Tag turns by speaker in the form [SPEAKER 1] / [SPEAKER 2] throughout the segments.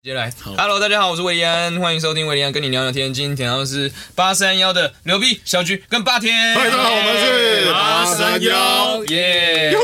[SPEAKER 1] 直接来，Hello，大家好，我是维安，欢迎收听维安跟你聊聊天。今天然后是八三幺的刘碧、小菊跟哎霸天。
[SPEAKER 2] 嗨，大家好，我们是
[SPEAKER 1] 831耶！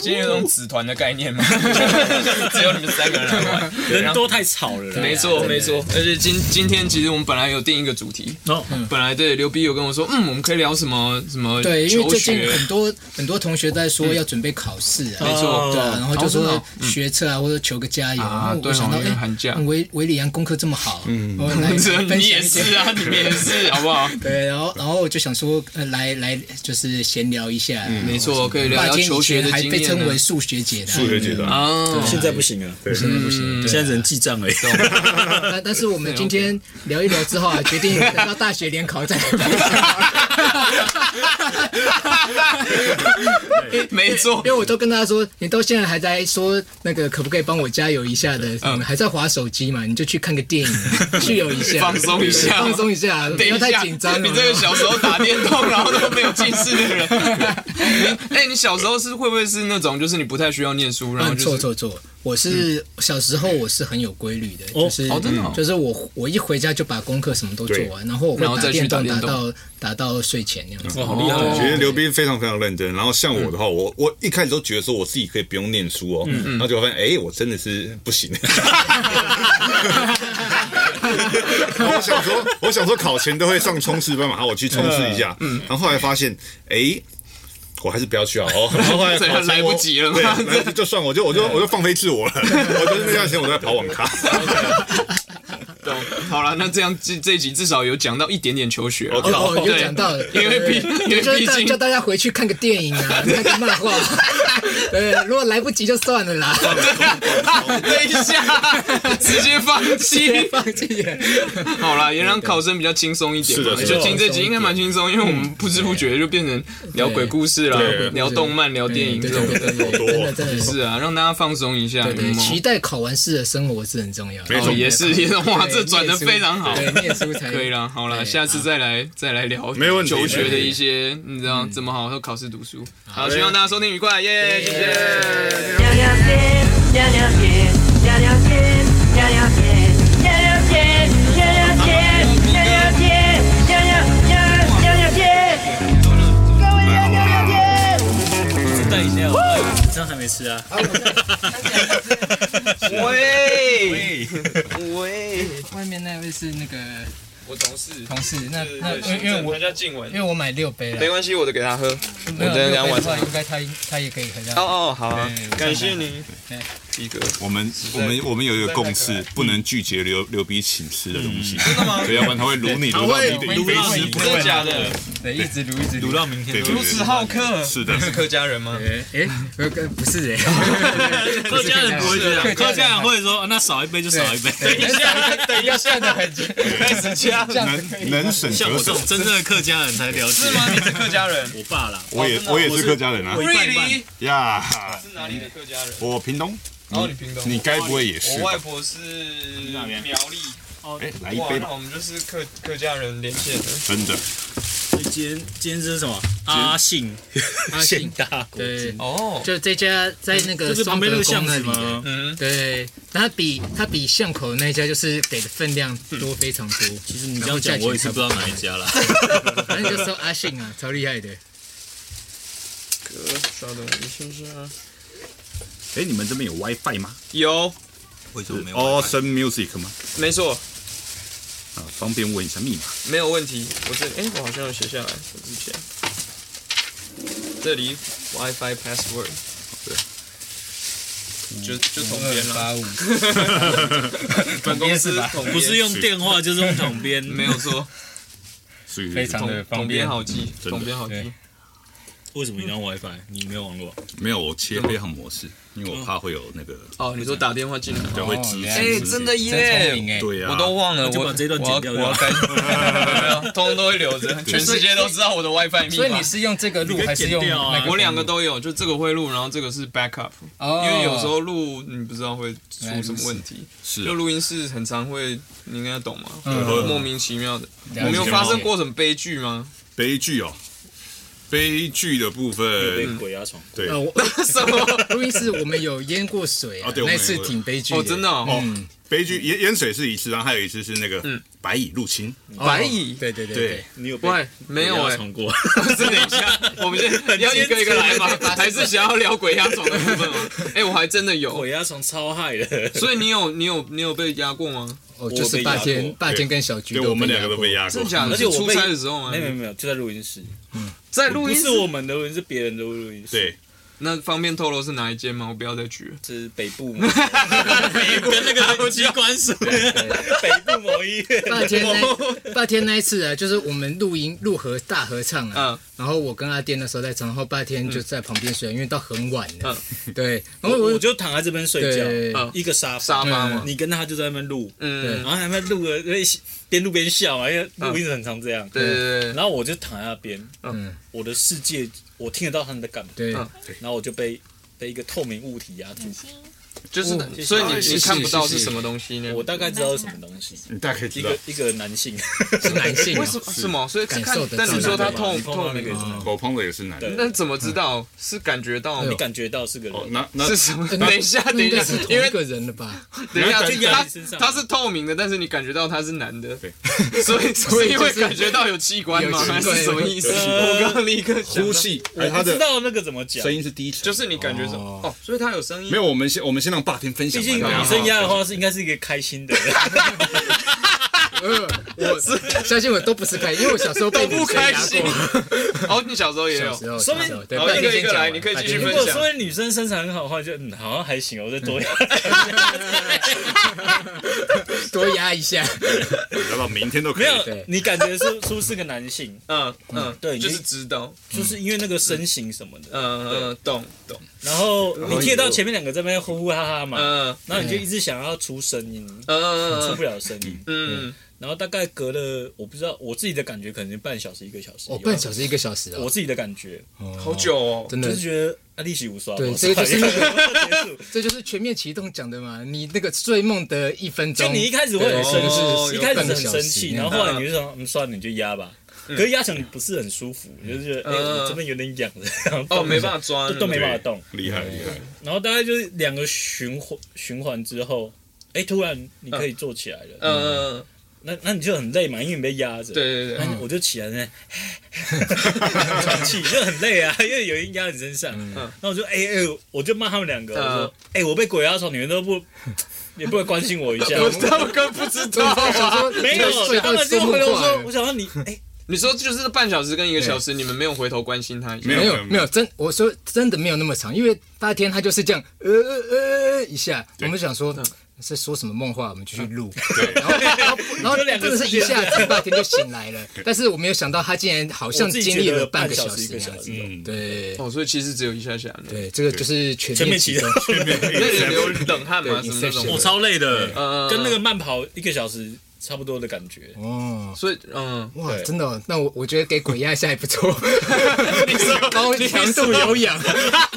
[SPEAKER 1] 今天有种子团的概念嘛， 只有你们三个人来玩。
[SPEAKER 3] 人多太吵了啦，
[SPEAKER 1] 没错，没错。而且今今天其实我们本来有定一个主题，
[SPEAKER 3] 哦，嗯
[SPEAKER 1] 本来对刘碧有跟我说，嗯，我们可以聊什么什么
[SPEAKER 4] 对，因为
[SPEAKER 1] 求
[SPEAKER 4] 最近
[SPEAKER 1] 学，嗯
[SPEAKER 4] 很多很多同学在说要准备考试啊，
[SPEAKER 1] 没错
[SPEAKER 4] 对啊，然后就
[SPEAKER 3] 哦真的
[SPEAKER 4] 说
[SPEAKER 3] 哦
[SPEAKER 4] 学测啊，或者求个加油。
[SPEAKER 1] 嗯啊
[SPEAKER 4] 然后
[SPEAKER 1] 对哦
[SPEAKER 4] 我想到，
[SPEAKER 1] 因为
[SPEAKER 4] 哎，
[SPEAKER 1] 寒假
[SPEAKER 4] 维维里安功课这么好，嗯，我 来分
[SPEAKER 1] 你
[SPEAKER 4] 享
[SPEAKER 1] 也
[SPEAKER 4] 一点
[SPEAKER 1] 是。啊，你们也是，好不好？
[SPEAKER 4] 对，然后然后我就想说，呃，来来就是闲聊一下。
[SPEAKER 1] 嗯没错，可以聊
[SPEAKER 4] 霸
[SPEAKER 1] 聊
[SPEAKER 4] 天
[SPEAKER 1] 求
[SPEAKER 4] 以
[SPEAKER 1] 学
[SPEAKER 4] 前
[SPEAKER 1] 的
[SPEAKER 4] 还
[SPEAKER 1] 经
[SPEAKER 4] 被
[SPEAKER 1] 验啊
[SPEAKER 4] 称为
[SPEAKER 1] 呢。
[SPEAKER 4] 数学姐的啊，
[SPEAKER 2] 数学阶段，
[SPEAKER 1] 啊，
[SPEAKER 3] 现在不行了，嗯对，现在不行，现在只能记账而已。
[SPEAKER 4] 但但是我们今 天聊一聊之后啊，决定等到大学联考再来分 享因为
[SPEAKER 1] 没错
[SPEAKER 4] 因为我都跟大家说，你到现在还在说那个可不可以帮我加油一下的，嗯、还在划手机嘛，你就去看个电 影，去游一下，
[SPEAKER 1] 放松一下
[SPEAKER 4] 放松一下，不
[SPEAKER 1] 等一
[SPEAKER 4] 要
[SPEAKER 1] 下，
[SPEAKER 4] 太紧张了。啊
[SPEAKER 1] 你这个小时候打电动，然后都没有近视的人，你哎、你小时候是会不会是那种，就是你不太需要念书，然后
[SPEAKER 4] 嗯，
[SPEAKER 1] 就
[SPEAKER 4] 错
[SPEAKER 1] 是
[SPEAKER 4] 错错，我是小时候我是很有规律的，
[SPEAKER 3] 哦
[SPEAKER 4] 就是
[SPEAKER 1] 哦真的哦
[SPEAKER 4] 就是我我一回家就把功课什么都做完，然后我
[SPEAKER 1] 然后
[SPEAKER 4] 会
[SPEAKER 1] 再
[SPEAKER 4] 打
[SPEAKER 1] 去
[SPEAKER 4] 电
[SPEAKER 1] 打
[SPEAKER 4] 动
[SPEAKER 1] 电
[SPEAKER 4] 打
[SPEAKER 1] 动
[SPEAKER 4] 到打到睡前那样子。
[SPEAKER 3] 哇，好厉害
[SPEAKER 2] 我
[SPEAKER 3] 哦！
[SPEAKER 2] 觉得刘斌非常非常认真。然后像我的话，
[SPEAKER 1] 嗯
[SPEAKER 2] 我我一开始都觉得说我自己可以不用念书哦，然后结果发现，哎，我真的是不行。 我想说，我想说考前都会上冲刺班嘛，好，我去冲刺一下。
[SPEAKER 1] 嗯
[SPEAKER 2] 然后后来发现，哎。我还是不要去好了，哦然后后 来
[SPEAKER 1] 这
[SPEAKER 2] 考前我
[SPEAKER 1] 来不及了嘛
[SPEAKER 2] 对，那就算我就我就我就放飞自我了，我就是那段时间我都在跑网咖，
[SPEAKER 1] 懂？好了，那这样这这一集至少有讲到一点点求学啊了。
[SPEAKER 2] OK
[SPEAKER 4] 哦，又
[SPEAKER 1] 对
[SPEAKER 4] 讲到了，
[SPEAKER 1] 因为毕因为
[SPEAKER 4] 就是
[SPEAKER 1] 毕
[SPEAKER 4] 大叫
[SPEAKER 1] 竟。
[SPEAKER 4] 大家回去看个电影啊，看个漫 画。对，如果来不及就算了啦，
[SPEAKER 1] 哦等一下，直接放弃。
[SPEAKER 4] 放弃了。
[SPEAKER 1] 好啦，也让考生比较轻松一点嘛。
[SPEAKER 2] 是的是的
[SPEAKER 1] 就听这集应该蛮轻松，因为我们不知不觉就变成聊鬼故事啦
[SPEAKER 2] 对、
[SPEAKER 1] 聊动漫、聊电影这
[SPEAKER 4] 对
[SPEAKER 1] 种
[SPEAKER 4] 对。对对对，真的真的。
[SPEAKER 1] 是啊，让大家放松一下。
[SPEAKER 4] 对对，
[SPEAKER 1] 嗯
[SPEAKER 4] 期待考完试的生活是很重要的。
[SPEAKER 2] 没
[SPEAKER 1] 哦，
[SPEAKER 2] 错
[SPEAKER 1] 也是也是，哇，这转的非常好。
[SPEAKER 4] 对，念书 才
[SPEAKER 1] 可以啦，好啦，
[SPEAKER 4] 对
[SPEAKER 1] 下次再来再来聊
[SPEAKER 2] 没问题
[SPEAKER 1] 求学的
[SPEAKER 2] 没问题
[SPEAKER 1] 一些，你知道怎么好好考试读书。好，希望大家收听愉快，耶，谢谢。
[SPEAKER 5] 娘娘心，娘娘心，娘娘心，娘娘心，娘娘心，娘娘心，娘娘心，娘娘娘娘娘心，各位娘娘娘心。
[SPEAKER 3] 带饮料，晚上还没吃啊？
[SPEAKER 1] 喂喂，
[SPEAKER 4] 外面那位是那个
[SPEAKER 1] 我同事，
[SPEAKER 4] 同事，那
[SPEAKER 1] 对
[SPEAKER 4] 那
[SPEAKER 1] 对
[SPEAKER 4] 因为因为我
[SPEAKER 1] 他叫静文
[SPEAKER 4] 因，为我买六杯
[SPEAKER 1] 没
[SPEAKER 4] 了，
[SPEAKER 1] 关系，我的给他喝。
[SPEAKER 4] 没有
[SPEAKER 1] 我等一下
[SPEAKER 4] 六杯
[SPEAKER 1] 晚
[SPEAKER 4] 的
[SPEAKER 1] 上
[SPEAKER 4] 话应该他他也可以喝到。
[SPEAKER 1] 哦哦，好啊
[SPEAKER 4] 对，
[SPEAKER 1] 感谢你
[SPEAKER 4] 对，
[SPEAKER 1] 一哥。
[SPEAKER 2] 我们我们我们有一个共识，不能拒绝刘刘逼请吃的东西，真
[SPEAKER 1] 嗯
[SPEAKER 2] 的吗？对，要不然他会撸你，撸到你的一
[SPEAKER 4] 会撸
[SPEAKER 2] 杯
[SPEAKER 4] 到
[SPEAKER 2] 吃
[SPEAKER 4] 你
[SPEAKER 2] 不
[SPEAKER 1] 真的假的？
[SPEAKER 4] 对，一直撸一直
[SPEAKER 3] 读到明天
[SPEAKER 2] 对。对对
[SPEAKER 1] 好客，
[SPEAKER 2] 是的
[SPEAKER 1] 你是客家人吗？
[SPEAKER 4] 哎哎，不不是哎，
[SPEAKER 3] 客家人不会这样，客
[SPEAKER 4] 客
[SPEAKER 3] 家
[SPEAKER 4] 家
[SPEAKER 3] 人
[SPEAKER 4] 人
[SPEAKER 3] 会说啊那少一杯就少一杯。
[SPEAKER 1] 等一下，开始加，是
[SPEAKER 2] 能能省
[SPEAKER 3] 像
[SPEAKER 2] 则
[SPEAKER 3] 我这
[SPEAKER 2] 省
[SPEAKER 3] 种。真正的客家人才了解。
[SPEAKER 1] 吗？你是客家 人
[SPEAKER 3] 我爸啦，
[SPEAKER 2] 我也我也是客家人啊
[SPEAKER 3] 我一半一半。
[SPEAKER 1] ？Really？
[SPEAKER 2] 呀，
[SPEAKER 1] 是哪里的客家人？
[SPEAKER 2] 我屏东，
[SPEAKER 1] 然后你屏东，
[SPEAKER 2] 你该不会也是
[SPEAKER 1] 我
[SPEAKER 2] 吧？
[SPEAKER 1] 外婆是苗
[SPEAKER 3] 边
[SPEAKER 1] 栗，
[SPEAKER 2] 哎，来一
[SPEAKER 1] 哇，
[SPEAKER 2] 杯
[SPEAKER 1] 那
[SPEAKER 2] 吧，
[SPEAKER 1] 我们就是客客家人连线的。
[SPEAKER 2] 真的。
[SPEAKER 3] 所以今天今天这是什么？阿信，
[SPEAKER 4] 阿
[SPEAKER 3] 信
[SPEAKER 4] 信
[SPEAKER 3] 大国
[SPEAKER 4] 对
[SPEAKER 3] 际，，
[SPEAKER 1] 哦，
[SPEAKER 4] 就这家在那个
[SPEAKER 3] 就是旁
[SPEAKER 4] 双
[SPEAKER 3] 边那个
[SPEAKER 4] 德
[SPEAKER 3] 巷
[SPEAKER 4] 巷那
[SPEAKER 3] 子
[SPEAKER 4] 里的。
[SPEAKER 3] 吗？
[SPEAKER 1] 嗯，
[SPEAKER 4] 对，它比它比巷口那一家就是给的分量多非常多。
[SPEAKER 3] 其实你这样讲，我也是不知道哪一家 啦。
[SPEAKER 4] 反正就说阿信啊，超厉害的。
[SPEAKER 1] 哥，稍等我一下下。
[SPEAKER 2] 哎，你们这边有 WiFi 吗？
[SPEAKER 1] 有，
[SPEAKER 3] 为什么没有？
[SPEAKER 2] 哦，声 Music 吗？
[SPEAKER 1] 没错，
[SPEAKER 2] 啊，方便问一下密码。
[SPEAKER 1] 没有问题。我这，哎，我好像有写下来，我之前。这里 WiFi password。就就统编了，
[SPEAKER 4] 五，
[SPEAKER 1] 本公司统编
[SPEAKER 3] 不是用电话就是用桶边，
[SPEAKER 1] 没有错，
[SPEAKER 2] 所以
[SPEAKER 4] 非常
[SPEAKER 1] 统
[SPEAKER 4] 方
[SPEAKER 1] 统
[SPEAKER 4] 便
[SPEAKER 1] 编好记，
[SPEAKER 2] 的
[SPEAKER 1] 统编好记。
[SPEAKER 3] 为什么你用 WiFi？你没有网络？
[SPEAKER 2] 没有我切飞行模式，因为我怕会有那个
[SPEAKER 1] 哦，你说打电话进来，啊
[SPEAKER 2] 就会支
[SPEAKER 1] 哎，真的耶，
[SPEAKER 4] 哎
[SPEAKER 2] 对啊呀，
[SPEAKER 1] 我都忘了，
[SPEAKER 3] 就
[SPEAKER 1] 我
[SPEAKER 3] 把这一段
[SPEAKER 1] 我要
[SPEAKER 3] 剪掉
[SPEAKER 1] 我
[SPEAKER 3] 就好
[SPEAKER 1] 要开， 没有通通都会留着，全世界都知道我的 WiFi 密
[SPEAKER 4] 所以
[SPEAKER 1] 码
[SPEAKER 4] 你。是用这个录还是
[SPEAKER 3] 你
[SPEAKER 4] 用
[SPEAKER 3] 可以剪掉啊
[SPEAKER 4] 那
[SPEAKER 1] 我两个都有，就这个会录，然后这个是 backup，
[SPEAKER 4] 哦
[SPEAKER 1] 因为有时候录你不知道会出什么问题。
[SPEAKER 2] 是
[SPEAKER 1] 就录音室很常会，你应该懂吗？
[SPEAKER 4] 嗯
[SPEAKER 1] 莫名其妙的，
[SPEAKER 4] 了
[SPEAKER 1] 我
[SPEAKER 4] 解
[SPEAKER 1] 们有发生过什么悲剧吗？
[SPEAKER 2] 悲剧哦，悲剧的部
[SPEAKER 3] 被
[SPEAKER 2] 分，
[SPEAKER 3] 鬼压床。
[SPEAKER 2] 对
[SPEAKER 1] 哦
[SPEAKER 4] 呃，我
[SPEAKER 1] 什么？
[SPEAKER 4] 录音室我们有淹过水啊
[SPEAKER 2] 哦对，我
[SPEAKER 4] 那
[SPEAKER 2] 们
[SPEAKER 4] 次挺悲 剧
[SPEAKER 1] 哦，真的哦，
[SPEAKER 4] 嗯，
[SPEAKER 2] 悲剧盐盐水是一次，然后还有一次是那
[SPEAKER 1] 嗯
[SPEAKER 2] 个白蚁入侵。
[SPEAKER 1] 白蚁
[SPEAKER 4] 哦对对对
[SPEAKER 2] 对
[SPEAKER 4] 对，
[SPEAKER 3] 你有被欸
[SPEAKER 1] 喂，没有哎、
[SPEAKER 3] 重过？
[SPEAKER 1] 是等一下，我们先要一个一个来吗？ 还是想要聊鬼压床的部分 吗？哎、我还真的有
[SPEAKER 3] 鬼，压床超害的，
[SPEAKER 1] 所以你有你有你有被压过吗？
[SPEAKER 4] 哦，就是
[SPEAKER 3] 被
[SPEAKER 4] 霸
[SPEAKER 3] 压
[SPEAKER 4] 天
[SPEAKER 3] 过
[SPEAKER 4] 霸天跟小菊
[SPEAKER 2] 对，
[SPEAKER 4] 都
[SPEAKER 2] 我们
[SPEAKER 4] 被
[SPEAKER 2] 两个
[SPEAKER 4] 压
[SPEAKER 2] 都被
[SPEAKER 4] 过
[SPEAKER 2] 压过
[SPEAKER 1] 真。假的？
[SPEAKER 3] 而且我
[SPEAKER 1] 是出
[SPEAKER 3] 被
[SPEAKER 1] 差的时候吗？
[SPEAKER 3] 没有没有没有，就在录音室，
[SPEAKER 1] 在录音
[SPEAKER 3] 不
[SPEAKER 1] 室
[SPEAKER 3] 是，我们哎的录音，是别人的录音室，
[SPEAKER 2] 对，
[SPEAKER 1] 那方便透露是哪一间吗？我不要再举了。
[SPEAKER 3] 是北部某，北部 跟那个机关 署，北部某医院，
[SPEAKER 4] 霸天那霸天那一次啊，就是我们录音录合大合唱啊，
[SPEAKER 1] 嗯
[SPEAKER 4] 然后我跟阿电那时候在唱，然后霸天就在旁边睡，因为到很晚了，对，然后
[SPEAKER 3] 我
[SPEAKER 4] 我
[SPEAKER 3] 我就躺在这边睡
[SPEAKER 4] 对
[SPEAKER 3] 觉
[SPEAKER 1] 嗯，
[SPEAKER 3] 一个沙
[SPEAKER 1] 沙
[SPEAKER 3] 发，
[SPEAKER 1] 发吗？
[SPEAKER 3] 你跟他就在那边录，
[SPEAKER 1] 嗯，
[SPEAKER 3] 然后还在录了，边录边笑啊嘛，因为录音室很常这样。
[SPEAKER 1] 对对对，
[SPEAKER 3] 然后我就躺在那边，
[SPEAKER 4] 嗯
[SPEAKER 3] 我的世界我听得到他们在干嘛，
[SPEAKER 4] 对
[SPEAKER 1] 嗯
[SPEAKER 3] 然后我就被被一个透明物体压住，
[SPEAKER 1] 就是
[SPEAKER 4] 哦
[SPEAKER 1] 所以你
[SPEAKER 4] 是
[SPEAKER 1] 你看不到
[SPEAKER 4] 是
[SPEAKER 1] 是
[SPEAKER 4] 是
[SPEAKER 1] 什么东西呢？
[SPEAKER 3] 我大概知道是什么东西，
[SPEAKER 2] 你大概可以
[SPEAKER 3] 一
[SPEAKER 2] 知道
[SPEAKER 3] 个。一个男性，
[SPEAKER 4] 是男性
[SPEAKER 1] 为
[SPEAKER 4] 哦
[SPEAKER 1] 什么什么？所以是
[SPEAKER 4] 感
[SPEAKER 1] 看
[SPEAKER 4] 受，得到
[SPEAKER 1] 但你说他
[SPEAKER 4] 它
[SPEAKER 1] 透
[SPEAKER 3] 你碰
[SPEAKER 1] 透
[SPEAKER 3] 到那个
[SPEAKER 1] 明，
[SPEAKER 3] 是
[SPEAKER 2] 我碰的也是男的。
[SPEAKER 3] 对
[SPEAKER 1] 那怎么知道？是感觉到
[SPEAKER 4] 哎
[SPEAKER 1] 吗
[SPEAKER 4] 呦
[SPEAKER 3] 你感觉到是个
[SPEAKER 2] 哦，
[SPEAKER 3] 人，
[SPEAKER 2] 那那
[SPEAKER 1] 是什么？
[SPEAKER 4] 那
[SPEAKER 1] 等一下，
[SPEAKER 4] 嗯那
[SPEAKER 1] 等一
[SPEAKER 4] 应
[SPEAKER 1] 下
[SPEAKER 4] 该是，同
[SPEAKER 1] 因
[SPEAKER 4] 一
[SPEAKER 1] 为
[SPEAKER 4] 个人了吧？
[SPEAKER 1] 等一下，
[SPEAKER 2] 就压
[SPEAKER 1] 他
[SPEAKER 3] 在身上
[SPEAKER 1] 他是透明的，但是你感觉到他是男的，
[SPEAKER 2] 对，
[SPEAKER 1] 所以所以
[SPEAKER 4] 就是
[SPEAKER 1] 会感觉到有器官吗？
[SPEAKER 4] 有器
[SPEAKER 1] 还
[SPEAKER 4] 官
[SPEAKER 1] 是什么意思？
[SPEAKER 3] 有器官
[SPEAKER 1] 我刚刚立刻想到
[SPEAKER 2] 呼，气，
[SPEAKER 3] 我
[SPEAKER 2] 哎，他
[SPEAKER 3] 不知
[SPEAKER 2] 的
[SPEAKER 3] 道那个怎么讲
[SPEAKER 2] 声。音是低沉。
[SPEAKER 1] 就是你感觉什么？哦，所以他有声音，
[SPEAKER 2] 没有，我们先我们先让霸天分享
[SPEAKER 3] 毕竟
[SPEAKER 2] 完。然
[SPEAKER 3] 女
[SPEAKER 2] 后
[SPEAKER 3] 生压的话是应该是一个开心的，
[SPEAKER 4] 呃，我相信我都不是开，因为我小时候被
[SPEAKER 1] 都
[SPEAKER 4] 女
[SPEAKER 1] 不
[SPEAKER 4] 生
[SPEAKER 1] 开
[SPEAKER 4] 压
[SPEAKER 1] 心
[SPEAKER 4] 过。。
[SPEAKER 1] 哦，你小时候也
[SPEAKER 4] 小
[SPEAKER 1] 有
[SPEAKER 4] 时，候，
[SPEAKER 3] 说
[SPEAKER 4] 小
[SPEAKER 3] 明
[SPEAKER 4] 时候对，
[SPEAKER 1] 好
[SPEAKER 4] 霸
[SPEAKER 1] 一个
[SPEAKER 4] 天
[SPEAKER 1] 一个来
[SPEAKER 4] 先讲
[SPEAKER 1] 你
[SPEAKER 4] 完
[SPEAKER 1] 可以
[SPEAKER 4] 霸
[SPEAKER 1] 继
[SPEAKER 4] 天
[SPEAKER 1] 续
[SPEAKER 4] 先
[SPEAKER 1] 分
[SPEAKER 3] 如
[SPEAKER 1] 享
[SPEAKER 4] 讲
[SPEAKER 3] 果说女生身材很好的话，就嗯好像还行，我再多压。
[SPEAKER 4] 多压一下，
[SPEAKER 2] 聊到明天都 可
[SPEAKER 3] 没
[SPEAKER 2] 以。
[SPEAKER 3] 有
[SPEAKER 4] 对，
[SPEAKER 3] 你感觉是出是个男性，
[SPEAKER 1] 嗯嗯，
[SPEAKER 3] 对
[SPEAKER 1] 就是
[SPEAKER 3] 你
[SPEAKER 1] 知道，
[SPEAKER 3] 就是因为那个身形什么的，
[SPEAKER 1] 嗯嗯，懂懂，
[SPEAKER 3] 然后你听得到前面两个在那边呼呼哈哈嘛，
[SPEAKER 1] 嗯
[SPEAKER 3] 然后你就一直想要出声音，出
[SPEAKER 1] 嗯
[SPEAKER 3] 不了声音，
[SPEAKER 1] 嗯，
[SPEAKER 3] 然后大概隔了，我不知道我自己的感觉，可能半小时一个小时。啊
[SPEAKER 4] 哦，半小时一个小时
[SPEAKER 3] 我
[SPEAKER 4] 哦，
[SPEAKER 3] 自己的感觉
[SPEAKER 1] 好久哦，
[SPEAKER 4] 真
[SPEAKER 3] 就
[SPEAKER 4] 的
[SPEAKER 3] 是，觉得啊，利息无双。
[SPEAKER 4] 对
[SPEAKER 3] 我
[SPEAKER 4] 这个就是
[SPEAKER 3] 操 要结束
[SPEAKER 4] 这就是全面启动讲的嘛。你那个睡梦的一分钟，
[SPEAKER 3] 就你一开始会很生
[SPEAKER 1] 哦
[SPEAKER 3] 气，一开始很
[SPEAKER 4] 有半个
[SPEAKER 3] 生
[SPEAKER 4] 小时
[SPEAKER 3] 气，
[SPEAKER 4] 那
[SPEAKER 3] 然
[SPEAKER 4] 样
[SPEAKER 3] 后后来你就说，嗯，算了，你就压吧。可是压成你不是很舒服，就是觉得哎，
[SPEAKER 1] 嗯
[SPEAKER 3] 我这边有点痒的，然后
[SPEAKER 1] 哦，
[SPEAKER 3] 动一
[SPEAKER 1] 没
[SPEAKER 3] 下
[SPEAKER 1] 办法抓
[SPEAKER 3] 都，都没办法动。
[SPEAKER 2] 厉害厉害，
[SPEAKER 3] 然后大概就是两个循环循环之后，哎，突然你可以坐起来了，
[SPEAKER 1] 嗯嗯，
[SPEAKER 3] 那那你就很累嘛，因为你被压着。
[SPEAKER 1] 对。对
[SPEAKER 3] 那
[SPEAKER 1] 对，
[SPEAKER 3] 你我就起来呢，喘气就很累啊，因为有人压你身上。嗯，那我就哎哎，我就骂他们两个，我说哎，我被鬼压床，你们都不也不会关心我一下。
[SPEAKER 1] 我他们根本不知 道
[SPEAKER 4] 我想
[SPEAKER 1] 啊。
[SPEAKER 4] 说
[SPEAKER 3] 没有，
[SPEAKER 4] 睡
[SPEAKER 3] 他
[SPEAKER 4] 到
[SPEAKER 3] 们
[SPEAKER 4] 这
[SPEAKER 3] 就
[SPEAKER 4] 么
[SPEAKER 3] 回头
[SPEAKER 4] 快
[SPEAKER 3] 说，我。想让你哎，
[SPEAKER 1] 你说就是半小时跟一个小时，你们没有回头关心他一下，
[SPEAKER 2] 没
[SPEAKER 4] 没
[SPEAKER 2] 有
[SPEAKER 4] 有没有真，我说真的没有那么长，因为八天他就是这样，呃呃呃一下，我们想
[SPEAKER 3] 嗯
[SPEAKER 4] 说是说什么梦话，我们就去录，然后然后然后
[SPEAKER 3] 就两个
[SPEAKER 4] 真的是一下子八天就醒来了，但是我没有想到他竟然好像
[SPEAKER 3] 我自己
[SPEAKER 4] 经历
[SPEAKER 3] 觉得
[SPEAKER 4] 了半
[SPEAKER 3] 半
[SPEAKER 4] 个
[SPEAKER 3] 小
[SPEAKER 4] 小
[SPEAKER 3] 时一
[SPEAKER 4] 时
[SPEAKER 3] 个
[SPEAKER 4] 的
[SPEAKER 3] 小
[SPEAKER 4] 样
[SPEAKER 3] 时
[SPEAKER 4] 子，
[SPEAKER 2] 嗯，
[SPEAKER 4] 对
[SPEAKER 1] 哦，所以其实只有一下下，
[SPEAKER 4] 对，这个就是全
[SPEAKER 3] 前面
[SPEAKER 4] 面
[SPEAKER 3] 起
[SPEAKER 4] 启
[SPEAKER 3] 的
[SPEAKER 4] 动，，
[SPEAKER 1] 那你流冷汗吗？
[SPEAKER 4] 对
[SPEAKER 1] 什么那种
[SPEAKER 4] Inception
[SPEAKER 3] 我？超累的，
[SPEAKER 1] 嗯
[SPEAKER 3] 跟那个慢跑一个小时差不多的感觉。
[SPEAKER 4] 哦。
[SPEAKER 1] 所以嗯，
[SPEAKER 4] 哇，
[SPEAKER 3] 对
[SPEAKER 4] 真的哦、那我我觉得给鬼压一下还不错，高强度有氧，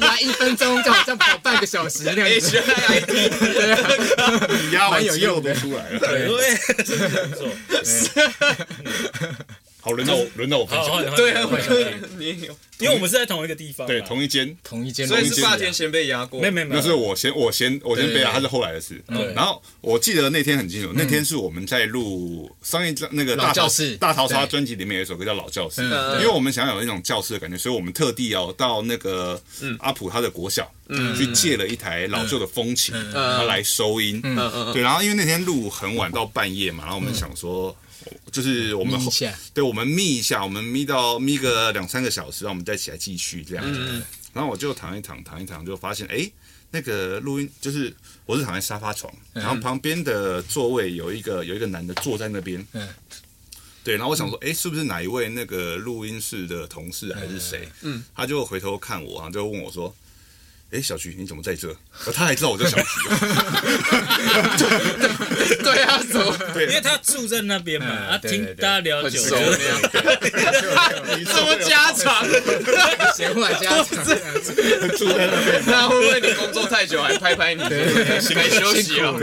[SPEAKER 4] 压一分钟就好像跑半个小时那样子， 啊
[SPEAKER 2] 你压完
[SPEAKER 4] 蛮有
[SPEAKER 2] 肌肉
[SPEAKER 4] 用
[SPEAKER 2] 都
[SPEAKER 4] 的
[SPEAKER 2] 出来了。
[SPEAKER 3] 对，没错。
[SPEAKER 2] 好，轮到我轮到我分
[SPEAKER 3] 好，
[SPEAKER 2] 享。
[SPEAKER 3] 换
[SPEAKER 1] 对啊，
[SPEAKER 3] 换
[SPEAKER 1] 我
[SPEAKER 3] 换
[SPEAKER 1] 觉得你有，
[SPEAKER 3] 因为我们是在同一个地方嘛，
[SPEAKER 2] 对，同一间。
[SPEAKER 4] 同一间，
[SPEAKER 1] 所以
[SPEAKER 4] 同一
[SPEAKER 1] 是
[SPEAKER 4] 间
[SPEAKER 1] 霸天先被压过，
[SPEAKER 3] 没没没
[SPEAKER 2] 那
[SPEAKER 3] 有，
[SPEAKER 2] 是我先，我先，我先背啊，
[SPEAKER 4] 对
[SPEAKER 2] 他是后来的事。
[SPEAKER 3] 对
[SPEAKER 2] 然后我记得那天很清楚，那天是我们在录上一张那个大
[SPEAKER 4] 老教
[SPEAKER 2] 逃
[SPEAKER 4] 室
[SPEAKER 2] 大逃杀
[SPEAKER 4] 对
[SPEAKER 2] 专辑里面有一首歌叫《老教室》，
[SPEAKER 4] 嗯
[SPEAKER 2] 因为我们想要有那种教室的感觉，所以我们特地哦到那个阿普他的国小去借了一台老旧的风琴，他来收音。
[SPEAKER 1] 嗯嗯嗯，
[SPEAKER 2] 对，然后因为那天录很晚到半夜嘛，然后我们想说，就是我们
[SPEAKER 4] 眯一下
[SPEAKER 2] 对，我们眯一下，我们眯到眯个两三个小时，然后我们再起来继续这样子。然后我就躺一躺，躺一躺，就发现哎，诶那个录音就是我是躺在沙发床，然后旁边的座位有一个有一个男的坐在那边，
[SPEAKER 4] 嗯
[SPEAKER 2] 对，然后我想说，哎、是不是哪一位那个录音室的同事还是谁？嗯，他就回头看我，然后就问我说。哎，小菊，你怎么在这？呃他还知道我叫小菊哦，
[SPEAKER 1] 对啊，怎么
[SPEAKER 2] 对
[SPEAKER 3] 因为他住在那边嘛，
[SPEAKER 4] 嗯
[SPEAKER 3] 啊，
[SPEAKER 4] 对
[SPEAKER 3] 听
[SPEAKER 4] 对对
[SPEAKER 3] 大家聊
[SPEAKER 1] 很
[SPEAKER 3] 久
[SPEAKER 1] 熟
[SPEAKER 3] 了，
[SPEAKER 1] 那样？ 怎么加长？
[SPEAKER 4] 闲话家常，
[SPEAKER 2] 住在那边，
[SPEAKER 1] 那会不会你工作太久还拍拍你？该休息了。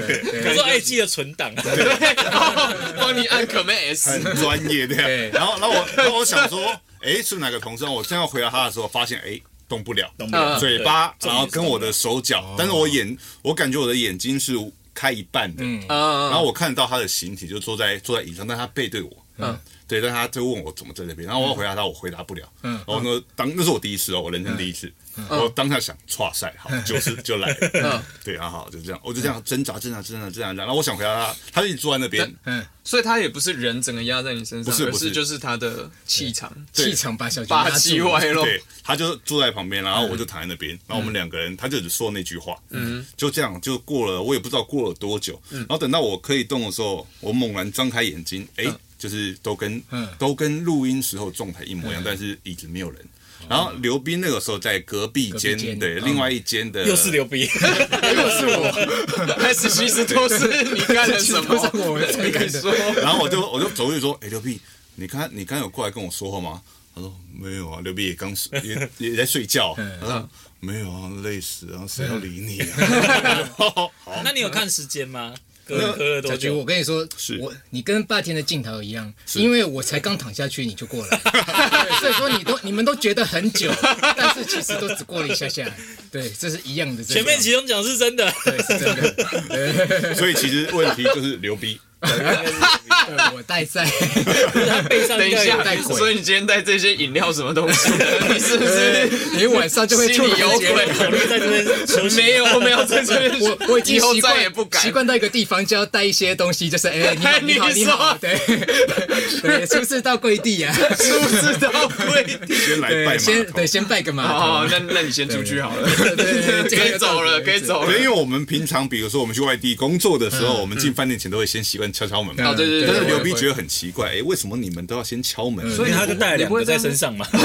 [SPEAKER 3] 他说哎，记得存档，
[SPEAKER 1] 对，帮你按 Command
[SPEAKER 4] 哎
[SPEAKER 1] S。
[SPEAKER 2] 很专业这
[SPEAKER 4] 对
[SPEAKER 2] 样。然后，然后我，然后我想说，哎，是哪个同事？然后我正要回答他的时候，发现哎，动不了，
[SPEAKER 3] 懂不懂？
[SPEAKER 1] 嗯
[SPEAKER 2] 嘴巴，
[SPEAKER 3] 对
[SPEAKER 2] 然后跟我的手脚，但是我眼，我感觉我的眼睛是开一半的，
[SPEAKER 1] 嗯嗯
[SPEAKER 2] 然后我看到他的形体，就坐在坐在椅上，但他背对我。
[SPEAKER 1] 嗯，
[SPEAKER 2] 对，但他就问我怎么在那边，然后我要回答他，我回答不了。嗯，然后呢，当那是我第一次哦，我人生第一次，我当下想，哇塞，好，就是就来了。嗯，对，啊，好，就这样，我就这样挣扎，挣扎，挣扎，挣扎，然后我想回答他，他就一直坐在那边，
[SPEAKER 4] 嗯，
[SPEAKER 1] 所以他也不是人整个压在你身上，
[SPEAKER 2] 不是
[SPEAKER 1] 而
[SPEAKER 2] 不是
[SPEAKER 1] 是就是他的气场
[SPEAKER 2] 对
[SPEAKER 4] 气场把小
[SPEAKER 1] 霸
[SPEAKER 4] 军
[SPEAKER 1] 气
[SPEAKER 4] 气
[SPEAKER 1] 外露。
[SPEAKER 2] 对，他就坐在旁边，然后我就躺在那边，然后我们两个人，他就只说那句话，嗯，就这样就过了，我也不知道过了多久，
[SPEAKER 4] 嗯
[SPEAKER 2] 然后等到我可以动的时候，我猛然张开眼睛，哎，就是都跟
[SPEAKER 4] 嗯
[SPEAKER 2] 都跟录音时候状态一模一样，但是椅子没有人。然后刘斌那个时候在隔壁
[SPEAKER 4] 隔
[SPEAKER 2] 间
[SPEAKER 4] 壁，间
[SPEAKER 2] 对，
[SPEAKER 4] 嗯
[SPEAKER 2] 另外一间的
[SPEAKER 3] 又是刘逼，
[SPEAKER 4] 又是我，
[SPEAKER 1] 但是其实都是你干了什么？
[SPEAKER 4] 其实都是我
[SPEAKER 1] 你可以说，
[SPEAKER 2] 然后我就我就走过去说：“哎、刘碧，你刚你刚有过来跟我说话吗？”他说：“没有啊，刘碧也刚睡也也在睡觉。”啊
[SPEAKER 1] 嗯
[SPEAKER 2] 他说：“没有啊，累死啊，谁要理你啊？” 好，
[SPEAKER 3] 那你有看时间吗？隔隔了
[SPEAKER 4] 小
[SPEAKER 3] 多
[SPEAKER 4] 军，我
[SPEAKER 3] 久？
[SPEAKER 4] 跟你说
[SPEAKER 2] 是，
[SPEAKER 4] 我你跟霸天的镜头一样，因为我才刚躺下去你就过来，对所以说你都你们都觉得很久，但是其实都只过了一下下，对，这是一样的症
[SPEAKER 3] 前
[SPEAKER 4] 状。
[SPEAKER 3] 面其中讲是真的，
[SPEAKER 4] 对是真的，
[SPEAKER 2] 所以其实问题就是刘碧，呃
[SPEAKER 4] 对我带赛，
[SPEAKER 3] 他背上
[SPEAKER 1] 等
[SPEAKER 3] 应
[SPEAKER 1] 一
[SPEAKER 3] 该有
[SPEAKER 1] 下
[SPEAKER 4] 带，鬼
[SPEAKER 1] 所以你今天带这些饮料什么东 西？你是不是
[SPEAKER 4] 你晚上就会
[SPEAKER 1] 心
[SPEAKER 4] 出
[SPEAKER 1] 里有
[SPEAKER 4] 人结
[SPEAKER 1] 鬼？
[SPEAKER 3] 考虑在这边休息。
[SPEAKER 1] 没有，我没有在这边，
[SPEAKER 4] 我我已经
[SPEAKER 1] 以后
[SPEAKER 4] 习
[SPEAKER 1] 再
[SPEAKER 4] 惯
[SPEAKER 1] 也不敢
[SPEAKER 4] 习。惯到一个地方就要带一些东西，就是哎、你好你好
[SPEAKER 1] 哎你
[SPEAKER 4] 你
[SPEAKER 1] 说
[SPEAKER 4] 好，对 对，出事到跪地啊，
[SPEAKER 1] 不知道 会。
[SPEAKER 2] 先来
[SPEAKER 4] 对，
[SPEAKER 2] 拜
[SPEAKER 4] 先
[SPEAKER 2] 码头
[SPEAKER 4] 对。先拜个码
[SPEAKER 1] 哦
[SPEAKER 4] 头，，
[SPEAKER 1] 那那你先出去好了，
[SPEAKER 4] 对对对
[SPEAKER 1] 可以走了，可以走
[SPEAKER 2] 所以
[SPEAKER 1] 了。
[SPEAKER 2] 因为我们平常，比如说我们去外地工作的时候，我们进饭店前都会先习惯敲敲门嘛。
[SPEAKER 1] 哦对嗯对对
[SPEAKER 2] 但是
[SPEAKER 1] 对嗯
[SPEAKER 2] 刘碧觉得很奇怪，哎，为什么你们都要先敲门？
[SPEAKER 3] 所
[SPEAKER 2] 所
[SPEAKER 3] 以他就带了两个在身上嘛。
[SPEAKER 4] 我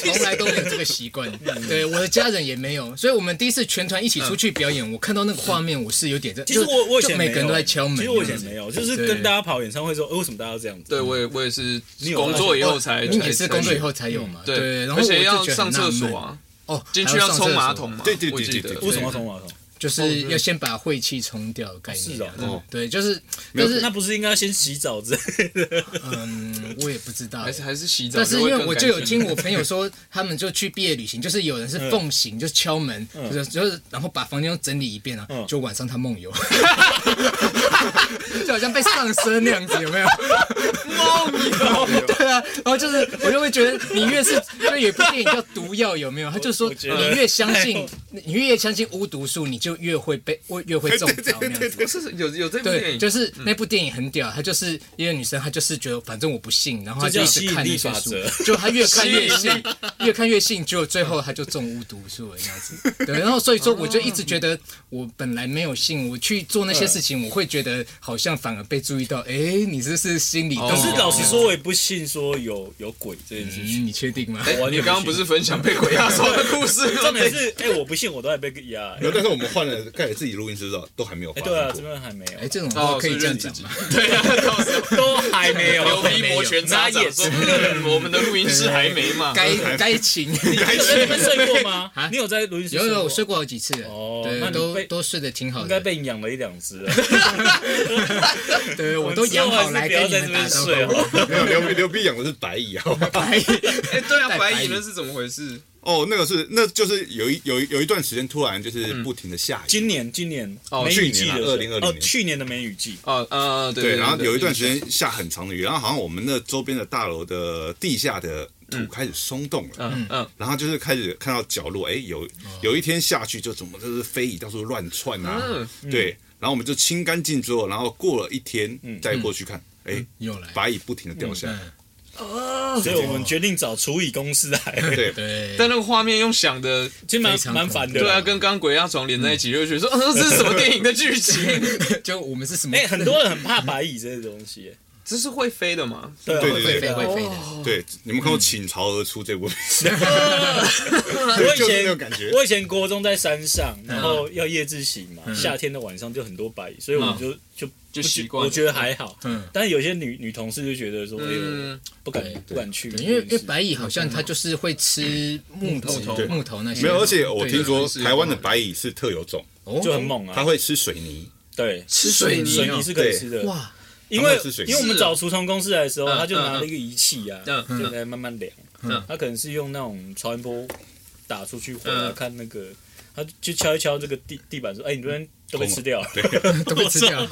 [SPEAKER 4] 从来都没有这个习惯，对我的家人也没有，所以我们第一次全团一起出去表演，我看到那个画面，我是有点 在，
[SPEAKER 3] 其实我我以
[SPEAKER 4] 就就
[SPEAKER 3] 前
[SPEAKER 4] 每
[SPEAKER 3] 没
[SPEAKER 4] 个人
[SPEAKER 3] 有，
[SPEAKER 4] 都在敲门，
[SPEAKER 3] 其实我以前没有，就是跟大家跑演唱会说，呃为什么大家要这样子？
[SPEAKER 1] 对我也我也是
[SPEAKER 3] 有
[SPEAKER 1] 工作以后才，
[SPEAKER 4] 你也是
[SPEAKER 1] 才
[SPEAKER 4] 工作以后才有嘛，
[SPEAKER 1] 对，
[SPEAKER 4] 然后
[SPEAKER 1] 而
[SPEAKER 4] 我就
[SPEAKER 1] 且要
[SPEAKER 4] 觉得
[SPEAKER 1] 上
[SPEAKER 4] 很纳
[SPEAKER 1] 厕
[SPEAKER 4] 闷
[SPEAKER 1] 所，啊，
[SPEAKER 4] 哦，
[SPEAKER 1] 进
[SPEAKER 4] 还
[SPEAKER 1] 去
[SPEAKER 4] 要
[SPEAKER 1] 要
[SPEAKER 4] 上
[SPEAKER 1] 冲
[SPEAKER 4] 厕
[SPEAKER 1] 马
[SPEAKER 4] 所
[SPEAKER 1] 桶嘛，
[SPEAKER 2] 对对对
[SPEAKER 1] 我记
[SPEAKER 2] 对
[SPEAKER 1] 得
[SPEAKER 2] 对
[SPEAKER 3] 为什么要冲马桶？
[SPEAKER 4] 就是要先把晦气冲掉的概念。
[SPEAKER 3] 是哦
[SPEAKER 4] 嗯对，就是，
[SPEAKER 2] 没
[SPEAKER 4] 但
[SPEAKER 2] 有
[SPEAKER 4] 是
[SPEAKER 3] 那不是应该先洗澡之类的？
[SPEAKER 4] 嗯，我也不知道
[SPEAKER 1] 还。是还是洗澡
[SPEAKER 4] 但是
[SPEAKER 1] 就
[SPEAKER 4] 因
[SPEAKER 1] 会更干净，嗯
[SPEAKER 4] 为我就有听我 朋友说，他们就去毕业旅行，就是有人是奉行，就是敲门，就是就是然后把房间都整理一遍啊，
[SPEAKER 1] 嗯
[SPEAKER 4] 就晚上他梦游， 就好像被上身那样子，有没有？梦游，对啊，然后就是我就会觉得，你越是就有一部电影叫《毒药》，有没有？他就说
[SPEAKER 3] 我觉得
[SPEAKER 4] 你越相 信，你越相信巫毒术，你就越会被越 会中招那样子。
[SPEAKER 1] 不是有有这部电
[SPEAKER 4] 对，
[SPEAKER 1] 影，
[SPEAKER 4] 就是
[SPEAKER 3] 嗯
[SPEAKER 4] 那部电影很屌，她就是一个女生，她就是觉得反正我不信，然后她
[SPEAKER 3] 这
[SPEAKER 4] 就
[SPEAKER 3] 叫
[SPEAKER 4] 一直看那些
[SPEAKER 3] 吸
[SPEAKER 4] 书
[SPEAKER 3] 引力法，
[SPEAKER 4] 就她越 看
[SPEAKER 1] 吸
[SPEAKER 4] 越
[SPEAKER 1] 引
[SPEAKER 4] 信，越看越信，结果最后她就中巫毒术了这样子。对，然后所以说我就一直觉得我本来没有信，我去做那些事情，我会觉得好像反而被注意到，哎，你这是心理动
[SPEAKER 3] 哦可
[SPEAKER 4] 摇。
[SPEAKER 3] 是老实说，我也不信说有有鬼这件事
[SPEAKER 4] 嗯，
[SPEAKER 3] 情。
[SPEAKER 4] 你确定吗？
[SPEAKER 1] 哎
[SPEAKER 3] 完全不
[SPEAKER 1] 你刚刚不是分享被鬼 压床的故事吗？
[SPEAKER 3] 重点是，哎，我不信，我都还被压。
[SPEAKER 2] 以但是我们换了，盖自己录音室都都还没有发
[SPEAKER 3] 哎，
[SPEAKER 2] 生
[SPEAKER 3] 对啊，这
[SPEAKER 2] 过。
[SPEAKER 3] 边还没有
[SPEAKER 4] 哎，，这种
[SPEAKER 1] 哦
[SPEAKER 4] 话可以这样讲吗？
[SPEAKER 1] 对啊，到时候
[SPEAKER 3] 都还没 有。
[SPEAKER 1] 牛逼摩拳擦掌，
[SPEAKER 3] 那也是
[SPEAKER 1] 说嗯我们的录音室还没嘛，
[SPEAKER 4] 该该请。
[SPEAKER 3] 你们睡过 吗
[SPEAKER 4] 啊？
[SPEAKER 3] 你有在录音室？
[SPEAKER 4] 有有，我睡。过好几次了，
[SPEAKER 3] 哦那
[SPEAKER 4] 对，
[SPEAKER 3] 你
[SPEAKER 4] 都
[SPEAKER 3] 被
[SPEAKER 4] 都睡得挺好的。
[SPEAKER 3] 应该被你养了一两只了，
[SPEAKER 4] 对，我都养好来
[SPEAKER 3] 之后还
[SPEAKER 4] 跟
[SPEAKER 3] 是
[SPEAKER 4] 你
[SPEAKER 3] 不要在这
[SPEAKER 4] 们打
[SPEAKER 3] 边
[SPEAKER 4] 招呼。
[SPEAKER 3] 睡哦。
[SPEAKER 2] 没有刘刘碧养的是白蚁啊。
[SPEAKER 4] 白
[SPEAKER 1] 哎，对啊，
[SPEAKER 4] 带
[SPEAKER 1] 白
[SPEAKER 4] 白
[SPEAKER 1] 蚁
[SPEAKER 4] 蚁
[SPEAKER 1] 那是怎么回事？
[SPEAKER 2] 哦，那个是，那就是有一有一有一段时间突然就是不停的下雨，
[SPEAKER 3] 今年今年
[SPEAKER 1] 哦
[SPEAKER 3] 梅雨季
[SPEAKER 2] 去年啊
[SPEAKER 3] 的时候
[SPEAKER 2] 2020
[SPEAKER 3] 哦
[SPEAKER 2] 年
[SPEAKER 3] 去年的梅雨季，
[SPEAKER 1] 哦，呃，对
[SPEAKER 2] 对，然后有一段时间下很长的雨，然后好像我们那周边的大楼的地下的土开始松动了，
[SPEAKER 1] 嗯嗯，
[SPEAKER 2] 然后就是开始看到角落，哎，有有一天下去就怎么就是飞蚁到处乱窜啊，对，然后我们就清干净之后，然后过了一天再过去看，哎，
[SPEAKER 4] 又来，嗯
[SPEAKER 2] 白蚁不停的掉下来，
[SPEAKER 4] 哦
[SPEAKER 3] 所
[SPEAKER 4] 啊
[SPEAKER 3] 以我们决定找厨艺公司 来，
[SPEAKER 2] 对，
[SPEAKER 4] 对，
[SPEAKER 1] 但那个画面用想的，
[SPEAKER 3] 其实蛮
[SPEAKER 4] 非常
[SPEAKER 3] 蛮烦的。
[SPEAKER 1] 对啊，跟刚刚鬼压床连在一起，就会觉得说，嗯，这是什么电影的剧情？
[SPEAKER 4] 就我们是什么？
[SPEAKER 3] 哎，很多人很怕白蚁这些东西，
[SPEAKER 1] 这是会飞的吗？
[SPEAKER 3] 对啊
[SPEAKER 2] 对
[SPEAKER 4] 会飞
[SPEAKER 3] 对啊
[SPEAKER 4] 会飞的，
[SPEAKER 2] 对，你们看过《倾巢而出》这部片，
[SPEAKER 3] 我以
[SPEAKER 2] 就是那
[SPEAKER 3] 前
[SPEAKER 2] 种感觉
[SPEAKER 3] 我以前国中在山上，然后要夜自习嘛，夏天的晚上就很多白蚁，所以我们就就
[SPEAKER 1] 就
[SPEAKER 3] 不觉
[SPEAKER 1] 习惯了
[SPEAKER 3] 我觉得还好，
[SPEAKER 4] 嗯
[SPEAKER 3] 但是有些女女同事就觉得说，哎
[SPEAKER 1] 嗯
[SPEAKER 3] 呦，不敢
[SPEAKER 4] 对
[SPEAKER 3] 不敢去，
[SPEAKER 4] 对因为因为白蚁好像它就是会吃木头
[SPEAKER 1] 木头
[SPEAKER 4] 木头那些，
[SPEAKER 2] 没有，而且我
[SPEAKER 4] 对
[SPEAKER 2] 听说
[SPEAKER 1] 是
[SPEAKER 2] 台湾的白蚁是特有种，
[SPEAKER 4] 哦
[SPEAKER 3] 就很猛啊，
[SPEAKER 2] 它会吃水泥，
[SPEAKER 3] 对
[SPEAKER 4] 吃水泥
[SPEAKER 3] 水
[SPEAKER 4] 哦
[SPEAKER 3] 泥是可以吃的，
[SPEAKER 4] 哇，
[SPEAKER 3] 因为
[SPEAKER 2] 他们是水
[SPEAKER 3] 因为我们找除虫公司来的时候，
[SPEAKER 1] 嗯
[SPEAKER 3] 他就拿了一个仪器啊，
[SPEAKER 1] 嗯嗯
[SPEAKER 3] 就来慢慢量
[SPEAKER 1] 嗯。
[SPEAKER 3] 他可能是用那种超音波打出去，或者
[SPEAKER 1] 嗯
[SPEAKER 3] 看那个，他就敲一敲这个地地板说：“哎，你这边都被吃掉了，
[SPEAKER 4] 都被吃掉。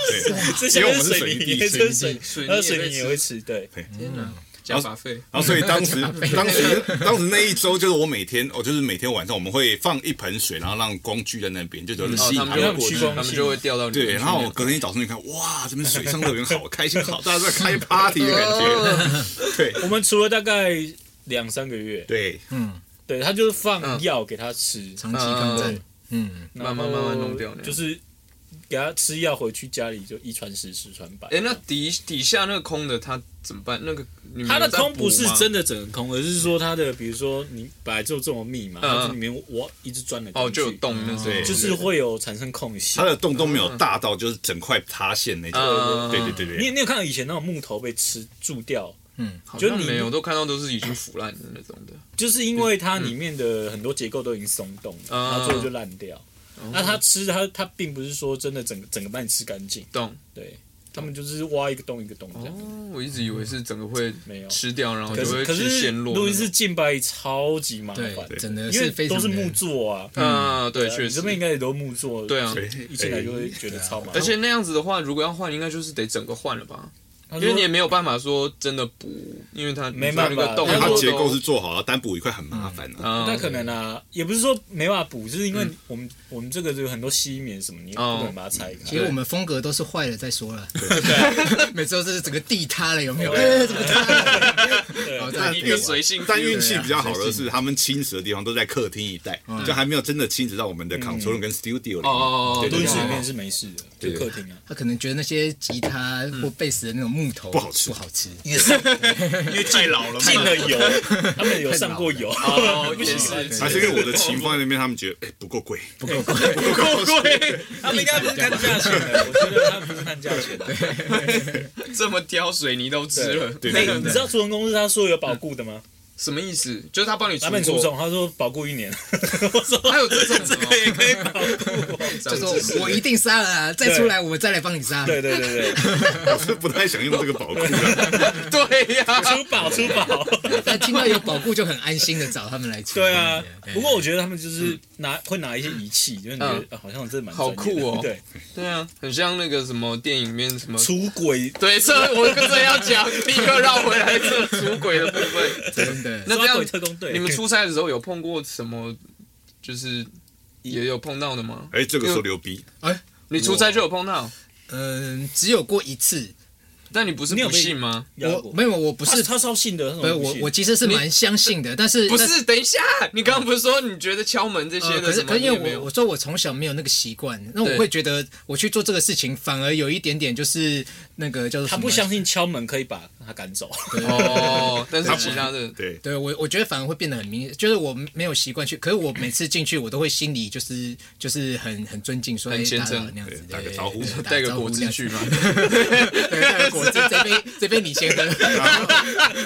[SPEAKER 3] 这
[SPEAKER 2] 因
[SPEAKER 3] 些
[SPEAKER 2] 为我
[SPEAKER 3] 都
[SPEAKER 2] 们
[SPEAKER 3] 是啊
[SPEAKER 2] 是
[SPEAKER 3] 水泥，
[SPEAKER 2] 水泥地
[SPEAKER 3] 这是水
[SPEAKER 1] 水泥呃
[SPEAKER 3] 还有
[SPEAKER 1] 水泥也
[SPEAKER 3] 水
[SPEAKER 1] 被
[SPEAKER 3] 泥也会吃，对，
[SPEAKER 1] 天哪，加法费，
[SPEAKER 2] 然后啊所以当 时当时当时那一周就是我每天哦，就是每天晚上我们会放一盆水，然后让光聚在那边，就有人
[SPEAKER 1] 然后
[SPEAKER 2] 吸引
[SPEAKER 1] 哦他
[SPEAKER 2] 嗯哦他
[SPEAKER 1] 们就
[SPEAKER 2] 们
[SPEAKER 1] 会
[SPEAKER 2] 过嗯去
[SPEAKER 1] 去，。他们就会掉到你
[SPEAKER 2] 对，然后我隔天早上一看，哇，这边水上乐园好开心，好大家都在 开 party 的感觉。 对
[SPEAKER 3] 我们除了大概两三个月，
[SPEAKER 2] 对，
[SPEAKER 3] 对他就是放
[SPEAKER 1] 嗯
[SPEAKER 3] 药给他吃，
[SPEAKER 4] 长期抗战，嗯，
[SPEAKER 3] 然
[SPEAKER 1] 慢慢慢慢弄掉
[SPEAKER 3] 后
[SPEAKER 1] 那样
[SPEAKER 3] 就是给他吃药回去家里就一传十十传百。
[SPEAKER 1] 哎，那底底下那个空的他怎么办？那个你们
[SPEAKER 3] 它的
[SPEAKER 1] 有在
[SPEAKER 3] 空
[SPEAKER 1] 补
[SPEAKER 3] 不是
[SPEAKER 1] 吗
[SPEAKER 3] 真的整个空，而是说它的，比如说你本来就这么密嘛，
[SPEAKER 1] 嗯嗯
[SPEAKER 3] 它这里面我一直钻了进去
[SPEAKER 1] 哦，就有，洞那
[SPEAKER 2] 对
[SPEAKER 1] 种，
[SPEAKER 3] 就是会有产生空隙
[SPEAKER 2] 它。的洞都没有大到就是整块塌陷那种。
[SPEAKER 1] 嗯
[SPEAKER 2] 对对对
[SPEAKER 3] 你
[SPEAKER 2] 对，
[SPEAKER 3] 你有看到以前那种木头被吃蛀掉，
[SPEAKER 1] 好
[SPEAKER 3] 就
[SPEAKER 1] 像
[SPEAKER 3] 你
[SPEAKER 1] 没有，我都看到都是已经腐烂的那种的。
[SPEAKER 3] 就是因为它里面的很多结构都已经松动了，
[SPEAKER 1] 嗯哦
[SPEAKER 3] 它最后就烂掉。那它吃它它并不是说真的整个整个把你吃干净，
[SPEAKER 1] 洞
[SPEAKER 3] 对他们就是挖一个洞一个洞这样。
[SPEAKER 1] 哦，我一直以为是整个会
[SPEAKER 3] 没有
[SPEAKER 1] 吃掉，然后
[SPEAKER 3] 可
[SPEAKER 1] 就是会
[SPEAKER 3] 可
[SPEAKER 1] 先
[SPEAKER 3] 是
[SPEAKER 1] 陷落那种。
[SPEAKER 3] 录音室近拜超级麻
[SPEAKER 4] 对
[SPEAKER 3] 烦，，
[SPEAKER 4] 真的
[SPEAKER 3] 因为
[SPEAKER 4] 非
[SPEAKER 3] 都
[SPEAKER 4] 常
[SPEAKER 3] 是
[SPEAKER 4] 的
[SPEAKER 3] 木座啊，
[SPEAKER 1] 嗯，对，
[SPEAKER 3] 啊
[SPEAKER 1] 确
[SPEAKER 3] 你
[SPEAKER 1] 实
[SPEAKER 3] 这。边应该也都木座，
[SPEAKER 1] 对啊，
[SPEAKER 2] 对
[SPEAKER 3] 一进来就会觉得超麻烦。
[SPEAKER 1] 而且那样子的话，如果要换，应该就是得整个换了吧？
[SPEAKER 3] 他
[SPEAKER 1] 因
[SPEAKER 3] 说
[SPEAKER 1] 为你也没有办法说真的补，因为它
[SPEAKER 3] 没办法
[SPEAKER 1] 你知道那个洞
[SPEAKER 2] 因为
[SPEAKER 3] 它
[SPEAKER 2] 它
[SPEAKER 1] 都
[SPEAKER 2] 结构是做好了，单补一块很麻烦啊。
[SPEAKER 1] 啊
[SPEAKER 3] 那可能啊，也不是说没办法补，就是因为
[SPEAKER 1] 嗯
[SPEAKER 3] 我们我们这个就有很多吸棉什么，你也
[SPEAKER 1] 哦
[SPEAKER 3] 不可能把它拆
[SPEAKER 4] 其
[SPEAKER 3] 开。
[SPEAKER 4] 实我们风格都是坏了再说了， 每次都是整个地塌了，有没有？
[SPEAKER 3] 对
[SPEAKER 4] 哎，怎么塌了？哦然后再
[SPEAKER 1] 一个随性，
[SPEAKER 2] 但运气比较好的是，他们侵蚀的地方都在客厅一带，就还没有真的侵蚀到我们的 control room 跟 studio
[SPEAKER 1] 哦哦哦
[SPEAKER 2] 里面。
[SPEAKER 3] 录
[SPEAKER 2] 对对
[SPEAKER 3] 音室里
[SPEAKER 2] 对
[SPEAKER 3] 面是没事的，就
[SPEAKER 2] 对
[SPEAKER 3] 客厅啊，
[SPEAKER 4] 他可能觉得那些吉他或贝斯的那种木头
[SPEAKER 2] 不好吃
[SPEAKER 4] 不好吃。
[SPEAKER 3] 因为太老了，进了油，他 们有上过油，
[SPEAKER 1] 哦，也是，
[SPEAKER 2] 还是因为我的琴放在那边，他们觉得哎不够贵， 不够
[SPEAKER 3] 不够贵，他们应该不是看价钱的，我觉得他们不是看价钱的。
[SPEAKER 1] 这么挑水泥都吃了，
[SPEAKER 2] 对
[SPEAKER 3] 哎，你知道除尘公司他说有保固的吗？
[SPEAKER 1] 什么意思？就是他帮你
[SPEAKER 3] 他们
[SPEAKER 1] 除
[SPEAKER 3] 除，虫，他说保固一年， 我说
[SPEAKER 1] 还有这种这
[SPEAKER 3] 这个也可以保固。
[SPEAKER 4] 就说我一定杀了啊，再出来我再来帮你杀。
[SPEAKER 3] 对对对对，
[SPEAKER 2] 我是不太想用这个宝库了。
[SPEAKER 1] 对呀，
[SPEAKER 3] 出保出保。
[SPEAKER 4] 但听到有保护就很安心的找他们来处理。
[SPEAKER 3] 对啊，
[SPEAKER 4] 对
[SPEAKER 3] 不过我觉得他们就是拿会拿一些仪器，就是你觉得
[SPEAKER 1] 嗯
[SPEAKER 3] 啊好像真的蛮
[SPEAKER 1] 好
[SPEAKER 3] 专业的
[SPEAKER 1] 酷哦
[SPEAKER 3] 对，
[SPEAKER 1] 对啊，很像那个什么电影里面什么。
[SPEAKER 3] 出轨
[SPEAKER 1] 对，这我跟这要讲，立刻绕回来这出轨的部分。
[SPEAKER 4] 真的
[SPEAKER 1] 那这
[SPEAKER 3] 抓
[SPEAKER 1] 样
[SPEAKER 3] 鬼特工队，
[SPEAKER 1] 你们出差的时候有碰过什么，就是也有碰到的吗？
[SPEAKER 2] 哎，这个时候牛逼，
[SPEAKER 1] 你出差就有碰到，
[SPEAKER 4] 嗯，只有过一次，
[SPEAKER 1] 但你不是
[SPEAKER 3] 你有
[SPEAKER 1] 不
[SPEAKER 3] 被
[SPEAKER 1] 信吗？
[SPEAKER 3] 压
[SPEAKER 4] 我
[SPEAKER 3] 过
[SPEAKER 4] 没有，我不
[SPEAKER 3] 不
[SPEAKER 4] 是，
[SPEAKER 3] 他超信的，
[SPEAKER 4] 不是我我其实是蛮相信的，但是
[SPEAKER 1] 不
[SPEAKER 4] 但
[SPEAKER 1] 是，等一下，你刚刚不是说你觉得敲门这些
[SPEAKER 4] 呃，
[SPEAKER 1] 的
[SPEAKER 4] 可
[SPEAKER 1] 什
[SPEAKER 4] 是
[SPEAKER 1] 么
[SPEAKER 4] 可
[SPEAKER 1] 你
[SPEAKER 4] 是因
[SPEAKER 1] 也没
[SPEAKER 4] 为
[SPEAKER 1] 有？
[SPEAKER 4] 我我说我从小没有那个习惯，那
[SPEAKER 1] 对
[SPEAKER 4] 我会觉得我去做这个事情反而有一点点就是那个叫做
[SPEAKER 3] 他
[SPEAKER 4] 什么
[SPEAKER 3] 不相信敲门可以把他赶走，
[SPEAKER 1] 哦，但是其他的
[SPEAKER 2] 对，
[SPEAKER 4] 对我，我觉得反而会变得很明，就是我没有习惯去，可是我每次进去，我都会心里就是就是很很尊敬，说
[SPEAKER 1] 很
[SPEAKER 4] 哎
[SPEAKER 1] 虔
[SPEAKER 4] 打扰
[SPEAKER 1] 诚
[SPEAKER 4] 那样子，
[SPEAKER 2] 对打个
[SPEAKER 4] 对
[SPEAKER 2] 招呼
[SPEAKER 4] 对对打
[SPEAKER 1] 带个
[SPEAKER 4] 招呼
[SPEAKER 1] 果
[SPEAKER 4] 那
[SPEAKER 1] 汁
[SPEAKER 4] 样子
[SPEAKER 1] 去 嘛，
[SPEAKER 4] 对，带个果汁，这杯这杯你先喝，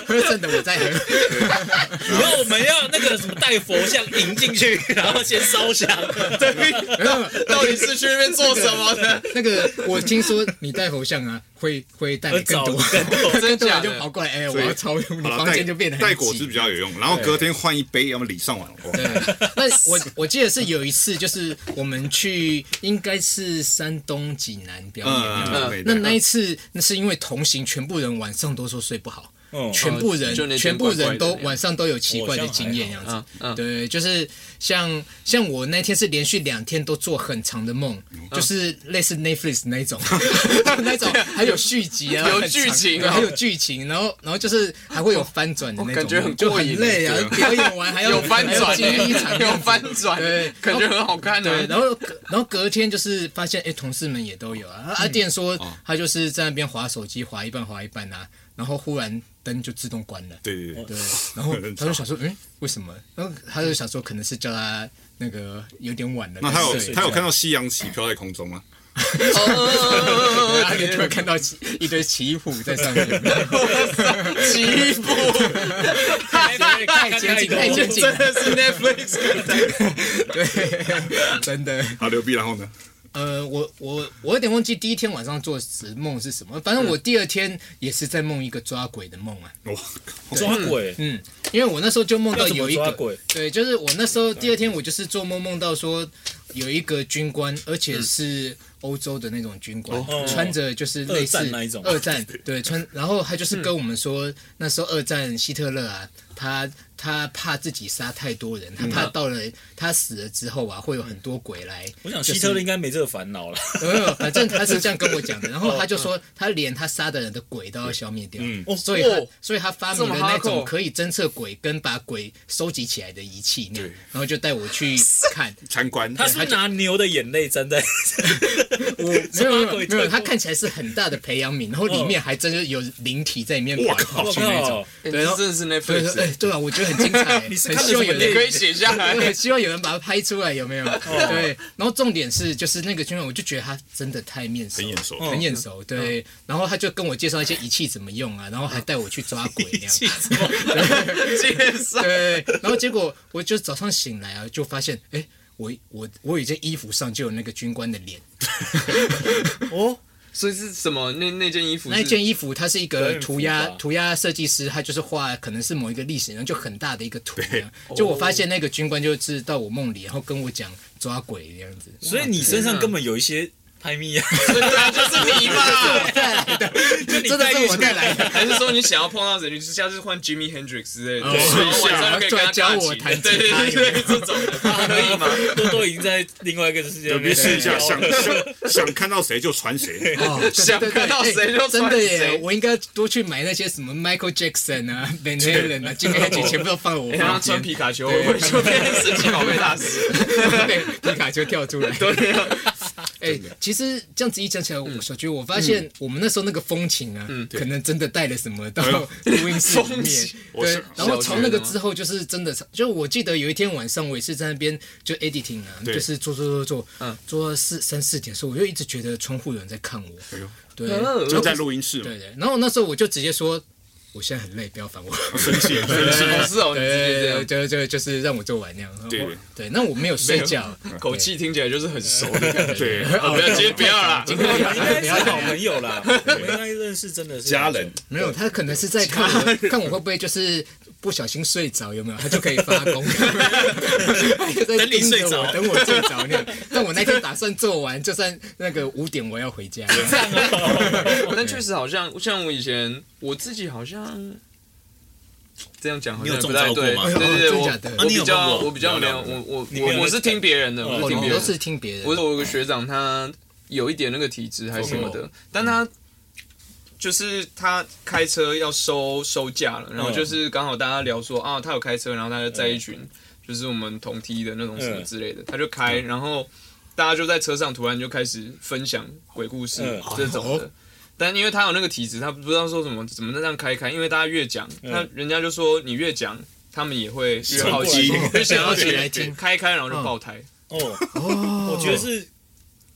[SPEAKER 4] 喝剩的我再喝。
[SPEAKER 3] 然后我们要那个什么带佛像迎进去，
[SPEAKER 4] 啊
[SPEAKER 3] 然后先烧 香，对，
[SPEAKER 1] 到底是去那边做什么的？
[SPEAKER 4] 那个我听说你带佛像啊，会会带你更多，
[SPEAKER 3] 会找更多
[SPEAKER 4] 更
[SPEAKER 1] 真
[SPEAKER 4] 多
[SPEAKER 1] 假
[SPEAKER 4] 人
[SPEAKER 1] 的
[SPEAKER 4] 就跑过来，哎，我
[SPEAKER 2] 所以
[SPEAKER 4] 要超用，你
[SPEAKER 2] 好了，
[SPEAKER 4] 房
[SPEAKER 2] 带
[SPEAKER 4] 间就变得很
[SPEAKER 2] 带果汁
[SPEAKER 4] 挤
[SPEAKER 2] 比较有用，然后隔天换一杯，要么礼尚往来。
[SPEAKER 4] 对，那我我记得是有一次，就是我们去应该是山东济南表演，
[SPEAKER 2] 嗯
[SPEAKER 4] 有没
[SPEAKER 2] 嗯
[SPEAKER 4] 有那
[SPEAKER 2] 嗯
[SPEAKER 4] 那一次那是因为同行全部人晚上都说睡不好。
[SPEAKER 3] 嗯
[SPEAKER 4] 全部人
[SPEAKER 1] 哦就那天
[SPEAKER 4] 全部人
[SPEAKER 1] 怪
[SPEAKER 4] 都
[SPEAKER 1] 怪的
[SPEAKER 4] 晚上都有奇怪的经验，
[SPEAKER 3] 哦
[SPEAKER 4] 样子。
[SPEAKER 1] 嗯嗯
[SPEAKER 4] 对，就是像像我那天是连续两天都做很长的梦，
[SPEAKER 1] 嗯
[SPEAKER 4] 就是类似 Netflix 那一种， 就那种还有续集啊，
[SPEAKER 1] 有
[SPEAKER 4] 很长
[SPEAKER 1] 剧情哦
[SPEAKER 4] 对还有剧情，然后然后就是还会有翻转 的那种梦，
[SPEAKER 1] 感觉很
[SPEAKER 4] 就
[SPEAKER 1] 过瘾
[SPEAKER 4] 哦很累啊
[SPEAKER 1] 对啊，
[SPEAKER 4] 表演完还 要
[SPEAKER 1] 有翻
[SPEAKER 4] 还
[SPEAKER 1] 转
[SPEAKER 4] 要经历一场
[SPEAKER 1] 欸，有翻转欸
[SPEAKER 4] 对，
[SPEAKER 1] 感觉很好看啊的。
[SPEAKER 4] 对，然后隔然后隔天就是发现，哎，同事们也都有啊。阿店说他就是在那边划手机，划一半划一半啊，然后忽然灯就自动关了。
[SPEAKER 2] 对对对
[SPEAKER 4] 对，然后
[SPEAKER 2] 很
[SPEAKER 4] 他
[SPEAKER 2] 吵
[SPEAKER 4] 就想说，嗯，为什么？然后他就想说，可能是叫他那个有点晚了。
[SPEAKER 2] 那他
[SPEAKER 4] 对
[SPEAKER 2] 有他有看到夕阳旗飘在空中吗？
[SPEAKER 4] 对他就突然看到奇一堆奇异虎在上面，
[SPEAKER 1] 吉 普，
[SPEAKER 4] 太接近，太接近了，
[SPEAKER 1] 真的是 Netflix
[SPEAKER 4] 对，真的。
[SPEAKER 2] 好，牛逼，然后呢？
[SPEAKER 4] 呃，我我我有点忘记第一天晚上做的梦是什么，反
[SPEAKER 3] 嗯
[SPEAKER 4] 正我第二天也是在梦一个抓鬼的梦啊。
[SPEAKER 2] 哇，
[SPEAKER 3] 抓鬼，
[SPEAKER 4] 嗯，因为我那时候就梦到
[SPEAKER 3] 要怎
[SPEAKER 4] 有
[SPEAKER 3] 么
[SPEAKER 4] 一
[SPEAKER 3] 抓
[SPEAKER 4] 个，
[SPEAKER 3] 鬼？
[SPEAKER 4] 对，就是我那时候第二天我就是做梦梦到说，有一个军官，而且是欧洲的那种军官，穿着就是类似
[SPEAKER 3] 嗯哦二战那一种
[SPEAKER 4] 二战对穿，然后他就是跟我们说，那时候二战希特勒啊，他他怕自己杀太多人，他
[SPEAKER 3] 嗯
[SPEAKER 4] 怕到了他死了之后啊，会有很多鬼来。
[SPEAKER 3] 我想
[SPEAKER 4] 就
[SPEAKER 3] 希
[SPEAKER 4] 是哎
[SPEAKER 3] 特勒应该没这个烦恼了。
[SPEAKER 4] 没有没有，反正他是这样跟我讲的。然后他就说，他连他杀的人的鬼都要消灭掉，所以他
[SPEAKER 1] 哦
[SPEAKER 4] 所以他发
[SPEAKER 1] 这么
[SPEAKER 4] 明了那
[SPEAKER 1] hardcore
[SPEAKER 4] 种可以侦测鬼跟把鬼收集起来的仪器那样，然后就带我去看。
[SPEAKER 2] 参观，
[SPEAKER 3] 他是拿牛的眼泪粘在，
[SPEAKER 4] 我没有没有
[SPEAKER 3] 把鬼
[SPEAKER 4] 没有，
[SPEAKER 3] 推
[SPEAKER 4] 他
[SPEAKER 3] 过
[SPEAKER 4] 看起来是很大的培养皿，然后里面还真的有灵体在里面
[SPEAKER 2] 我
[SPEAKER 4] 跑来
[SPEAKER 2] 靠
[SPEAKER 4] 跑
[SPEAKER 3] 我
[SPEAKER 4] 去那
[SPEAKER 3] 靠
[SPEAKER 4] 种。，
[SPEAKER 1] 哎
[SPEAKER 4] 对然后
[SPEAKER 1] 这真的是
[SPEAKER 4] 对对
[SPEAKER 1] Netflix，
[SPEAKER 4] 对
[SPEAKER 1] 哎
[SPEAKER 4] 对啊，我觉得很精彩，
[SPEAKER 3] 你是
[SPEAKER 4] 很
[SPEAKER 3] 看了
[SPEAKER 4] 希望
[SPEAKER 3] 什
[SPEAKER 4] 有
[SPEAKER 3] 么
[SPEAKER 1] 你
[SPEAKER 4] 人
[SPEAKER 1] 可以写下来。
[SPEAKER 4] 对，希望有人把它拍出来，有没有？
[SPEAKER 3] 哦
[SPEAKER 4] 对。然后重点是，就是那个军人，我就觉得他真的太面熟，
[SPEAKER 2] 很眼熟
[SPEAKER 3] 嗯
[SPEAKER 4] 很眼熟。对。然后他就跟我介绍一些仪器怎么用啊，然后还带我去抓鬼那样。
[SPEAKER 1] 介绍
[SPEAKER 4] 对。然后结果我就早上醒来啊，就发现，哎，我我我有一件衣服上就有那个军官的脸，
[SPEAKER 3] 哦，
[SPEAKER 1] 所以是什么？那那件衣服是？
[SPEAKER 4] 那一件衣服，它是一
[SPEAKER 3] 表
[SPEAKER 4] 个
[SPEAKER 3] 演服
[SPEAKER 4] 涂鸦
[SPEAKER 3] 吧
[SPEAKER 4] 涂鸦设计师，他就是画可能是某一个历史人，就很大的一个图这样。就我
[SPEAKER 3] 哦
[SPEAKER 4] 发现那个军官就是到我梦里，然后跟我讲抓鬼这样子。
[SPEAKER 3] 所以你身上根本有一些拍咪啊，
[SPEAKER 1] 对啊，就是你吧？
[SPEAKER 4] 带 来的， 真的是我带来的。
[SPEAKER 1] 还是说你想要碰到谁，你就下次换 Jimmy Hendrix 之类的，
[SPEAKER 4] 哦
[SPEAKER 1] 然后晚
[SPEAKER 4] 然
[SPEAKER 1] 上
[SPEAKER 4] 后
[SPEAKER 1] 就可以
[SPEAKER 4] 突
[SPEAKER 1] 跟
[SPEAKER 4] 然
[SPEAKER 1] 他
[SPEAKER 4] 教
[SPEAKER 1] 尬
[SPEAKER 4] 我
[SPEAKER 1] 起
[SPEAKER 4] 弹吉
[SPEAKER 1] 对
[SPEAKER 4] 他
[SPEAKER 1] 对对对，这种的可以 吗？
[SPEAKER 3] 都都已经在另外一个世界里
[SPEAKER 2] 别
[SPEAKER 3] 面
[SPEAKER 2] 试一下，
[SPEAKER 3] 飘
[SPEAKER 2] 想
[SPEAKER 3] 了
[SPEAKER 2] 想想看到谁就传谁。
[SPEAKER 4] 哦，对
[SPEAKER 1] 想看到谁就
[SPEAKER 4] 哎真的
[SPEAKER 1] 穿
[SPEAKER 4] 耶
[SPEAKER 1] 谁！
[SPEAKER 4] 我应该多去买那些什么 Michael Jackson 啊、Van Halen 啊、金天姐全部都放我
[SPEAKER 1] 然后
[SPEAKER 4] 房
[SPEAKER 1] 哎穿
[SPEAKER 4] 间，
[SPEAKER 1] 皮卡丘，我就变成神奇宝贝大师。
[SPEAKER 4] 对，皮卡丘跳出来。
[SPEAKER 1] 对嗯啊，
[SPEAKER 4] 哎、其实这样子一讲起来，我小菊，我发现我们那时候那个风情
[SPEAKER 1] 嗯
[SPEAKER 4] 啊，可能真的带了什么到录音室里
[SPEAKER 1] 哎风
[SPEAKER 4] 面
[SPEAKER 1] 情。
[SPEAKER 2] 我
[SPEAKER 4] 对
[SPEAKER 2] 想，
[SPEAKER 4] 然后从那个之后，就是真的，就我记得有一天晚上，我也是在那边就 editing 啊，
[SPEAKER 2] 对
[SPEAKER 4] 就是做做做做，
[SPEAKER 1] 嗯
[SPEAKER 4] 做到四三四点的时候，我就一直觉得窗户有人在看
[SPEAKER 1] 哎
[SPEAKER 4] 我。对，
[SPEAKER 1] 哦
[SPEAKER 2] 就在录音室嘛
[SPEAKER 4] 对，对。然后那时候我就直接说，我现在很累，不要烦我。
[SPEAKER 2] 生气生气，
[SPEAKER 1] 老师哦，你直接这
[SPEAKER 4] 对，
[SPEAKER 1] 样，
[SPEAKER 4] 就就就是让我做完那样。
[SPEAKER 2] 对
[SPEAKER 4] 对，那我没有睡觉。
[SPEAKER 1] 口气听起来就是很熟的感觉。
[SPEAKER 2] 对，
[SPEAKER 1] 啊不要，今天不要啦。
[SPEAKER 3] 我
[SPEAKER 4] 啊
[SPEAKER 3] 们应该是好朋友啦，我们应该认识真的是
[SPEAKER 2] 家人，
[SPEAKER 4] 没有，他可能是在看我看我会不会就是不小心睡着，有没有？他就可以发功，他就在
[SPEAKER 3] 等你
[SPEAKER 4] 盯着
[SPEAKER 3] 睡着
[SPEAKER 4] 我等我睡着那样。但我那天打算做完，就算那个五点我要回家。
[SPEAKER 1] 但确实好像，像我以前我自己好像这样讲好
[SPEAKER 3] 你有
[SPEAKER 1] 像不
[SPEAKER 3] 中
[SPEAKER 1] 太
[SPEAKER 3] 招过
[SPEAKER 1] 对，
[SPEAKER 3] 吗
[SPEAKER 1] 对对对，
[SPEAKER 4] 真
[SPEAKER 1] 我
[SPEAKER 4] 假的啊
[SPEAKER 1] 我
[SPEAKER 3] 你
[SPEAKER 1] 比
[SPEAKER 3] 有中
[SPEAKER 1] 较
[SPEAKER 3] 过
[SPEAKER 1] 我比较没有，
[SPEAKER 2] 没有
[SPEAKER 1] 我我
[SPEAKER 3] 你没有
[SPEAKER 1] 我我是听别人的，
[SPEAKER 3] 哦
[SPEAKER 1] 我是听
[SPEAKER 4] 我
[SPEAKER 1] 别
[SPEAKER 4] 都
[SPEAKER 1] 人的，
[SPEAKER 4] 是听别人，
[SPEAKER 1] 我有一个学长他有一点那个体质还是什么的，但他就是他开车要收收假了，然后就是刚好大家聊说啊，他有开车，然后他就在一群就是我们同梯的那种什么之类的，他就开，然后大家就在车上突然就开始分享鬼故事
[SPEAKER 3] 嗯
[SPEAKER 1] 这种的。但因为他有那个体质，他不知道说什么怎么那样开开，因为大家越讲，他人家就说你越讲，他们也会越好奇
[SPEAKER 2] 冲过来，
[SPEAKER 1] 越想要
[SPEAKER 4] 冲过来
[SPEAKER 1] 去
[SPEAKER 4] 听
[SPEAKER 1] 开开，然后就爆胎，
[SPEAKER 3] 哦，我觉得是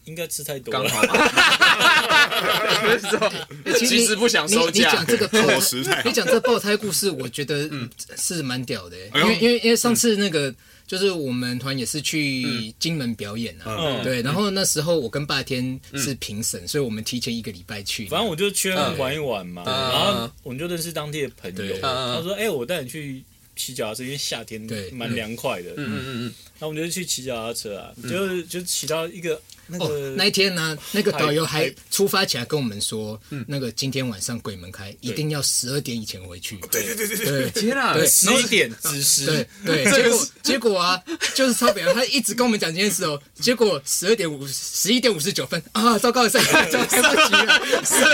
[SPEAKER 3] 应该吃太多
[SPEAKER 1] 刚
[SPEAKER 3] 了。
[SPEAKER 1] 好。
[SPEAKER 4] 欸
[SPEAKER 1] 其实不想
[SPEAKER 4] 你
[SPEAKER 1] 收
[SPEAKER 4] 你
[SPEAKER 1] 假
[SPEAKER 4] 讲这个爆
[SPEAKER 2] 伙食太好
[SPEAKER 4] 你讲这爆胎故事，我觉得是蛮屌的、欸
[SPEAKER 2] 呦
[SPEAKER 4] 因为因为因为上次那个。就是我们团也是去金门表演啊，
[SPEAKER 3] 嗯
[SPEAKER 4] 对，然后那时候我跟霸天是评审，所以我们提前一个礼拜去。
[SPEAKER 3] 反正我就去那边玩一玩嘛，
[SPEAKER 1] 嗯
[SPEAKER 3] 然后我们就认识当地的朋友
[SPEAKER 4] 对。
[SPEAKER 1] 嗯
[SPEAKER 3] 他说：“哎，我带你去骑脚踏车，因为夏天
[SPEAKER 4] 对
[SPEAKER 3] 蛮凉快的。”
[SPEAKER 1] 嗯嗯嗯，
[SPEAKER 3] 然后我们就去骑脚踏车啊，就就骑到一个那
[SPEAKER 4] 嗯哦
[SPEAKER 3] 个，
[SPEAKER 4] 那一天呢、那个导游还
[SPEAKER 3] 还
[SPEAKER 4] 出发前还跟我们说，那个今天晚上鬼门开，一定要十二点以前回去。哦对对对对
[SPEAKER 1] 天 啊，
[SPEAKER 4] 对
[SPEAKER 3] 十一点子时
[SPEAKER 4] 嗯对，对，结果结果啊，就是超表，他一直跟我们讲这件事哦，结果十二点五十一点五十九分啊，糟糕，再再来不及了，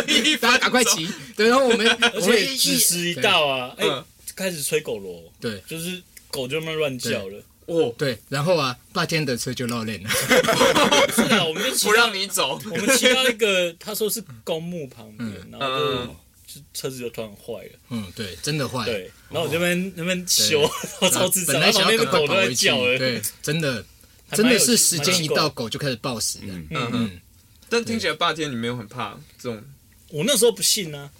[SPEAKER 1] 这一
[SPEAKER 4] 大家
[SPEAKER 1] 分
[SPEAKER 4] 赶快骑。对，然后我们
[SPEAKER 3] 而
[SPEAKER 4] 我们
[SPEAKER 3] 且
[SPEAKER 4] 一
[SPEAKER 3] 子时一到啊，哎
[SPEAKER 1] 嗯，
[SPEAKER 3] 开始吹狗锣，
[SPEAKER 4] 对
[SPEAKER 3] 就是狗就慢慢乱叫了。
[SPEAKER 1] 哦，
[SPEAKER 4] 对，然后啊，霸天的车就落链了，
[SPEAKER 3] 是啊，我们就骑 到
[SPEAKER 1] 不让你走，
[SPEAKER 3] 我们骑到一个，他说是公墓旁边，然后就
[SPEAKER 1] 嗯
[SPEAKER 3] 就车子就突然坏了，
[SPEAKER 4] 嗯，对，真的坏。
[SPEAKER 3] 对，然后我这边那边修， 然后超智障，
[SPEAKER 4] 本来
[SPEAKER 3] 然后
[SPEAKER 4] 想
[SPEAKER 3] 旁边
[SPEAKER 4] 要赶
[SPEAKER 3] 的
[SPEAKER 4] 快
[SPEAKER 3] 狗
[SPEAKER 4] 跑
[SPEAKER 3] 都在
[SPEAKER 4] 回去，
[SPEAKER 3] 叫了，
[SPEAKER 4] 对，真的
[SPEAKER 3] 还蛮有趣
[SPEAKER 4] 真的是时间一到，
[SPEAKER 3] 蛮奇
[SPEAKER 4] 狗就开始暴死的。
[SPEAKER 2] 嗯
[SPEAKER 1] 嗯
[SPEAKER 4] 嗯
[SPEAKER 1] 嗯，，但听起来霸天你没有很怕这种，
[SPEAKER 3] 怪，我那时候不信啊，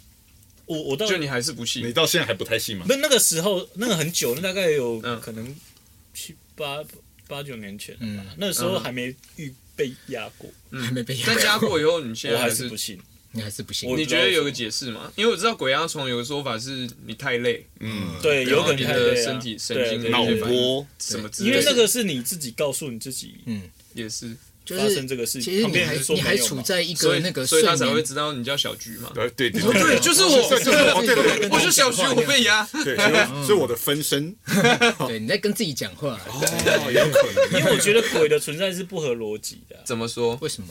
[SPEAKER 3] 我我到
[SPEAKER 1] 就你还是不
[SPEAKER 2] 你
[SPEAKER 1] 信，
[SPEAKER 2] 到现在还不太信吗？
[SPEAKER 3] 那那个时候那个很久，那大概有
[SPEAKER 1] 嗯
[SPEAKER 3] 可能七八八九年前了吧
[SPEAKER 4] 嗯，
[SPEAKER 3] 那时候
[SPEAKER 1] 嗯
[SPEAKER 3] 还没遇被压过，
[SPEAKER 4] 还没被压
[SPEAKER 1] 但，加过以后，你现
[SPEAKER 3] 我
[SPEAKER 1] 在
[SPEAKER 3] 还
[SPEAKER 1] 啊还
[SPEAKER 3] 是
[SPEAKER 1] 是
[SPEAKER 3] 不。信，
[SPEAKER 4] 你还是不行
[SPEAKER 3] 我。
[SPEAKER 1] 你觉得有个解释吗？因为我知道鬼压床有个说法是你太累，
[SPEAKER 2] 嗯，
[SPEAKER 3] 对，有可能
[SPEAKER 1] 你
[SPEAKER 3] 太
[SPEAKER 1] 的
[SPEAKER 3] 累啊
[SPEAKER 1] 身体神
[SPEAKER 3] 对
[SPEAKER 1] 经
[SPEAKER 3] 对
[SPEAKER 2] 脑
[SPEAKER 1] 对
[SPEAKER 3] 对
[SPEAKER 1] 对
[SPEAKER 2] 波
[SPEAKER 1] 什么之
[SPEAKER 3] 因
[SPEAKER 1] 类的。
[SPEAKER 3] 为那个是你自己告诉你自己，
[SPEAKER 4] 嗯，
[SPEAKER 1] 也是，
[SPEAKER 4] 就
[SPEAKER 3] 发
[SPEAKER 4] 是
[SPEAKER 3] 生这个事情
[SPEAKER 4] 其实
[SPEAKER 3] 旁
[SPEAKER 4] 你
[SPEAKER 3] 边人
[SPEAKER 4] 还
[SPEAKER 3] 说
[SPEAKER 4] 你还
[SPEAKER 3] 没有嘛
[SPEAKER 4] 处在一
[SPEAKER 1] 所
[SPEAKER 4] 个
[SPEAKER 1] 以
[SPEAKER 4] 那个
[SPEAKER 1] 所以
[SPEAKER 4] 睡
[SPEAKER 1] 他
[SPEAKER 4] 眠，
[SPEAKER 1] 才会知道你叫小菊嘛。
[SPEAKER 2] 呃， 对对对
[SPEAKER 1] 对，
[SPEAKER 2] 对
[SPEAKER 1] 就是我，
[SPEAKER 2] 哦对对对
[SPEAKER 1] 我就小菊，我被 压。
[SPEAKER 2] 对，所以所以我的分身
[SPEAKER 3] 哦
[SPEAKER 4] 对，你在跟自己讲话，
[SPEAKER 2] 哦，有可能，
[SPEAKER 3] 因为我觉得鬼的存在是不合逻辑 的啊、
[SPEAKER 1] 怎么说？
[SPEAKER 4] 为什么？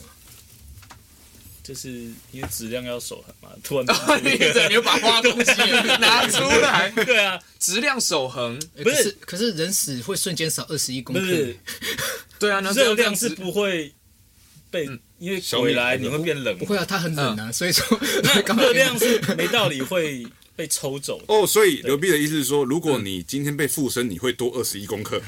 [SPEAKER 3] 就是因为质量要守恒嘛， 突然
[SPEAKER 1] 你怎么又把挖东西拿出来？
[SPEAKER 3] 对 啊，
[SPEAKER 1] 质量守恒，
[SPEAKER 4] 欸
[SPEAKER 3] 不
[SPEAKER 4] 可
[SPEAKER 3] 是
[SPEAKER 4] 是可是人死会瞬间少二十一公
[SPEAKER 1] 嗯
[SPEAKER 3] 不是
[SPEAKER 4] 克，
[SPEAKER 1] 对啊，那
[SPEAKER 3] 热量
[SPEAKER 1] 这
[SPEAKER 3] 是
[SPEAKER 1] 样子
[SPEAKER 3] 不会被
[SPEAKER 1] 嗯，
[SPEAKER 3] 因为鬼来你会变冷嘛，
[SPEAKER 4] 不会啊，它很冷
[SPEAKER 3] 嗯
[SPEAKER 4] 啊，所以 说 刚好
[SPEAKER 3] 热量是没道理会被抽走的，
[SPEAKER 2] 哦，所以刘碧的意思是说，如果你今天被附身，你会多二十一公克。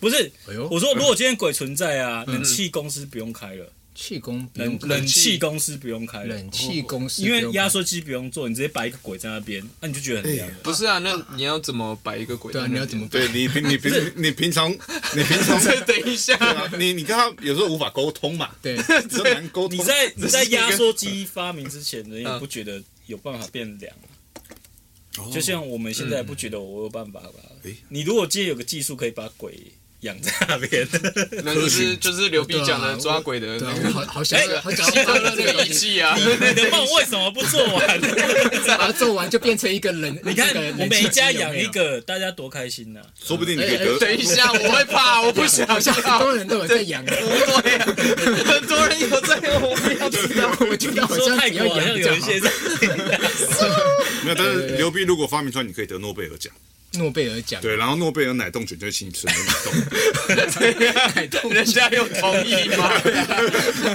[SPEAKER 3] 不是
[SPEAKER 4] 哎呦。
[SPEAKER 3] 我说，如果今天鬼存在啊，冷气公司不用开了，
[SPEAKER 4] 气功不
[SPEAKER 3] 冷
[SPEAKER 4] 用
[SPEAKER 3] 冷气公司不用开了，
[SPEAKER 4] 冷气公司
[SPEAKER 3] 因为压
[SPEAKER 4] 缩，
[SPEAKER 3] 缩机不用做，你直接摆一个鬼在那边，那你就觉得很凉
[SPEAKER 4] 哎
[SPEAKER 3] 了。
[SPEAKER 1] 不是啊？那你要怎么摆一个鬼？
[SPEAKER 4] 对啊，你要怎么？办？
[SPEAKER 2] 对你平你平你平常你平常
[SPEAKER 1] 再等一下，
[SPEAKER 4] 啊
[SPEAKER 2] 你你跟他有时候无法沟通 嘛，
[SPEAKER 4] 对，
[SPEAKER 2] 比较难沟通。
[SPEAKER 3] 你 在你在压缩机发明之前，人
[SPEAKER 4] 啊
[SPEAKER 3] 也不觉得有办法变凉。
[SPEAKER 4] 哦
[SPEAKER 3] 就
[SPEAKER 2] 哦
[SPEAKER 3] 像我们现在不觉得我有办法
[SPEAKER 4] 嗯
[SPEAKER 3] 吧？
[SPEAKER 2] 诶
[SPEAKER 3] 你如果今天有个技术可以把鬼养在那 边，
[SPEAKER 1] 那就是就是刘碧讲的抓鬼的
[SPEAKER 4] 对啊
[SPEAKER 1] 那，
[SPEAKER 4] 我
[SPEAKER 1] 个
[SPEAKER 4] 好好想
[SPEAKER 3] 哎
[SPEAKER 4] 要好想
[SPEAKER 1] 希
[SPEAKER 4] 要
[SPEAKER 1] 特
[SPEAKER 4] 把
[SPEAKER 1] 勒
[SPEAKER 4] 这
[SPEAKER 1] 那
[SPEAKER 4] 个
[SPEAKER 1] 个仪器啊。
[SPEAKER 3] 你的梦为什么不做完？
[SPEAKER 4] 把 它做完就变成一个冷，
[SPEAKER 3] 你
[SPEAKER 4] 你
[SPEAKER 3] 看我每家养一，个，大家多开心呐！
[SPEAKER 2] 说不定你可以
[SPEAKER 4] 哎哎
[SPEAKER 2] 得
[SPEAKER 1] 等一下，我会怕，我不想
[SPEAKER 4] 好像很
[SPEAKER 1] 要。
[SPEAKER 4] 多人都有 在养啊，
[SPEAKER 1] 对啊，很多人有在，我不要知道。
[SPEAKER 4] 我觉得 好
[SPEAKER 3] 说
[SPEAKER 4] 像
[SPEAKER 3] 泰
[SPEAKER 4] 只
[SPEAKER 3] 国
[SPEAKER 4] 要
[SPEAKER 3] 好
[SPEAKER 4] 养
[SPEAKER 3] 像
[SPEAKER 4] 比较
[SPEAKER 3] 有一
[SPEAKER 4] 好
[SPEAKER 3] 些。是
[SPEAKER 2] 没有，但是刘碧如果发明出来，你可以得诺贝尔奖。
[SPEAKER 4] 诺贝尔奖，
[SPEAKER 2] 对，然后诺贝尔奶冻卷就会请你吃奶 冻。
[SPEAKER 1] 人家有同意 吗？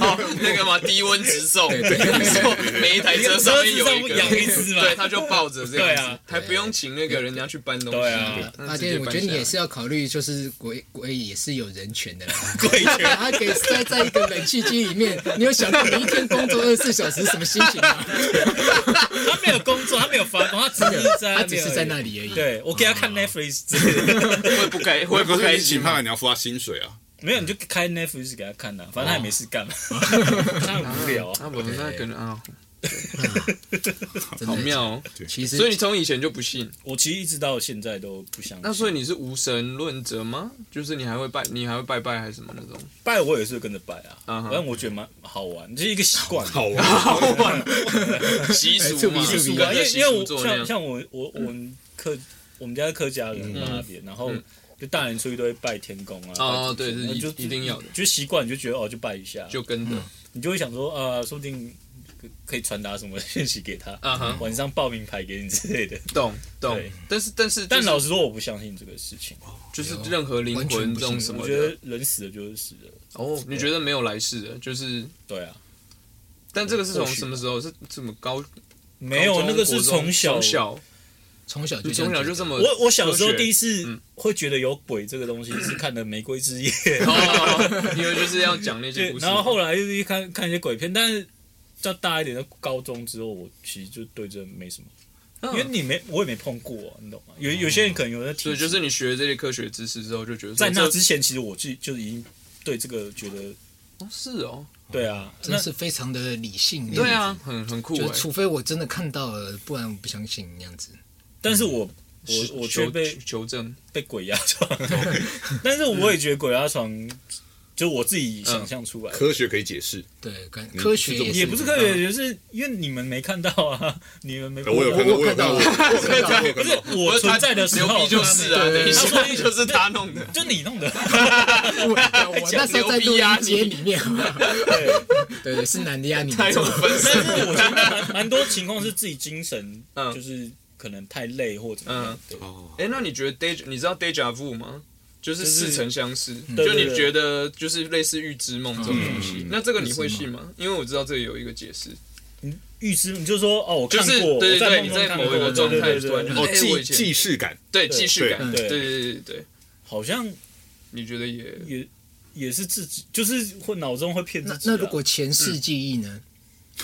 [SPEAKER 1] 好，那个嘛，低温直送，你说每一台车上面有一个，
[SPEAKER 3] 车子上养一只嘛
[SPEAKER 1] 对，他就抱着这样子，
[SPEAKER 3] 对啊
[SPEAKER 1] 还不用请那个人家去搬东西，
[SPEAKER 3] 对啊
[SPEAKER 1] 那
[SPEAKER 4] 阿
[SPEAKER 1] 直接
[SPEAKER 4] 健，
[SPEAKER 1] 搬
[SPEAKER 4] 我
[SPEAKER 1] 下来
[SPEAKER 4] 觉得你也是要考虑，就是鬼鬼也是有人权 的啦，
[SPEAKER 3] 鬼
[SPEAKER 4] 把
[SPEAKER 3] 犬，
[SPEAKER 4] 它给塞在一个冷气机里面，你有想过你一天工作二十四小时什么心 情吗？
[SPEAKER 3] 他没有工作，他没有发 光，他只是在
[SPEAKER 4] 他
[SPEAKER 3] 那边
[SPEAKER 4] 只是在那。里而已。
[SPEAKER 3] 对，我给他看 Netflix 之类的，
[SPEAKER 1] 会不开会
[SPEAKER 2] 我
[SPEAKER 1] 不
[SPEAKER 2] 可是
[SPEAKER 1] 开
[SPEAKER 2] 你
[SPEAKER 1] 心
[SPEAKER 2] 请
[SPEAKER 1] 吗？
[SPEAKER 2] 他来，你要付他薪水啊。
[SPEAKER 3] 没有你就开 Netflix 给他看呐，反正他也没事 干嘛，他很无聊啊。
[SPEAKER 1] 啊，我那可能啊，
[SPEAKER 4] 真的
[SPEAKER 1] 好。妙哦。
[SPEAKER 4] 其实
[SPEAKER 1] 所以你从以前就不信，
[SPEAKER 3] 我其实一直到现在都不相信。
[SPEAKER 1] 那所以你是无神论者吗？就是你还会拜，你还会拜拜还是什么那种？
[SPEAKER 3] 拜我也是跟着拜啊，
[SPEAKER 1] 嗯哼
[SPEAKER 3] 反正我觉得蛮好玩，就是一个习惯。
[SPEAKER 2] 好啊，
[SPEAKER 1] 习 俗嘛，
[SPEAKER 4] 哎
[SPEAKER 3] 习
[SPEAKER 4] 是
[SPEAKER 3] 俗
[SPEAKER 1] 跟
[SPEAKER 3] 啊，因
[SPEAKER 1] 着
[SPEAKER 3] 为
[SPEAKER 1] 习
[SPEAKER 3] 因为
[SPEAKER 1] 俗
[SPEAKER 3] 我
[SPEAKER 1] 做那
[SPEAKER 3] 像
[SPEAKER 1] 样。
[SPEAKER 3] 像我我我们客我们家的客家人嘛那边，然后就大年初一都会拜天公啊。
[SPEAKER 1] 嗯哦，对，是
[SPEAKER 3] 拜
[SPEAKER 1] 一
[SPEAKER 3] 祖
[SPEAKER 1] 一定要的，
[SPEAKER 3] 就习惯，你就觉得哦，就拜一下，
[SPEAKER 1] 就跟着。
[SPEAKER 3] 你就会想说啊、呃说不定可可以传达什么讯息给他，
[SPEAKER 1] 嗯哼
[SPEAKER 3] 晚上报名牌给你之类的。
[SPEAKER 1] 懂懂
[SPEAKER 3] 对，
[SPEAKER 1] 但是但是
[SPEAKER 3] 但
[SPEAKER 1] 就是
[SPEAKER 3] 老实说，我不相信这个事情，
[SPEAKER 1] 就是任何灵
[SPEAKER 4] 完全
[SPEAKER 1] 魂
[SPEAKER 4] 不
[SPEAKER 1] 这种
[SPEAKER 4] 信
[SPEAKER 1] 什
[SPEAKER 3] 我
[SPEAKER 1] 么
[SPEAKER 3] 觉
[SPEAKER 1] 的
[SPEAKER 3] 得人死了就是死了，
[SPEAKER 1] 哦，你觉得没有来世的，就是
[SPEAKER 3] 对啊，
[SPEAKER 1] 但这个是
[SPEAKER 3] 或
[SPEAKER 1] 从
[SPEAKER 3] 许
[SPEAKER 1] 什么时候？是怎么高？
[SPEAKER 3] 没有
[SPEAKER 1] 高中
[SPEAKER 3] 那个是
[SPEAKER 1] 国中
[SPEAKER 3] 从小
[SPEAKER 1] 从小
[SPEAKER 4] 从小就
[SPEAKER 1] 你从小就这嗯
[SPEAKER 4] 么
[SPEAKER 1] 么
[SPEAKER 3] 我我小时候第一
[SPEAKER 1] 次
[SPEAKER 3] 次会觉得有鬼这个东西，是看的《玫瑰 之夜》
[SPEAKER 1] 哦， 因为就是要讲那些
[SPEAKER 3] 对，
[SPEAKER 1] 故事，
[SPEAKER 3] 然后后来就是看看一些鬼片，但是较大一点的高中之后，我其实就对这没什么，因为
[SPEAKER 1] 嗯哦
[SPEAKER 3] 你没我也没碰过、你懂吗？有有些人可能有在提
[SPEAKER 1] 所
[SPEAKER 3] 起，
[SPEAKER 1] 以就是你学这些科学知识之后，就觉得说
[SPEAKER 3] 在那
[SPEAKER 1] 这
[SPEAKER 3] 之前，其实我自己就已经对这个觉得，
[SPEAKER 1] 哦是哦，
[SPEAKER 3] 对啊，
[SPEAKER 4] 真
[SPEAKER 3] 那
[SPEAKER 4] 是非常的理性。
[SPEAKER 1] 对，啊，很很酷
[SPEAKER 4] 嗯就是
[SPEAKER 1] 哎，
[SPEAKER 4] 除非我真的看到了，不然我不相信那样子。
[SPEAKER 3] 但是我
[SPEAKER 1] 是
[SPEAKER 3] 我我却
[SPEAKER 1] 求
[SPEAKER 3] 被
[SPEAKER 1] 求证
[SPEAKER 3] 被鬼压 床， 但是我也觉得鬼压床。就我自己想象出来的，
[SPEAKER 2] 科学可以解释。
[SPEAKER 4] 对，感
[SPEAKER 2] 嗯
[SPEAKER 4] 科学
[SPEAKER 2] 这种
[SPEAKER 4] 也
[SPEAKER 3] 也不是科学，就是因为你们没看到啊， 你们没碰过
[SPEAKER 2] 我有看
[SPEAKER 4] 我
[SPEAKER 2] 到，
[SPEAKER 4] 我
[SPEAKER 2] 有
[SPEAKER 4] 看到
[SPEAKER 2] 我有看到，我有
[SPEAKER 3] 不
[SPEAKER 2] 看
[SPEAKER 3] 是
[SPEAKER 2] 到。
[SPEAKER 3] 我存在的时
[SPEAKER 1] 牛
[SPEAKER 3] 候
[SPEAKER 1] 逼就是啊，
[SPEAKER 4] 对
[SPEAKER 1] 等一
[SPEAKER 3] 他说
[SPEAKER 1] 下
[SPEAKER 3] 你
[SPEAKER 1] 就是他弄的，
[SPEAKER 3] 就你弄的，
[SPEAKER 4] 我 我那时候在录音间里面，
[SPEAKER 3] 对，
[SPEAKER 4] 对对，是男的呀，你
[SPEAKER 1] 太有
[SPEAKER 4] 做
[SPEAKER 1] 分身
[SPEAKER 3] 但是我觉得蛮蛮多情况是自己精神，
[SPEAKER 1] 嗯
[SPEAKER 3] 就是可能太累或怎么样。对
[SPEAKER 2] 哦，
[SPEAKER 1] 哎、那你觉得 deja 你知道 deja vu 吗？就是
[SPEAKER 3] 就是
[SPEAKER 1] 似曾相识，
[SPEAKER 3] 对
[SPEAKER 1] 就
[SPEAKER 3] 对
[SPEAKER 1] 你
[SPEAKER 3] 对
[SPEAKER 1] 觉得就是类似预知梦这种东西。
[SPEAKER 2] 嗯
[SPEAKER 1] 那这个你会信吗？因为我知道这里有一个解释，
[SPEAKER 3] 预知，你就说哦，我
[SPEAKER 1] 就
[SPEAKER 3] 看
[SPEAKER 1] 是
[SPEAKER 3] 过，
[SPEAKER 1] 对
[SPEAKER 3] 我
[SPEAKER 1] 对，
[SPEAKER 3] 梦
[SPEAKER 1] 你
[SPEAKER 3] 中
[SPEAKER 1] 在
[SPEAKER 3] 看
[SPEAKER 1] 某
[SPEAKER 3] 过
[SPEAKER 1] 一个状态
[SPEAKER 3] 对对
[SPEAKER 1] 突然
[SPEAKER 3] 对
[SPEAKER 1] 就
[SPEAKER 3] 对
[SPEAKER 2] 哦，
[SPEAKER 1] 哎我
[SPEAKER 2] 既
[SPEAKER 1] 以前
[SPEAKER 2] 既视感，
[SPEAKER 1] 对既视感，
[SPEAKER 3] 对
[SPEAKER 1] 对对对对对，
[SPEAKER 3] 好像
[SPEAKER 1] 你觉得也
[SPEAKER 3] 也也是自己，就是会脑中会骗自
[SPEAKER 4] 那
[SPEAKER 3] 己啊。
[SPEAKER 4] 那如果前世记忆呢？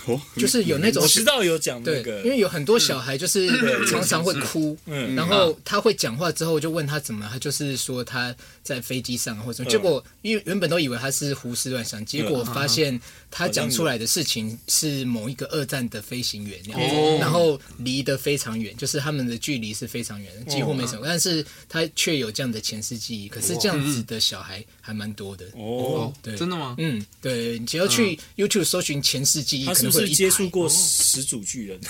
[SPEAKER 2] 哦，
[SPEAKER 4] 就是有 那种
[SPEAKER 3] 我知道有讲那
[SPEAKER 4] 对
[SPEAKER 3] 个，，
[SPEAKER 4] 因为有很多小孩就是常常会哭，
[SPEAKER 3] 嗯
[SPEAKER 4] 然后他会讲话之后，我就问他怎么了，他就是说他在飞机上或者什
[SPEAKER 3] 嗯
[SPEAKER 4] 么，结果因为原本都以为他是胡思乱想，结果发现他讲出来的事情是某一个二战的飞行员那样
[SPEAKER 1] 哦
[SPEAKER 4] 子，然后离得非常远，就是他们的距离是非常远的，
[SPEAKER 3] 哦
[SPEAKER 4] 几乎没什么，但是他却有这样的前世记忆，可是这样子的小孩还蛮多的。
[SPEAKER 3] 哦，嗯
[SPEAKER 4] 对
[SPEAKER 1] 真的吗？
[SPEAKER 4] 嗯，对，你只要去 YouTube 搜寻前世记忆，
[SPEAKER 3] 他
[SPEAKER 4] 可
[SPEAKER 3] 是
[SPEAKER 4] 能
[SPEAKER 3] 不
[SPEAKER 4] 会有
[SPEAKER 3] 是
[SPEAKER 4] 一
[SPEAKER 3] 接触
[SPEAKER 4] 排哦
[SPEAKER 3] 过始祖巨人？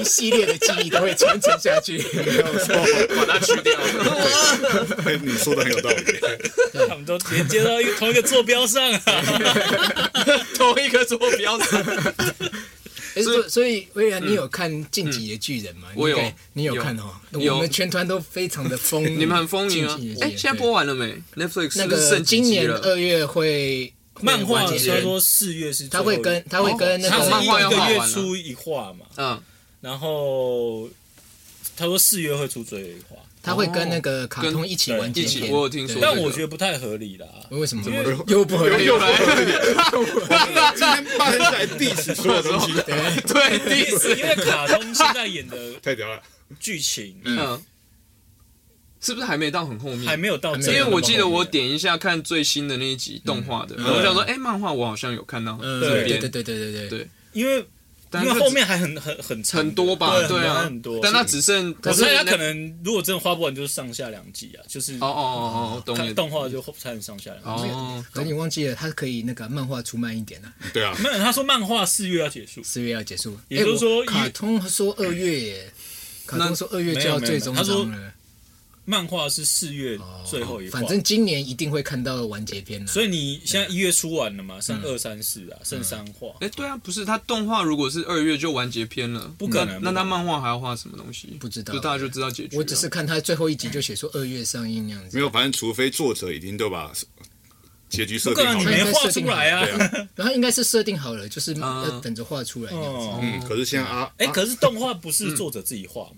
[SPEAKER 4] 一系列的记忆都会传承下 去。
[SPEAKER 1] 把它去掉。
[SPEAKER 2] 嘿你说的很有道理。
[SPEAKER 3] 他们都连接到一个同一个坐标上啊！
[SPEAKER 1] 同一个坐标上，
[SPEAKER 4] 诶所以所以威然，你有看《进击的巨人》吗？
[SPEAKER 1] 嗯我有
[SPEAKER 4] 你应该你有看哦。
[SPEAKER 1] 有
[SPEAKER 4] 我们全团都非常的 疯，
[SPEAKER 1] 你们很丰盈啊
[SPEAKER 4] 进击！的巨
[SPEAKER 1] 哎、
[SPEAKER 4] 人
[SPEAKER 1] 现在播完了没？Netflix
[SPEAKER 4] 对
[SPEAKER 1] 是
[SPEAKER 4] 那
[SPEAKER 1] 不是
[SPEAKER 4] 个
[SPEAKER 1] 剩几
[SPEAKER 4] 今
[SPEAKER 1] 集
[SPEAKER 4] 年
[SPEAKER 1] 了？
[SPEAKER 4] 二月会
[SPEAKER 3] 漫画
[SPEAKER 4] 会完结
[SPEAKER 3] 他说四月是最
[SPEAKER 4] 他
[SPEAKER 3] 后一
[SPEAKER 4] 会跟他会跟那
[SPEAKER 3] 他
[SPEAKER 1] 哦
[SPEAKER 3] 是
[SPEAKER 1] 漫
[SPEAKER 4] 个
[SPEAKER 1] 画要
[SPEAKER 3] 一
[SPEAKER 1] 画
[SPEAKER 3] 个
[SPEAKER 1] 完
[SPEAKER 3] 月
[SPEAKER 1] 了
[SPEAKER 3] 出一画嘛，
[SPEAKER 1] 嗯，
[SPEAKER 3] 然后他说四月会出最后一画，
[SPEAKER 4] 他会跟那个卡通一起
[SPEAKER 3] 跟
[SPEAKER 4] 完结
[SPEAKER 1] 一
[SPEAKER 4] 篇
[SPEAKER 1] 起我有听说、这个
[SPEAKER 3] 但我觉得不太合理啦。
[SPEAKER 4] 为什么
[SPEAKER 3] 因为
[SPEAKER 4] 又不合理？
[SPEAKER 1] 又 来了，
[SPEAKER 2] 今天八天 下来 diss 所有东西，
[SPEAKER 1] 对，第一次，
[SPEAKER 3] 因为卡通现在演的
[SPEAKER 2] 太屌了。
[SPEAKER 3] 剧情
[SPEAKER 1] 嗯，是不是还没到很后面？
[SPEAKER 3] 还没有到，
[SPEAKER 4] 还
[SPEAKER 3] 因
[SPEAKER 4] 没
[SPEAKER 1] 因
[SPEAKER 4] 有
[SPEAKER 1] 为我记得我点一下看最新的那一集动画
[SPEAKER 3] 嗯
[SPEAKER 1] 的，我想说，哎、漫画我好像有看到
[SPEAKER 4] 嗯，
[SPEAKER 1] 这
[SPEAKER 4] 对
[SPEAKER 1] 边，
[SPEAKER 4] 对对对
[SPEAKER 1] 对
[SPEAKER 4] 对对。
[SPEAKER 3] 因为因
[SPEAKER 1] 但
[SPEAKER 3] 为
[SPEAKER 1] 是
[SPEAKER 3] 后面还很很很长
[SPEAKER 1] 很多吧，
[SPEAKER 3] 对
[SPEAKER 1] 对
[SPEAKER 3] 很
[SPEAKER 1] 啊，
[SPEAKER 3] 多很多。
[SPEAKER 1] 但它只剩，
[SPEAKER 3] 我
[SPEAKER 1] 是
[SPEAKER 3] 猜他可能如果真的花不完，就是上下两季啊，就是
[SPEAKER 1] 哦哦哦哦，懂你
[SPEAKER 3] 看
[SPEAKER 1] 的
[SPEAKER 3] 动画就才能上下两季。
[SPEAKER 1] 哦，
[SPEAKER 4] 可是你忘记了，他可以那个漫画出慢一点啊，
[SPEAKER 2] 对啊，
[SPEAKER 3] 没有，他说漫画四月要结束，
[SPEAKER 4] 四月要结束。
[SPEAKER 3] 也就是说
[SPEAKER 4] 诶我卡通说二月耶，卡通说二月就要最终
[SPEAKER 3] 没有
[SPEAKER 4] 章
[SPEAKER 3] 没有
[SPEAKER 4] 了。
[SPEAKER 3] 漫画是四月
[SPEAKER 4] 哦
[SPEAKER 3] 最后一话
[SPEAKER 4] 反，正今年一定会看到完结篇了。
[SPEAKER 3] 所
[SPEAKER 4] 以
[SPEAKER 3] 以你现在一月出完了嘛，剩二三四啊，剩三话，
[SPEAKER 1] 哎，对啊，不是，它动画如果是二月就完结篇了，
[SPEAKER 3] 不可能
[SPEAKER 1] 那
[SPEAKER 3] 不
[SPEAKER 1] 那
[SPEAKER 3] 可
[SPEAKER 1] 它
[SPEAKER 3] 能
[SPEAKER 1] 漫画还要画什么东西？
[SPEAKER 4] 不知道
[SPEAKER 1] 就大家就知道结局了。
[SPEAKER 4] 我只是看他最后一集就写说二月上映那样子
[SPEAKER 2] 没。
[SPEAKER 3] 嗯
[SPEAKER 2] 有，反正除非作者已经都把结局设
[SPEAKER 3] 不
[SPEAKER 2] 定
[SPEAKER 3] 可
[SPEAKER 2] 好
[SPEAKER 3] 能你
[SPEAKER 2] 了。
[SPEAKER 3] 没画出来啊。
[SPEAKER 4] 然后应该是设定好了，就是呃
[SPEAKER 1] 啊
[SPEAKER 4] 要等着画出来那样子。
[SPEAKER 3] 哦，
[SPEAKER 2] 嗯，可是现在啊，
[SPEAKER 3] 哎，
[SPEAKER 2] 啊
[SPEAKER 3] 可是动画不是作者自己画嘛？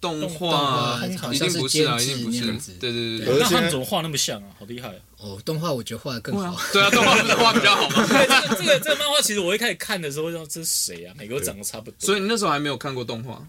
[SPEAKER 1] 动
[SPEAKER 4] 画
[SPEAKER 1] 画
[SPEAKER 4] 好
[SPEAKER 1] 一
[SPEAKER 4] 像
[SPEAKER 1] 定
[SPEAKER 4] 是
[SPEAKER 1] 不是啊，
[SPEAKER 4] 监
[SPEAKER 1] 一定
[SPEAKER 4] 制
[SPEAKER 1] 不是
[SPEAKER 4] 那样子。
[SPEAKER 1] 对对对
[SPEAKER 2] 可
[SPEAKER 1] 对
[SPEAKER 2] 是
[SPEAKER 3] 那他
[SPEAKER 2] 现在
[SPEAKER 3] 们怎么画那么像啊？好厉害啊！
[SPEAKER 4] 哦，动画我觉得画的更
[SPEAKER 1] 对啊
[SPEAKER 4] 好。，
[SPEAKER 1] 对啊，动画 不是画比较好吗？
[SPEAKER 3] 哎这个这个这个漫画，其实我一开始看的时候，让这是谁啊？每个都长得差不多。
[SPEAKER 1] 所以你那时候还没有看过动画，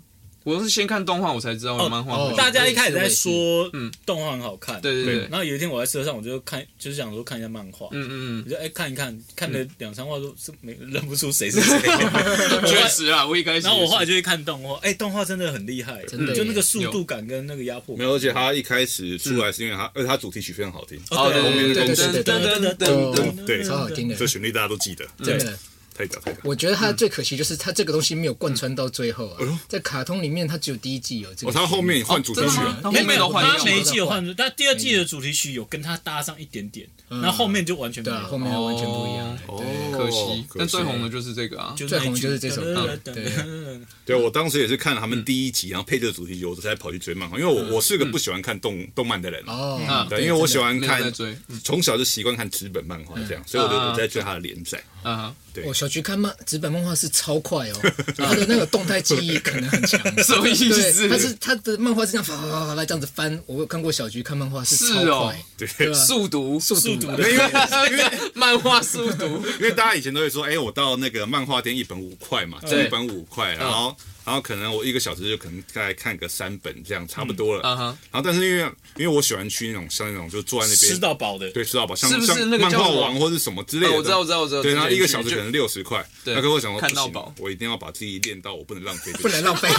[SPEAKER 1] 我是先看动画我才知道有漫画
[SPEAKER 4] 哦
[SPEAKER 1] 会。
[SPEAKER 3] 大家一开始在说
[SPEAKER 1] 嗯
[SPEAKER 3] 动画很好看，
[SPEAKER 1] 对对对，
[SPEAKER 3] 然后有一天我在车上，我就看，就是想说看一下漫画，
[SPEAKER 1] 嗯嗯
[SPEAKER 3] 我就哎看一看，看了两三话都是没认不出谁是谁。
[SPEAKER 1] 嗯， 确实啊，我一开始也是，
[SPEAKER 3] 然后我后来就去看动画，哎，动画真的很厉害，
[SPEAKER 4] 真的
[SPEAKER 3] 就
[SPEAKER 4] 耶
[SPEAKER 3] 那个速度感跟那个压迫
[SPEAKER 2] 没
[SPEAKER 3] 感。
[SPEAKER 2] 有，而且他一开始出来是因为他，而且他主题曲非常好听，
[SPEAKER 1] 哦对
[SPEAKER 2] 对对
[SPEAKER 4] 对对对
[SPEAKER 1] 对对
[SPEAKER 4] 哦
[SPEAKER 2] 对
[SPEAKER 4] 超好听的
[SPEAKER 2] 这，旋律大家都记得，
[SPEAKER 4] 真的。
[SPEAKER 2] 太屌太屌。
[SPEAKER 4] 我觉得他最可惜就是他这个东西没有贯穿到最后啊，
[SPEAKER 3] 嗯
[SPEAKER 4] 在卡通里面他只有第一季有这个。
[SPEAKER 2] 哦，他后面换主题曲
[SPEAKER 1] 真的
[SPEAKER 2] 了
[SPEAKER 1] 吗，
[SPEAKER 4] 后
[SPEAKER 1] 没有
[SPEAKER 4] 面
[SPEAKER 1] 都换一样
[SPEAKER 3] 他每一季有换，但第二季的主题曲有跟他搭上一点点，
[SPEAKER 4] 嗯
[SPEAKER 3] 然后后面就完全没
[SPEAKER 4] 对
[SPEAKER 3] 有
[SPEAKER 4] 啊，。后面完全不一样。
[SPEAKER 2] 哦
[SPEAKER 4] 对，
[SPEAKER 1] 可惜，
[SPEAKER 2] 可
[SPEAKER 1] 但最红的就是这个啊。
[SPEAKER 3] 就
[SPEAKER 4] 最
[SPEAKER 3] 那一
[SPEAKER 4] 红
[SPEAKER 3] 句
[SPEAKER 4] 就是这首歌对
[SPEAKER 2] 对，我当时也是看他们第一集，然后配这个主题曲，我才跑去追漫画，因为我我是个不喜欢看动动漫的人，
[SPEAKER 4] 哦，
[SPEAKER 2] 啊对，因为我喜欢
[SPEAKER 1] 没有在
[SPEAKER 2] 看，
[SPEAKER 1] 追嗯
[SPEAKER 2] 从小就习惯看纸本漫画这样，所以我就
[SPEAKER 1] 啊
[SPEAKER 2] 我在追他的连载。
[SPEAKER 1] 啊，
[SPEAKER 2] 对
[SPEAKER 4] 我小菊看漫纸本漫画是超快哦，他的那个动态记忆可能很强。
[SPEAKER 1] 什么意思？
[SPEAKER 4] 对，他是他的漫画是这样翻翻翻翻翻这样子翻。我有看过小菊看漫画是
[SPEAKER 1] 是
[SPEAKER 4] 超
[SPEAKER 1] 哦
[SPEAKER 4] 快，对吧？
[SPEAKER 1] 速读，速
[SPEAKER 4] 速读
[SPEAKER 1] 因为漫画速读，
[SPEAKER 2] 因为大家以前都会说，哎、我到那个漫画店一本五块嘛，这
[SPEAKER 1] 对嗯
[SPEAKER 2] 一本五块，然后、然后可能我一个小时就可能大概看个三本这样，差不多了。
[SPEAKER 1] 嗯啊哈
[SPEAKER 2] 然后但是因为因为我喜欢去那种像那种就坐在那边
[SPEAKER 3] 吃到饱的，
[SPEAKER 2] 对吃到饱，像
[SPEAKER 1] 是不是那
[SPEAKER 2] 像
[SPEAKER 1] 个
[SPEAKER 2] 漫
[SPEAKER 1] 叫
[SPEAKER 2] 画
[SPEAKER 1] 什么
[SPEAKER 2] 王或是什么之类的、
[SPEAKER 1] 啊我知道我知道我知道
[SPEAKER 2] 对，
[SPEAKER 1] 之前
[SPEAKER 2] 然后一个小时
[SPEAKER 1] 去
[SPEAKER 2] 可能六十块，
[SPEAKER 1] 对
[SPEAKER 2] 那跟我想说
[SPEAKER 1] 看到
[SPEAKER 2] 不行
[SPEAKER 1] 饱
[SPEAKER 2] 我一定要把自己练到，我不能浪费这
[SPEAKER 4] 不能
[SPEAKER 2] 个钱，
[SPEAKER 4] 浪费。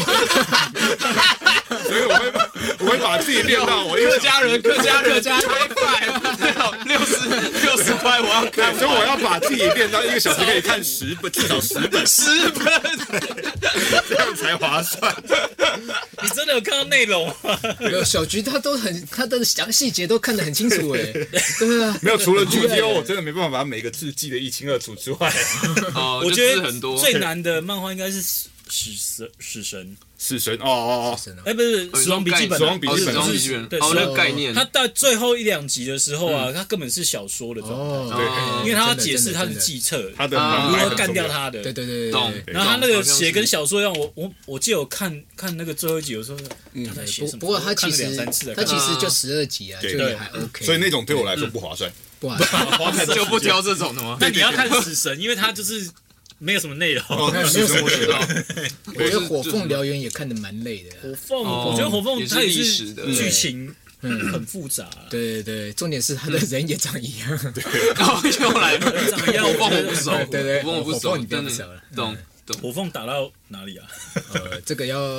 [SPEAKER 2] 所以我会把我会把自己练到我一
[SPEAKER 1] 客
[SPEAKER 2] 个。
[SPEAKER 1] 家人，客家人加 high 六十六十块，我要 看
[SPEAKER 2] 对，所以我要把自己练到一个小时可以看十本，至少十本，
[SPEAKER 1] 十分。
[SPEAKER 2] 这样才划算。
[SPEAKER 3] 你真的有看到内容吗？
[SPEAKER 4] 没有小菊他都很他的详细节都看得很清楚哎，对啊，
[SPEAKER 2] 没有，除了 GTO，我真的没办法把每个字记得一清二楚之外，
[SPEAKER 1] 哦，
[SPEAKER 3] 我
[SPEAKER 1] 就
[SPEAKER 3] 觉
[SPEAKER 1] 字
[SPEAKER 3] 得
[SPEAKER 1] 很多，
[SPEAKER 3] 最难的漫画应该是死死神死神，
[SPEAKER 2] 死神哦哦哦，
[SPEAKER 4] 真的
[SPEAKER 3] 哎，不是
[SPEAKER 1] 哦
[SPEAKER 3] 死亡笔记本啊，
[SPEAKER 2] 死亡笔
[SPEAKER 1] 哦
[SPEAKER 2] 记
[SPEAKER 1] 是
[SPEAKER 2] 本
[SPEAKER 1] 装笔
[SPEAKER 3] 是
[SPEAKER 1] 记本，
[SPEAKER 3] 对
[SPEAKER 1] 哦，那
[SPEAKER 3] 是
[SPEAKER 1] 个概念，嗯
[SPEAKER 3] 他到最后一两集的时候啊，他根本是小说的状态，
[SPEAKER 4] 哦，
[SPEAKER 1] 哦
[SPEAKER 2] 对，
[SPEAKER 3] 因为他要解释他的计策，
[SPEAKER 2] 他的
[SPEAKER 1] 啊
[SPEAKER 2] 旁
[SPEAKER 3] 如
[SPEAKER 2] 白
[SPEAKER 3] 何
[SPEAKER 2] 很
[SPEAKER 3] 干掉
[SPEAKER 2] 重要，
[SPEAKER 3] 他的，
[SPEAKER 4] 对对对对
[SPEAKER 1] 懂
[SPEAKER 4] 对。。
[SPEAKER 3] 然后他那个写跟
[SPEAKER 1] 小。
[SPEAKER 3] 小说一样，我我我记得我看看那个最后一集，有时候他在写
[SPEAKER 4] 嗯不
[SPEAKER 3] 什么？
[SPEAKER 4] 不过
[SPEAKER 3] 我
[SPEAKER 4] 他
[SPEAKER 3] 看
[SPEAKER 4] 其
[SPEAKER 3] 了两
[SPEAKER 4] 实
[SPEAKER 3] 三次啊，
[SPEAKER 4] 他其
[SPEAKER 3] 看
[SPEAKER 4] 实就十二集啊，就
[SPEAKER 2] 对
[SPEAKER 4] 也还 OK。
[SPEAKER 2] 所以那种对我来说不划算。
[SPEAKER 4] 不挂。
[SPEAKER 2] 花 太多
[SPEAKER 1] 就不
[SPEAKER 2] 时间
[SPEAKER 1] 挑这种的吗？
[SPEAKER 3] 那你要看死神，因为他就是没有什么内容。
[SPEAKER 2] 哦，
[SPEAKER 4] 没有
[SPEAKER 2] 死神
[SPEAKER 4] 什么
[SPEAKER 2] 我知 道，
[SPEAKER 4] 我觉得《火凤燎原》也看得蛮累的啊。
[SPEAKER 3] 火凤，
[SPEAKER 1] 哦
[SPEAKER 3] 我觉得火凤
[SPEAKER 1] 也是
[SPEAKER 3] 它也
[SPEAKER 1] 历
[SPEAKER 3] 是
[SPEAKER 1] 史的
[SPEAKER 3] 剧情很复杂。啊
[SPEAKER 4] 对对对，重点是他的人也长一 样。
[SPEAKER 1] 哦，又来了，我问我不熟，
[SPEAKER 4] 对对
[SPEAKER 1] 我问我不
[SPEAKER 4] 我
[SPEAKER 1] 熟，
[SPEAKER 4] 问你不
[SPEAKER 1] 真的嗯
[SPEAKER 4] 熟了
[SPEAKER 1] 懂懂。
[SPEAKER 3] 火凤打到哪里啊？
[SPEAKER 4] 呃，这 个要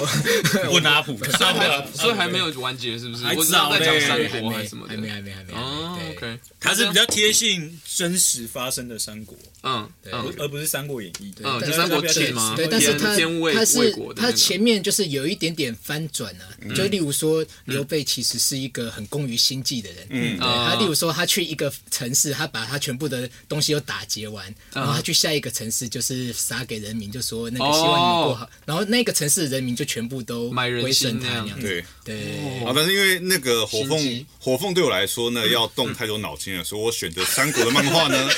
[SPEAKER 3] 问阿 普，
[SPEAKER 1] 所以还所以还没有完结，是不是？
[SPEAKER 3] 还
[SPEAKER 1] 我知
[SPEAKER 3] 早
[SPEAKER 1] 道在讲
[SPEAKER 3] 嘞
[SPEAKER 1] 三
[SPEAKER 4] 还
[SPEAKER 1] 国
[SPEAKER 4] 没
[SPEAKER 1] 还是什么的
[SPEAKER 4] 还。没还没还没。
[SPEAKER 1] 哦
[SPEAKER 4] 对
[SPEAKER 1] ，OK，
[SPEAKER 3] 它是比较贴近真实发生的三国，
[SPEAKER 1] 嗯嗯
[SPEAKER 3] 而不是《三国演义》。
[SPEAKER 1] 嗯，
[SPEAKER 4] 对
[SPEAKER 1] 就三国
[SPEAKER 3] 对
[SPEAKER 1] 志嘛，
[SPEAKER 4] 对，但是
[SPEAKER 1] 天
[SPEAKER 4] 他
[SPEAKER 1] 天魏
[SPEAKER 4] 他
[SPEAKER 1] 魏
[SPEAKER 4] 是
[SPEAKER 1] 国的那嗯
[SPEAKER 4] 他
[SPEAKER 1] 个
[SPEAKER 4] 前面就是有一点点翻转啊，就例如说刘备其实是一个很工于心计的人，嗯，对
[SPEAKER 1] 啊
[SPEAKER 4] 他例如说他去一个城市，他把他全部的东西都打劫完，
[SPEAKER 1] 嗯
[SPEAKER 4] 然后他去下一个城市就是撒给人民，就说那个希望你们过好，然后那个城市的人民就全部都
[SPEAKER 1] 哦买人
[SPEAKER 4] 归顺
[SPEAKER 1] 心那
[SPEAKER 4] 他
[SPEAKER 1] 样哦
[SPEAKER 4] 那样子，
[SPEAKER 2] 对。
[SPEAKER 4] 对，
[SPEAKER 2] 啊，但是因为那个火
[SPEAKER 1] 心
[SPEAKER 2] 凤
[SPEAKER 1] 机，
[SPEAKER 2] 火凤对我来说呢，要动太多脑筋了，所以我选择三国的漫画呢，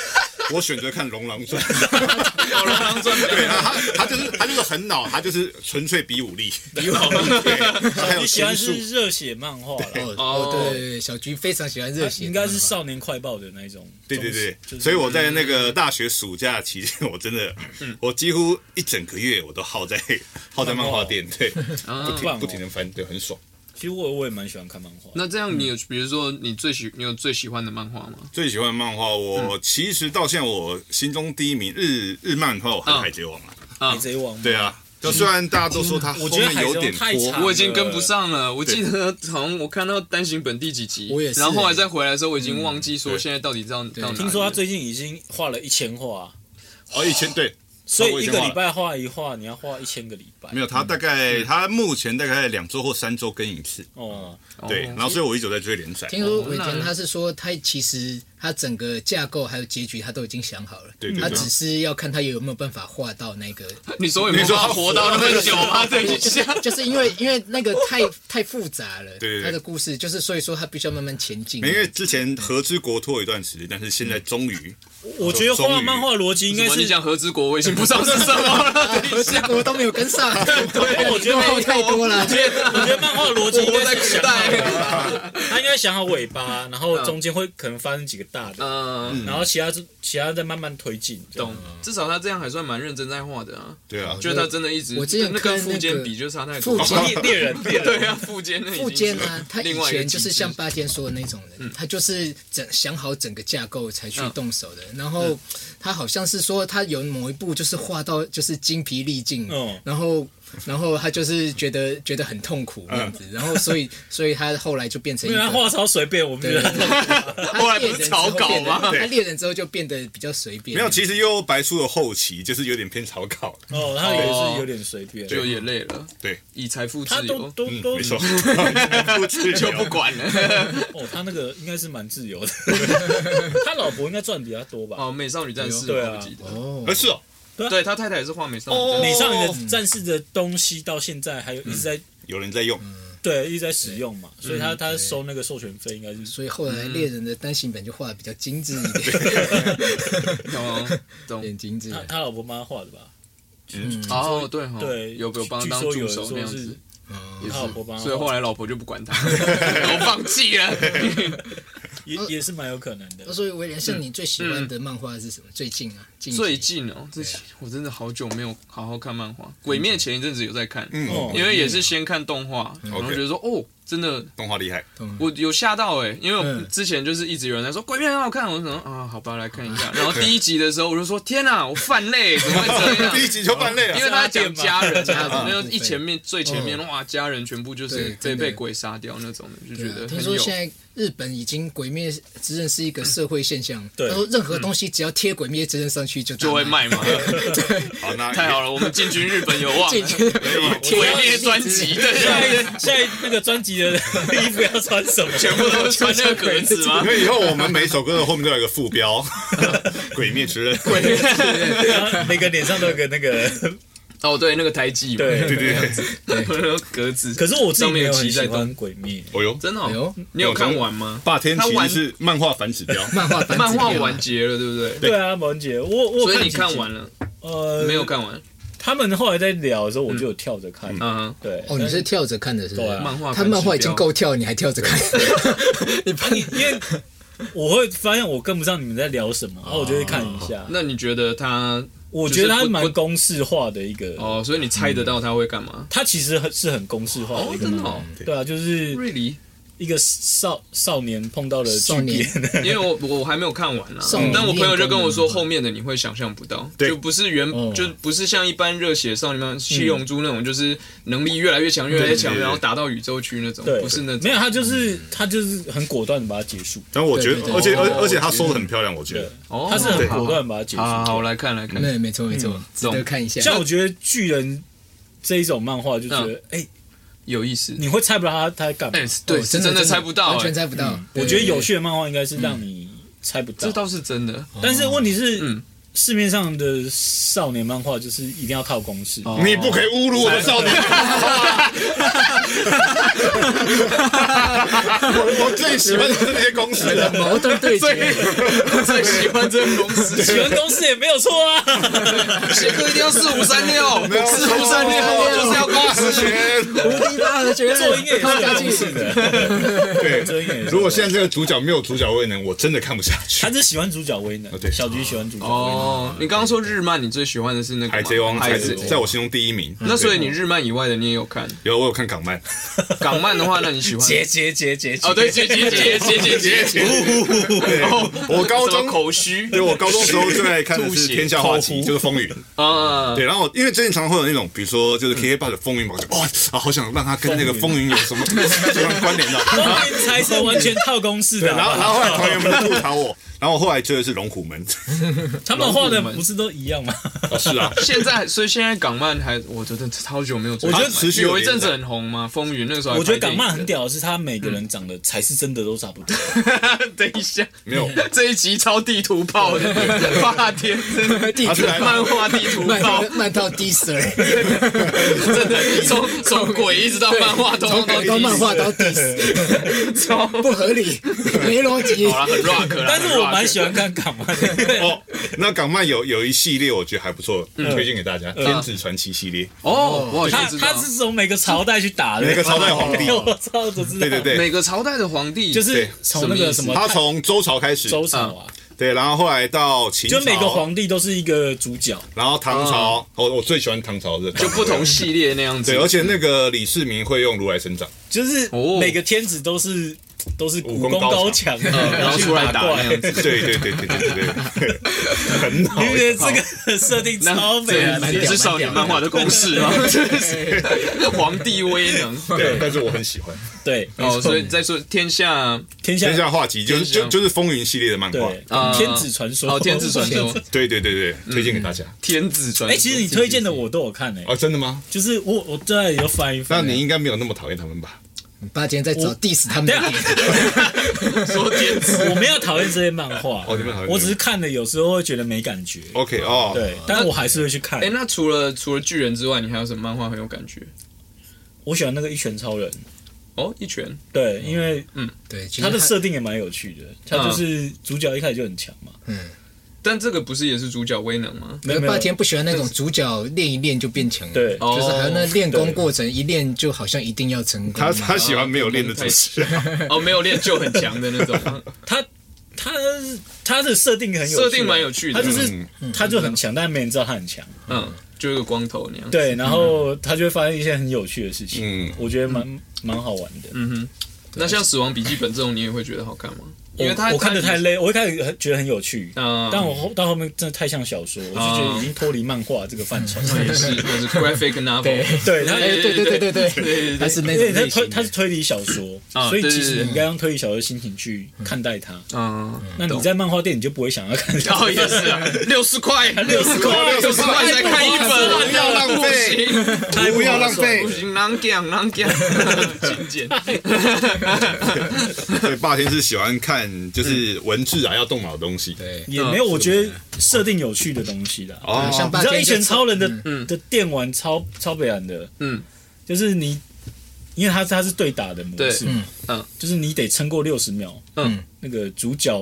[SPEAKER 2] 我选择看《龙狼传》。
[SPEAKER 1] 哦龙狼传
[SPEAKER 2] 对啊，他他就是他就是很脑，他就是纯粹比武力，
[SPEAKER 3] 比好
[SPEAKER 2] 对，还有
[SPEAKER 3] 你喜欢
[SPEAKER 2] 心术。
[SPEAKER 3] 是热血漫画啦，
[SPEAKER 4] 哦哦对对，对小菊非常喜欢热血的漫画，
[SPEAKER 3] 啊应该是少年快报的那一种。
[SPEAKER 2] 对对对，
[SPEAKER 3] 就是
[SPEAKER 2] 所以我在那个大学暑假期间，我真的，嗯我几乎一整个月我都耗 在耗在漫画店，对，不
[SPEAKER 1] 嗯
[SPEAKER 3] 棒哦
[SPEAKER 2] 停不停的翻，对，很爽。
[SPEAKER 3] 其实我我也蛮喜欢看漫画。
[SPEAKER 1] 那这样你有比如说你最喜你有最喜欢的漫画吗？
[SPEAKER 2] 最喜欢的漫画，我其实到现在我心中第一名日日漫的话，我还是海贼王啊。
[SPEAKER 1] 啊
[SPEAKER 3] 海贼王吗
[SPEAKER 2] 对，啊，就虽然大家都说他
[SPEAKER 3] 我
[SPEAKER 2] 后
[SPEAKER 3] 觉得
[SPEAKER 2] 面有点
[SPEAKER 3] 海贼王太长
[SPEAKER 2] 拖，
[SPEAKER 1] 我已经跟不上了，我记得好像我看到单行本第几集，
[SPEAKER 4] 我也是
[SPEAKER 1] 然后后来再回来的时候，我已经忘记说现在到底到到哪里了。
[SPEAKER 3] 听说他最近已经画了一千画，
[SPEAKER 2] 哦，以前对，
[SPEAKER 3] 所
[SPEAKER 2] 我
[SPEAKER 3] 以
[SPEAKER 2] 已
[SPEAKER 3] 一
[SPEAKER 2] 经
[SPEAKER 3] 个
[SPEAKER 2] 画
[SPEAKER 3] 礼
[SPEAKER 2] 了
[SPEAKER 3] 拜画一画，你要画一千个礼拜
[SPEAKER 2] 没。有他大概他目前大概两周或三周更一次，
[SPEAKER 3] 哦，
[SPEAKER 2] 对，然后所以我一直有在追联赛，
[SPEAKER 4] 听说
[SPEAKER 1] 哦
[SPEAKER 4] 伟田
[SPEAKER 1] 那
[SPEAKER 4] 他是说，他其实他整个架构还有结局他都已经想好了，
[SPEAKER 2] 对对对
[SPEAKER 4] 他只是要看他有没有办法画到那个，
[SPEAKER 1] 你说有没有办法活到那么久吗？等一下，
[SPEAKER 4] 就是因为因为那个太太复杂了，
[SPEAKER 2] 对对对
[SPEAKER 4] 他的故事就是所以说他必须要慢慢前进，
[SPEAKER 2] 因为之前合之国拖有一段时间，但是现在终于
[SPEAKER 3] 我觉得
[SPEAKER 2] 终
[SPEAKER 3] 画
[SPEAKER 2] 于
[SPEAKER 3] 漫画逻辑应该
[SPEAKER 1] 什么 你
[SPEAKER 3] 是，
[SPEAKER 1] 讲和之国，我已经不知道是什么 了。等一
[SPEAKER 4] 结
[SPEAKER 1] 下，
[SPEAKER 4] 果都没有跟上，
[SPEAKER 3] 对，我觉得
[SPEAKER 4] 落后太多了
[SPEAKER 3] 我。觉得我觉得漫画逻辑应
[SPEAKER 1] 我
[SPEAKER 3] 该
[SPEAKER 1] 在
[SPEAKER 3] 是
[SPEAKER 1] 古
[SPEAKER 3] 想好
[SPEAKER 1] 代。
[SPEAKER 3] 他应该想好尾巴，然后中间会可能发生几个大的，
[SPEAKER 1] 嗯，
[SPEAKER 3] 然后其他就其他再慢慢推进。这样
[SPEAKER 1] 懂。至少他这样还算蛮认真在画的啊。
[SPEAKER 2] 对啊，
[SPEAKER 1] 就是他真的一直，
[SPEAKER 4] 我之前
[SPEAKER 1] 那
[SPEAKER 4] 看
[SPEAKER 1] 跟
[SPEAKER 4] 那个
[SPEAKER 1] 富坚比就差太多。
[SPEAKER 4] 富坚
[SPEAKER 3] 猎猎 人，猎人
[SPEAKER 1] 对啊，富坚那已经是
[SPEAKER 4] 富坚呢，他以
[SPEAKER 1] 另外一个嗯
[SPEAKER 4] 前
[SPEAKER 1] 极
[SPEAKER 4] 就
[SPEAKER 1] 致
[SPEAKER 4] 是像八天说的那种人，他就是整想好整个架构才去动手
[SPEAKER 1] 嗯
[SPEAKER 4] 的。然后他好像是说，他有某一步就是画到就是精疲力尽
[SPEAKER 3] 嗯，
[SPEAKER 4] 然后然后他就是觉得觉得很痛苦
[SPEAKER 1] 嗯
[SPEAKER 4] 那样子，然后所以 所以他后来就变成一
[SPEAKER 3] 因为他
[SPEAKER 4] 个。
[SPEAKER 3] 画超随便，我们觉
[SPEAKER 4] 对，
[SPEAKER 3] 得
[SPEAKER 4] 后
[SPEAKER 1] 后来不是草稿吗
[SPEAKER 4] 他猎人之后就变得比较随便。
[SPEAKER 2] 没有，其实又白书的后期就是有点偏草稿，
[SPEAKER 3] 哦，他也是有点随便。
[SPEAKER 1] 就也累了。
[SPEAKER 2] 对，
[SPEAKER 1] 以财富
[SPEAKER 3] 他
[SPEAKER 1] 哦自
[SPEAKER 3] 都
[SPEAKER 1] 由
[SPEAKER 3] 都
[SPEAKER 2] 嗯，
[SPEAKER 3] 都
[SPEAKER 2] 没错，
[SPEAKER 1] 就不管了。
[SPEAKER 3] 哦，他那个应该是蛮自由 的，他老婆应该赚比他多吧？
[SPEAKER 1] 哦，美少女战士，
[SPEAKER 3] 对啊
[SPEAKER 1] 我记得，
[SPEAKER 4] 哦
[SPEAKER 2] 而，是哦，
[SPEAKER 1] 对他太太也是画美少女战
[SPEAKER 3] 美
[SPEAKER 1] 士。
[SPEAKER 3] 少女的战士的东西到现在还有一直
[SPEAKER 1] 嗯
[SPEAKER 3] 在
[SPEAKER 2] 有人在用，
[SPEAKER 3] 对一直在使用嘛，所以他他
[SPEAKER 4] 对
[SPEAKER 3] 收那个授权费应该是
[SPEAKER 4] 所以后来
[SPEAKER 1] 嗯
[SPEAKER 4] 猎人的单行本就画的比较精致一点，
[SPEAKER 3] 哦
[SPEAKER 1] 懂懂。
[SPEAKER 4] 很精致。
[SPEAKER 3] 他他老婆帮他画的吧？
[SPEAKER 2] 嗯，
[SPEAKER 1] 哦，对哈，
[SPEAKER 3] 对
[SPEAKER 1] 有有帮他当
[SPEAKER 3] 据说有
[SPEAKER 1] 助
[SPEAKER 3] 人
[SPEAKER 1] 手那样
[SPEAKER 3] 说
[SPEAKER 1] 子
[SPEAKER 3] 是，
[SPEAKER 1] 也
[SPEAKER 3] 他老婆帮
[SPEAKER 1] 是，
[SPEAKER 3] 他
[SPEAKER 1] 所以后来老婆就不管 他，我放弃了。
[SPEAKER 3] 也
[SPEAKER 1] 呃
[SPEAKER 3] 也是蛮有可能的
[SPEAKER 4] 那。所以威廉，像你最喜欢的漫画是什么？最近啊，近期
[SPEAKER 1] 嗯最近哦，这我真的好久没有好好看漫画，
[SPEAKER 4] 嗯
[SPEAKER 1] 《鬼灭》前一阵子有在看，
[SPEAKER 3] 哦，
[SPEAKER 1] 因为也是先看动画，然后
[SPEAKER 2] 嗯 OK
[SPEAKER 1] 觉得说哦，真的
[SPEAKER 2] 动画厉害，
[SPEAKER 1] 我有吓到哎、因为我
[SPEAKER 4] 嗯
[SPEAKER 1] 之前就是一直有人在说《鬼灭》很好看，我就想啊，好吧，来看一下。然后第一集的时候，我就说天哪、我犯累，怎么会这样
[SPEAKER 2] 第？一集就办累
[SPEAKER 1] 因
[SPEAKER 2] 了，
[SPEAKER 1] 为他讲家人，家人，
[SPEAKER 4] 嗯
[SPEAKER 1] 那一前面最前面哇，家人全部就是
[SPEAKER 4] 对
[SPEAKER 1] 被
[SPEAKER 4] 真的
[SPEAKER 1] 被鬼杀掉那种的，就觉
[SPEAKER 4] 对啊
[SPEAKER 1] 得
[SPEAKER 4] 听
[SPEAKER 1] 很
[SPEAKER 4] 说
[SPEAKER 1] 有
[SPEAKER 4] 现在日本已经《鬼灭之刃》是一个社会现象。
[SPEAKER 3] 对
[SPEAKER 4] 他说任何东西只要贴《鬼灭之刃》上去就大
[SPEAKER 1] 嗯就会。 卖嘛。
[SPEAKER 2] 好，那
[SPEAKER 1] 太好了，我们进军日本有望，啊
[SPEAKER 4] 进去
[SPEAKER 1] 鬼灭专辑，对
[SPEAKER 3] 下一
[SPEAKER 1] 对对，
[SPEAKER 3] 下一那个专辑的衣服要 穿什么？
[SPEAKER 1] 全部都穿那个格子吗
[SPEAKER 2] 因？为以后我们每首歌的后面都有一个副标，《鬼灭之刃》，
[SPEAKER 1] 啊
[SPEAKER 3] 然后每个脸上都有个那个
[SPEAKER 1] 哦，对，那个胎记嘛，
[SPEAKER 3] 对
[SPEAKER 2] 对对 对，
[SPEAKER 1] 格子。
[SPEAKER 3] 可是我自己没
[SPEAKER 1] 上面
[SPEAKER 3] 有很
[SPEAKER 1] 有旗
[SPEAKER 3] 喜
[SPEAKER 1] 在
[SPEAKER 3] 欢
[SPEAKER 1] 动
[SPEAKER 3] 鬼灭，
[SPEAKER 2] 哦哟，
[SPEAKER 1] 真的
[SPEAKER 4] 哎
[SPEAKER 1] 哦
[SPEAKER 4] 呦，
[SPEAKER 1] 你有看完吗？
[SPEAKER 2] 霸天
[SPEAKER 1] 他
[SPEAKER 2] 其
[SPEAKER 1] 玩
[SPEAKER 2] 实是漫画反指标，
[SPEAKER 4] 漫画版
[SPEAKER 1] 漫画
[SPEAKER 4] 指标
[SPEAKER 1] 完结了，对不对？
[SPEAKER 3] 对啊，毛姐，我我
[SPEAKER 1] 所以你
[SPEAKER 3] 几集
[SPEAKER 1] 看完了
[SPEAKER 3] 呃
[SPEAKER 1] 没有？看完？
[SPEAKER 3] 他们后来在聊的时候，我就有跳着看。
[SPEAKER 1] 嗯，
[SPEAKER 3] 对，
[SPEAKER 4] 哦，你是跳着看的，是不
[SPEAKER 3] 对啊
[SPEAKER 4] 是？
[SPEAKER 1] 漫画版
[SPEAKER 4] 他漫画已
[SPEAKER 1] 指标
[SPEAKER 4] 经够跳，你还跳着看？你
[SPEAKER 3] 啊但是因为我会发现我跟不上你们在聊什么，然后我就会看一下。
[SPEAKER 1] 那你觉得他
[SPEAKER 3] 我
[SPEAKER 1] 哦
[SPEAKER 3] 觉得
[SPEAKER 1] 就是
[SPEAKER 3] 它
[SPEAKER 1] 不
[SPEAKER 3] 蛮
[SPEAKER 1] 不
[SPEAKER 3] 公式化的一个，
[SPEAKER 1] 哦，所以你猜得到他会干嘛？
[SPEAKER 3] 它其实很是很公式化的
[SPEAKER 1] 哦，
[SPEAKER 3] 一个
[SPEAKER 1] 真，的哦
[SPEAKER 3] 对啊，就是
[SPEAKER 1] ，really？
[SPEAKER 3] 一个少少年碰到了
[SPEAKER 4] 少
[SPEAKER 3] 巨
[SPEAKER 4] 年
[SPEAKER 3] 变，
[SPEAKER 1] 因为我 我还没有看完呢、啊
[SPEAKER 4] 少年
[SPEAKER 1] 但我朋友就跟我说，
[SPEAKER 4] 练功
[SPEAKER 1] 后面的你会想象不到，
[SPEAKER 2] 对
[SPEAKER 1] 就不是原、
[SPEAKER 3] 哦
[SPEAKER 1] 就不是像一般热血少年漫、七龙珠那种，就是能力越来越强、越来越强，
[SPEAKER 2] 对对对
[SPEAKER 1] 然后打到宇宙区那种，
[SPEAKER 3] 对，
[SPEAKER 1] 不是那种
[SPEAKER 3] 没有，他就是他就是很果断的把它结束，
[SPEAKER 2] 但我觉得
[SPEAKER 4] 对对，对
[SPEAKER 2] 而且而且
[SPEAKER 1] 哦
[SPEAKER 2] 而且他说的很漂亮，我觉得。
[SPEAKER 1] 哦，
[SPEAKER 3] 他是很
[SPEAKER 1] 好
[SPEAKER 3] 果断地把它结
[SPEAKER 1] 哦
[SPEAKER 3] 束。
[SPEAKER 1] 好好，我来看来看，
[SPEAKER 4] 对，没错没错，值得
[SPEAKER 1] 嗯懂
[SPEAKER 4] 看一下。
[SPEAKER 3] 像我觉得巨人这一种漫画，就觉得哎，
[SPEAKER 1] 有意思。
[SPEAKER 3] 你会猜不到他他在干嘛
[SPEAKER 1] 嗯哎、。对，
[SPEAKER 4] 哦
[SPEAKER 1] 是真的猜不到、
[SPEAKER 4] 完全
[SPEAKER 1] 哎
[SPEAKER 4] 猜不到。对
[SPEAKER 3] 我觉得有，趣的漫画应该是让你猜不
[SPEAKER 1] 这
[SPEAKER 3] 到，
[SPEAKER 1] 倒是真的。
[SPEAKER 3] 但是问题是
[SPEAKER 1] 嗯，
[SPEAKER 3] 市面上的少年漫画就是一定要靠公式。
[SPEAKER 1] 哦
[SPEAKER 2] 你不可以侮辱我的少年！ 我我最喜欢的是那些公司
[SPEAKER 4] 对对
[SPEAKER 2] 了。
[SPEAKER 4] 矛盾 对决，
[SPEAKER 1] 最喜欢这个公司，
[SPEAKER 3] 喜欢公式也没有错啊，
[SPEAKER 1] 杰克一定要四五三六， 四五三六
[SPEAKER 4] 错
[SPEAKER 1] 就是要公司。
[SPEAKER 4] 无敌大和爵，
[SPEAKER 3] 做音乐也
[SPEAKER 4] 靠
[SPEAKER 3] 是
[SPEAKER 4] 家
[SPEAKER 3] 有
[SPEAKER 4] 具
[SPEAKER 3] 公式的，做音乐
[SPEAKER 2] 对
[SPEAKER 3] 也，是
[SPEAKER 2] 如果现在这个主角没有主角威能，我真的看不下 去
[SPEAKER 3] 他。只喜欢主角威能
[SPEAKER 2] 哦，对
[SPEAKER 3] 小菊喜欢主角威能。
[SPEAKER 1] 哦，你刚刚说日漫，你最喜欢的是那个吗
[SPEAKER 2] 海贼王
[SPEAKER 1] 海
[SPEAKER 2] 才
[SPEAKER 1] 贼
[SPEAKER 2] 是在我心中第一名。
[SPEAKER 1] 那所以你日漫以外的你也有看，
[SPEAKER 2] 有我有看 港漫，
[SPEAKER 1] 港漫的话，那你 喜欢？
[SPEAKER 3] 结结结结结
[SPEAKER 1] 哦，对，结结结结结结结，
[SPEAKER 2] 哦我高中
[SPEAKER 1] 哦什么口虚，
[SPEAKER 2] 对我高中时候最爱看的
[SPEAKER 1] 吐
[SPEAKER 2] 是
[SPEAKER 1] 血
[SPEAKER 2] 《天下花旗》，就是风云。
[SPEAKER 1] 啊，
[SPEAKER 2] 对，然后因为之前常常会有那种，比如说
[SPEAKER 1] 嗯
[SPEAKER 2] 就是 KK 爸的风云榜，就哇啊，好想让他跟那个风云 有什么什么关联的。
[SPEAKER 3] 光云财神完全套公式的
[SPEAKER 2] 对，然后然后后来团员们就吐槽我，然后我后来追的是龙虎门。
[SPEAKER 3] 他们画的不是都一样吗？
[SPEAKER 1] 哦
[SPEAKER 2] 是啊，
[SPEAKER 1] 现在所以现在港漫还，我真的超久没有追，
[SPEAKER 2] 我觉得持续有
[SPEAKER 1] 有一阵子很红嘛，风云那个时候，
[SPEAKER 3] 我觉得港漫很。屌的是，他每个人长得才是真的都差不多。
[SPEAKER 1] 等一下，
[SPEAKER 2] 没有，
[SPEAKER 1] 这一集超地图炮 的，霸天真的
[SPEAKER 4] 地
[SPEAKER 2] 他是
[SPEAKER 4] 主
[SPEAKER 2] 来
[SPEAKER 1] 漫画地图
[SPEAKER 4] 慢
[SPEAKER 1] 炮
[SPEAKER 4] 到，慢到 diss，
[SPEAKER 1] 真的从从鬼一直到漫画，
[SPEAKER 4] 从搞到漫画到 diss，
[SPEAKER 1] 超
[SPEAKER 4] 不合理，没逻辑。
[SPEAKER 1] 好啦，很 rock 啦。
[SPEAKER 3] 但是我蛮
[SPEAKER 1] 很 rock
[SPEAKER 3] 喜欢看港漫的，
[SPEAKER 2] 哦，那港漫有有一系列我觉得还不错，
[SPEAKER 3] 嗯
[SPEAKER 2] 推荐给大家《天子传奇》系列，
[SPEAKER 3] 啊
[SPEAKER 1] 哦，我好
[SPEAKER 3] 他
[SPEAKER 1] 像知道
[SPEAKER 3] 他，是从每个朝代去打的，
[SPEAKER 2] 那个朝代皇帝，
[SPEAKER 3] 我操，这知道。
[SPEAKER 2] 对对，对，
[SPEAKER 1] 每个朝代的皇帝
[SPEAKER 3] 就是从那个什么
[SPEAKER 2] 他从周朝开始，
[SPEAKER 3] 周朝啊，
[SPEAKER 2] 对，然后后来到秦
[SPEAKER 3] 就每个
[SPEAKER 2] 朝，
[SPEAKER 3] 皇嗯帝都是一个主角。
[SPEAKER 2] 然后唐朝，哦我我最喜欢唐朝的，
[SPEAKER 1] 就不同系列那样子。
[SPEAKER 2] 对，而且那个李世民会用如来神 掌，
[SPEAKER 3] 就是
[SPEAKER 1] 哦
[SPEAKER 3] 每个天子都是都是
[SPEAKER 2] 武
[SPEAKER 3] 武
[SPEAKER 2] 功
[SPEAKER 3] 功
[SPEAKER 2] 高
[SPEAKER 3] 高强，
[SPEAKER 1] 嗯然后出来打那
[SPEAKER 3] 怪。
[SPEAKER 1] 样
[SPEAKER 3] 你
[SPEAKER 1] 子，
[SPEAKER 2] 对对对对对对对，很好
[SPEAKER 3] 不，觉得这个设定超美啊？
[SPEAKER 1] 这
[SPEAKER 4] 屌
[SPEAKER 1] 也是少年漫画的公式 吗？ 皇帝威能
[SPEAKER 2] 对，但是我很喜欢《
[SPEAKER 3] 对，没
[SPEAKER 1] 哦，
[SPEAKER 3] 错
[SPEAKER 1] 所以再说天下
[SPEAKER 3] 天下
[SPEAKER 2] 天下画集》，就是就就是风云系列的漫画，
[SPEAKER 3] 对嗯
[SPEAKER 1] 啊
[SPEAKER 3] 天子传说，
[SPEAKER 1] 哦，天子传说，
[SPEAKER 2] 对对对对，推荐给大家。
[SPEAKER 1] 天子传
[SPEAKER 3] 哎，
[SPEAKER 1] 说。
[SPEAKER 3] 其实你推荐的我都有看诶，
[SPEAKER 2] 哦，真的吗？
[SPEAKER 3] 就是我我这里有翻一
[SPEAKER 2] 那
[SPEAKER 3] 翻。欸
[SPEAKER 2] 你应该没有那么讨厌他们吧？
[SPEAKER 4] 爸今天在找 diss 他们的点，
[SPEAKER 1] 说天子，
[SPEAKER 3] 我没有讨厌这些漫画，
[SPEAKER 2] 哦你没有讨厌
[SPEAKER 3] 我只是看了有时候会觉得没感觉，
[SPEAKER 2] OK 哦，
[SPEAKER 3] 对，但我还是会去看
[SPEAKER 1] 哎，。那除了除了巨人之外，你还有什么漫画很有感觉？
[SPEAKER 3] 我喜欢那个一拳超人，
[SPEAKER 1] 哦，一拳，
[SPEAKER 3] 对，因为
[SPEAKER 4] 对，其实
[SPEAKER 3] 他的设定也蛮有趣的，他
[SPEAKER 1] 嗯
[SPEAKER 3] 就是主角一开始就很强嘛，
[SPEAKER 1] 但这个不是也是主角威能吗？
[SPEAKER 4] 没有霸天不喜欢那种主角练一练就变强，
[SPEAKER 3] 对
[SPEAKER 4] 就是还有那练功
[SPEAKER 3] 对
[SPEAKER 4] 过程一练就好像一定要成功
[SPEAKER 2] 他，他喜欢没有练的主持人，
[SPEAKER 1] 哦，没有练就 很强的那种，
[SPEAKER 3] 他他他的设定很有趣啊
[SPEAKER 1] 设定蛮有趣的
[SPEAKER 3] 他就是
[SPEAKER 2] 嗯
[SPEAKER 3] 他就很强，但没人知道他很强。
[SPEAKER 1] 嗯，就一个光头那样。
[SPEAKER 3] 对，然后他就会发现一些很有趣的事情，
[SPEAKER 2] 嗯
[SPEAKER 3] 我觉得蛮蛮好玩的。
[SPEAKER 1] 嗯哼，那像《死亡笔记本》这种，你也会觉得好看吗？因为它
[SPEAKER 3] 我我看的太
[SPEAKER 1] 累，
[SPEAKER 3] 累，我一开始很觉得很有趣，
[SPEAKER 1] 嗯，哦
[SPEAKER 3] 但我后到后面真的太像小说，我就觉得已经脱离漫画这个范畴。
[SPEAKER 1] 嗯也是也是 graphic novel，
[SPEAKER 4] 对
[SPEAKER 3] 对，他
[SPEAKER 4] 哎对对对对
[SPEAKER 1] 对
[SPEAKER 4] 对，他是那种
[SPEAKER 3] 他
[SPEAKER 4] 类型
[SPEAKER 3] 推
[SPEAKER 4] 的
[SPEAKER 3] 他是推理小说，
[SPEAKER 1] 啊
[SPEAKER 3] 所以
[SPEAKER 1] 对
[SPEAKER 3] 其
[SPEAKER 1] 对
[SPEAKER 3] 实
[SPEAKER 1] 对
[SPEAKER 3] 你应该用推理小说的心情去看待它。
[SPEAKER 1] 嗯，
[SPEAKER 3] 那你在漫画店你就不会想要看
[SPEAKER 1] 然
[SPEAKER 3] 它。
[SPEAKER 1] 后也是 啊，六十块，六
[SPEAKER 3] 十
[SPEAKER 2] 哦
[SPEAKER 3] 块
[SPEAKER 1] 六十块才看一本，
[SPEAKER 2] 不要浪费
[SPEAKER 1] 不行，
[SPEAKER 2] 不要浪费
[SPEAKER 1] 不。行，难讲难讲，请见。
[SPEAKER 2] 对，霸天是喜欢看就是文字啊，要动脑的东西。
[SPEAKER 4] 对，
[SPEAKER 3] 也没有，
[SPEAKER 1] 嗯
[SPEAKER 3] 我觉得设定有趣的东西的。
[SPEAKER 2] 哦，
[SPEAKER 4] 像
[SPEAKER 3] 你
[SPEAKER 4] 霸
[SPEAKER 3] 知道
[SPEAKER 4] 天
[SPEAKER 3] 一拳
[SPEAKER 4] 就
[SPEAKER 3] 超人的、的电玩超超北蓝的，
[SPEAKER 1] 嗯，
[SPEAKER 3] 就是你，因为它它是对打的模式
[SPEAKER 1] 对
[SPEAKER 3] 嘛，
[SPEAKER 1] 嗯
[SPEAKER 3] 就是你得撑过六十秒，
[SPEAKER 1] 嗯，
[SPEAKER 3] 那个主角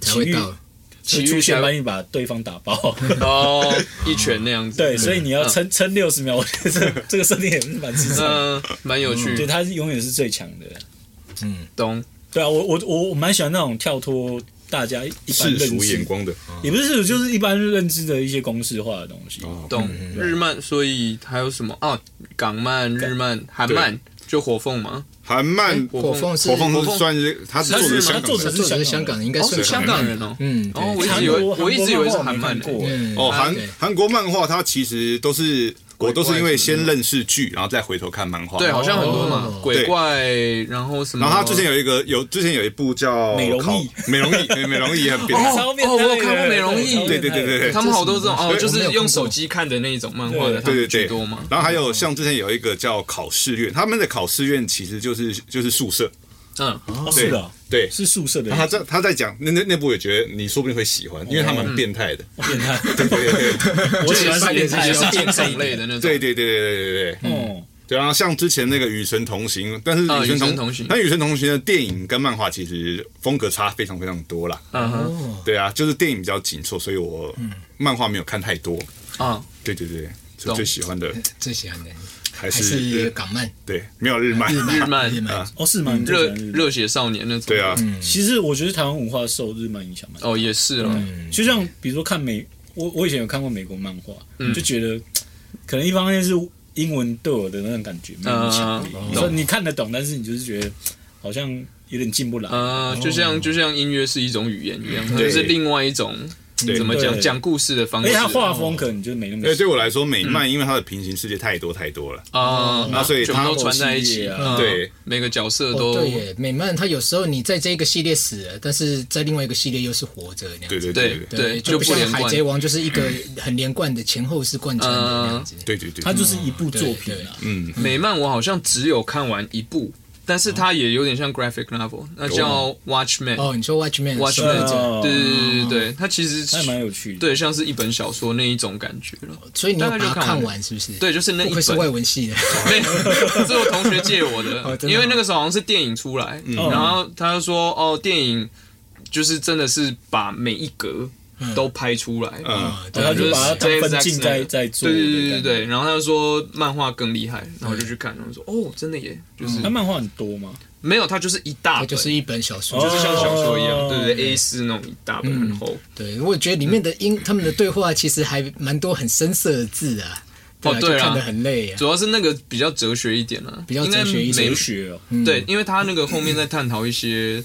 [SPEAKER 4] 才会到，
[SPEAKER 1] 奇
[SPEAKER 3] 会
[SPEAKER 1] 遇
[SPEAKER 3] 出
[SPEAKER 1] 才
[SPEAKER 3] 现把你把对方打爆，
[SPEAKER 1] 哦，一拳那样子，
[SPEAKER 3] 对，所以你要撑撑六十秒，我觉得这这个设定也是蛮智障的，
[SPEAKER 1] 呃嗯，蛮有
[SPEAKER 3] 就
[SPEAKER 1] 趣，
[SPEAKER 3] 他是永远是最强的，
[SPEAKER 1] 懂。
[SPEAKER 3] 对啊，我我我我蛮喜欢那种跳脱大家一般
[SPEAKER 2] 世
[SPEAKER 3] 认
[SPEAKER 2] 俗眼
[SPEAKER 3] 知，
[SPEAKER 2] 光的
[SPEAKER 3] 也不是世俗，就是一般认知的一些公式化的东西。
[SPEAKER 2] 哦，
[SPEAKER 1] 懂日漫，所以还有什么哦？港漫、日漫、韩漫，就火凤嘛。
[SPEAKER 2] 韩漫
[SPEAKER 1] 火
[SPEAKER 4] 火凤是
[SPEAKER 2] 火凤
[SPEAKER 1] 火
[SPEAKER 2] 是
[SPEAKER 1] 凤
[SPEAKER 2] 算是他是做
[SPEAKER 3] 是
[SPEAKER 2] 的
[SPEAKER 3] 吗
[SPEAKER 2] 香
[SPEAKER 3] 他
[SPEAKER 2] 港
[SPEAKER 3] 做的
[SPEAKER 2] 的
[SPEAKER 4] 他作者是香港人，应该
[SPEAKER 1] 哦，
[SPEAKER 4] 算
[SPEAKER 1] 是香港人哦。
[SPEAKER 4] 嗯，对
[SPEAKER 1] 哦，我一直以为
[SPEAKER 3] 韩国
[SPEAKER 1] 我一直以为是
[SPEAKER 3] 韩
[SPEAKER 1] 韩
[SPEAKER 3] 国
[SPEAKER 1] 漫欸
[SPEAKER 3] 漫画
[SPEAKER 1] 呢。
[SPEAKER 3] 我没看过
[SPEAKER 4] 嗯
[SPEAKER 2] 哦，韩
[SPEAKER 4] 对
[SPEAKER 2] 韩国漫画它其实都是我都是因为先认识剧，然后再回头看漫画。
[SPEAKER 1] 对，好像很多嘛
[SPEAKER 4] 哦，
[SPEAKER 1] 鬼怪，然后什么？
[SPEAKER 2] 然后他之前有一个有之前有一部叫
[SPEAKER 3] 美容
[SPEAKER 2] 考
[SPEAKER 3] 仪，
[SPEAKER 2] 美容仪，美容仪很变态。
[SPEAKER 3] 啊超变态
[SPEAKER 1] 哦
[SPEAKER 3] 的
[SPEAKER 1] 我有看过美容
[SPEAKER 3] 对
[SPEAKER 1] 仪
[SPEAKER 3] 超变态的
[SPEAKER 2] 对对对对
[SPEAKER 1] 他们好多这种哦，
[SPEAKER 4] 这
[SPEAKER 1] 就
[SPEAKER 4] 是什么
[SPEAKER 1] 是用手机看的那一种漫画的，他
[SPEAKER 2] 对
[SPEAKER 1] 们
[SPEAKER 2] 对
[SPEAKER 1] 居
[SPEAKER 2] 对
[SPEAKER 1] 多嘛，。
[SPEAKER 2] 然后还有像之前有一个叫考试院，他们的考试院其实就是就是宿舍，
[SPEAKER 1] 嗯，
[SPEAKER 3] 哦
[SPEAKER 2] 对啊
[SPEAKER 3] 是的，
[SPEAKER 2] 对。哦
[SPEAKER 3] 是宿舍的
[SPEAKER 2] 然后他在他在讲那那那部，我觉得你说不定会喜欢，因为他蛮变态的。
[SPEAKER 3] 变态，
[SPEAKER 2] 对对对对
[SPEAKER 3] 我喜欢是变态
[SPEAKER 1] 也
[SPEAKER 3] 的
[SPEAKER 1] 是惊悚类的那种。
[SPEAKER 2] 对对对 对对对对。
[SPEAKER 3] 哦，
[SPEAKER 2] 对啊，像之前那个《与神同行》，但是
[SPEAKER 1] 啊
[SPEAKER 2] 《与神
[SPEAKER 1] 与神同行
[SPEAKER 2] 但《哦与神同行》的电影跟漫画其实风格差非常非常多啦。
[SPEAKER 1] 嗯哼，
[SPEAKER 4] 哦
[SPEAKER 2] 对啊，就是电影比较紧凑，所以我漫画没有看太多。
[SPEAKER 1] 啊，
[SPEAKER 2] 对对对，所以
[SPEAKER 1] 懂
[SPEAKER 2] 最喜欢的
[SPEAKER 4] 最喜欢的还
[SPEAKER 2] 还是
[SPEAKER 4] 是港漫
[SPEAKER 2] 对，没有日漫。
[SPEAKER 1] 日漫
[SPEAKER 4] 日漫
[SPEAKER 2] 啊，
[SPEAKER 3] 哦是吗？你最喜
[SPEAKER 1] 嗯热
[SPEAKER 3] 欢日本
[SPEAKER 1] 热血少年那种。
[SPEAKER 2] 对啊，
[SPEAKER 3] 其实我觉得台湾文化受日漫影响蛮大
[SPEAKER 1] 哦，也是了。
[SPEAKER 3] 就像比如说看美，我我以前有看过美国漫画，
[SPEAKER 1] 嗯
[SPEAKER 3] 就觉得可能一方面是英文对我的那种感觉没有那么强烈，
[SPEAKER 1] 嗯
[SPEAKER 3] 你说你看得懂，但是你就是觉得好像有点进不来。
[SPEAKER 1] 呃，就
[SPEAKER 3] 哦
[SPEAKER 1] 像就像音乐是一种语言一样，它就是另外一种
[SPEAKER 2] 对
[SPEAKER 1] 怎么讲
[SPEAKER 3] 对
[SPEAKER 1] 讲故事的方
[SPEAKER 3] 而
[SPEAKER 1] 式。啊
[SPEAKER 3] 且它画风可能就没那么
[SPEAKER 2] 哦对，对我来说，美漫因为它的平行世界太多太多了。
[SPEAKER 1] 啊，
[SPEAKER 2] 那所以
[SPEAKER 1] 全
[SPEAKER 2] 它
[SPEAKER 1] 部都串在一
[SPEAKER 3] 嗯系
[SPEAKER 1] 起
[SPEAKER 3] 列啊
[SPEAKER 1] 嗯
[SPEAKER 2] 对
[SPEAKER 1] 每个角色
[SPEAKER 4] 哦，
[SPEAKER 1] 都
[SPEAKER 4] 对耶，美漫它有时候你在这一个系列死了，但是在另外一个系列又是活着那样
[SPEAKER 2] 对
[SPEAKER 4] 子。
[SPEAKER 2] 对
[SPEAKER 1] 对
[SPEAKER 2] 对
[SPEAKER 1] 对，
[SPEAKER 4] 就
[SPEAKER 1] 就
[SPEAKER 4] 不
[SPEAKER 1] 不
[SPEAKER 4] 像
[SPEAKER 1] 连
[SPEAKER 4] 海
[SPEAKER 1] 贯
[SPEAKER 4] 贼。王就是一个很连贯的前后是贯穿的
[SPEAKER 1] 呃
[SPEAKER 4] 那样子。
[SPEAKER 2] 对对对，
[SPEAKER 3] 它就是一部作品啊。
[SPEAKER 2] 嗯，
[SPEAKER 1] 美漫我好像只有看完一部，但
[SPEAKER 3] 嗯
[SPEAKER 1] 是它也有点像 graphic novel，那叫 Watchman。
[SPEAKER 4] 哦，你说 Watchman 守护
[SPEAKER 1] Watchman，
[SPEAKER 4] 者，
[SPEAKER 3] 哦
[SPEAKER 1] 对对对对对，它其实
[SPEAKER 3] 它也蛮有趣的，，
[SPEAKER 1] 对，像是一本小说那一种感觉了。
[SPEAKER 4] 所以你要把
[SPEAKER 1] 大概
[SPEAKER 4] 它
[SPEAKER 1] 就看完
[SPEAKER 4] 看完是不是？
[SPEAKER 1] 对，，就是那
[SPEAKER 4] 不
[SPEAKER 1] 一
[SPEAKER 4] 愧
[SPEAKER 1] 本。哦
[SPEAKER 4] 是外文系的。
[SPEAKER 1] 没有，是我同学借我的，
[SPEAKER 4] 哦真的哦嗯
[SPEAKER 1] 因为那个时候好像是电影出来，然后他就说哦，电影就是真的是把每一格都拍出来，
[SPEAKER 2] 嗯
[SPEAKER 4] 啊，对
[SPEAKER 3] 然后
[SPEAKER 4] 啊，
[SPEAKER 3] 它就把它当分镜在
[SPEAKER 1] James X
[SPEAKER 3] 在做。
[SPEAKER 1] 对对对对对，，然后他就说漫画更厉害，
[SPEAKER 4] 嗯
[SPEAKER 1] 然后我就去看，然后说哦，真的耶，就是
[SPEAKER 3] 它漫画很多吗？
[SPEAKER 1] 没有，它就是一大
[SPEAKER 4] 它
[SPEAKER 1] 本，
[SPEAKER 4] 嗯哦就是一本小说，
[SPEAKER 1] 就是像小说一
[SPEAKER 3] 哦
[SPEAKER 1] 样，对不对？A 四那种一大本
[SPEAKER 4] 嗯
[SPEAKER 1] 很厚，
[SPEAKER 4] 对，我觉得里面的英他们的对话其实还蛮多很深色的字啊，对
[SPEAKER 1] 哦
[SPEAKER 4] 啊，就
[SPEAKER 1] 对啊
[SPEAKER 4] 看得很累啊。
[SPEAKER 1] 主要是那个比较哲学一点啊了，
[SPEAKER 4] 比较哲学
[SPEAKER 1] 应
[SPEAKER 4] 一嗯点
[SPEAKER 1] 该
[SPEAKER 3] 哲
[SPEAKER 1] 没
[SPEAKER 3] 学哦，
[SPEAKER 1] 对，因为他那个后面在探讨一些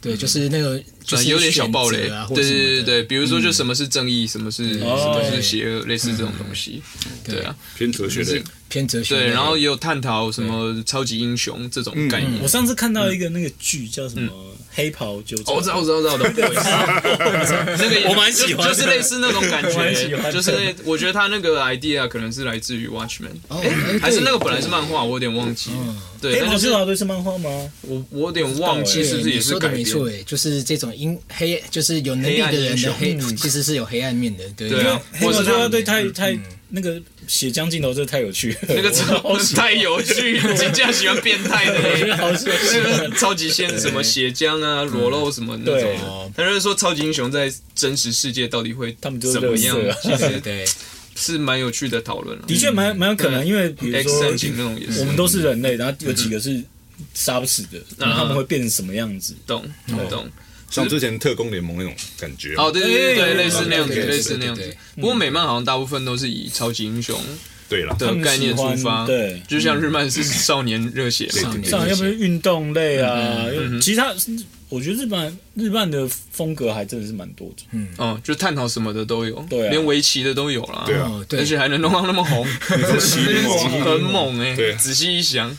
[SPEAKER 4] 对，就是那个就
[SPEAKER 1] 呃
[SPEAKER 4] 是
[SPEAKER 1] 有点小
[SPEAKER 4] 选
[SPEAKER 1] 暴雷
[SPEAKER 4] 择啊，，或
[SPEAKER 1] 对
[SPEAKER 4] 什么
[SPEAKER 1] 对对
[SPEAKER 4] 的
[SPEAKER 1] 对，比如说就什么是正义，什么是什
[SPEAKER 3] 哦
[SPEAKER 1] 么是邪恶，类似这种东西，对啊，
[SPEAKER 2] 偏哲学的。
[SPEAKER 4] 偏哲学类
[SPEAKER 1] 对，
[SPEAKER 4] 的。
[SPEAKER 1] 然后也有探讨什么超级英雄这种概念
[SPEAKER 3] 我。上次看到一个那个剧叫什么《黑袍纠察
[SPEAKER 1] 嗯哦，我知道，我知道，我知道，我懂我知道 那个也
[SPEAKER 3] 我蛮喜欢的
[SPEAKER 1] 就就是类似那种感
[SPEAKER 3] 我蛮喜
[SPEAKER 1] 觉，
[SPEAKER 3] 欢的
[SPEAKER 1] 就是那我觉得他那个 idea 可能是来自于 Watchman，
[SPEAKER 4] 哦
[SPEAKER 1] 哎嗯
[SPEAKER 4] 哎，
[SPEAKER 1] 还是那个
[SPEAKER 4] 对
[SPEAKER 1] 本来是漫画，我有点忘记了，对，
[SPEAKER 3] 黑
[SPEAKER 1] 但
[SPEAKER 3] 袍
[SPEAKER 1] 就是
[SPEAKER 3] 纠察队是漫画吗？
[SPEAKER 1] 我我有点忘记
[SPEAKER 4] 对
[SPEAKER 1] 是不是也
[SPEAKER 4] 你
[SPEAKER 1] 是
[SPEAKER 4] 说
[SPEAKER 1] 改
[SPEAKER 4] 的没
[SPEAKER 1] 编，
[SPEAKER 4] 错诶，就是这种阴黑，就是有能力的人的
[SPEAKER 1] 黑
[SPEAKER 4] 黑，其实是有黑暗面的，对
[SPEAKER 1] 对啊
[SPEAKER 3] 黑
[SPEAKER 1] 或
[SPEAKER 3] 袍
[SPEAKER 1] 者
[SPEAKER 3] 纠察
[SPEAKER 1] 他
[SPEAKER 3] 队太太那个血浆镜头，真的太有趣了。
[SPEAKER 1] 嗯那个超太有 趣了，你竟然喜欢变态的
[SPEAKER 3] 我觉得
[SPEAKER 1] 嘞。
[SPEAKER 3] 好喜
[SPEAKER 1] 那
[SPEAKER 3] 欢
[SPEAKER 1] 个。超级鲜什么血浆啊、裸露什么那
[SPEAKER 3] 对
[SPEAKER 1] 种的，他就是说超级英雄在真实世界到底会
[SPEAKER 3] 他们就是
[SPEAKER 1] 怎么样
[SPEAKER 3] 垃，
[SPEAKER 1] 其
[SPEAKER 4] 对
[SPEAKER 1] 实
[SPEAKER 4] 对，
[SPEAKER 1] 是蛮有趣的讨论啊
[SPEAKER 3] 的确蛮蛮有可能，因为比如
[SPEAKER 1] X
[SPEAKER 3] 说
[SPEAKER 1] 战警那种也
[SPEAKER 3] 我
[SPEAKER 1] 是
[SPEAKER 3] 们都是人类，然后有几个是杀不死的，然后他们会变成什么样子？
[SPEAKER 1] 懂
[SPEAKER 3] 哦
[SPEAKER 1] 懂。
[SPEAKER 2] 像之前特工联盟那种感觉。
[SPEAKER 1] 哦，对对对对，
[SPEAKER 3] 对
[SPEAKER 1] 类似那样子，
[SPEAKER 4] 对对对
[SPEAKER 1] 类似那样
[SPEAKER 4] 对对
[SPEAKER 1] 子
[SPEAKER 4] 对。
[SPEAKER 1] 不过美漫好像大部分都是以超级英雄
[SPEAKER 2] 对了，
[SPEAKER 1] 的概念出发，
[SPEAKER 3] 嗯他们喜欢对嗯
[SPEAKER 1] 就像日漫是少年热血嘛
[SPEAKER 4] 少，年
[SPEAKER 3] 像要不
[SPEAKER 4] 热
[SPEAKER 3] 是
[SPEAKER 4] 血
[SPEAKER 3] 运动类啊，
[SPEAKER 1] 嗯嗯
[SPEAKER 3] 其他我觉得日本日漫的风格还真的是蛮多种。
[SPEAKER 1] 哦，就探讨什么的都有，
[SPEAKER 3] 对啊
[SPEAKER 1] 连围棋的都有啦，
[SPEAKER 2] 对啊
[SPEAKER 4] 哦
[SPEAKER 1] 而
[SPEAKER 4] 对，
[SPEAKER 1] 且还能弄到那么红，很猛哎、
[SPEAKER 2] 对
[SPEAKER 1] 仔细一想，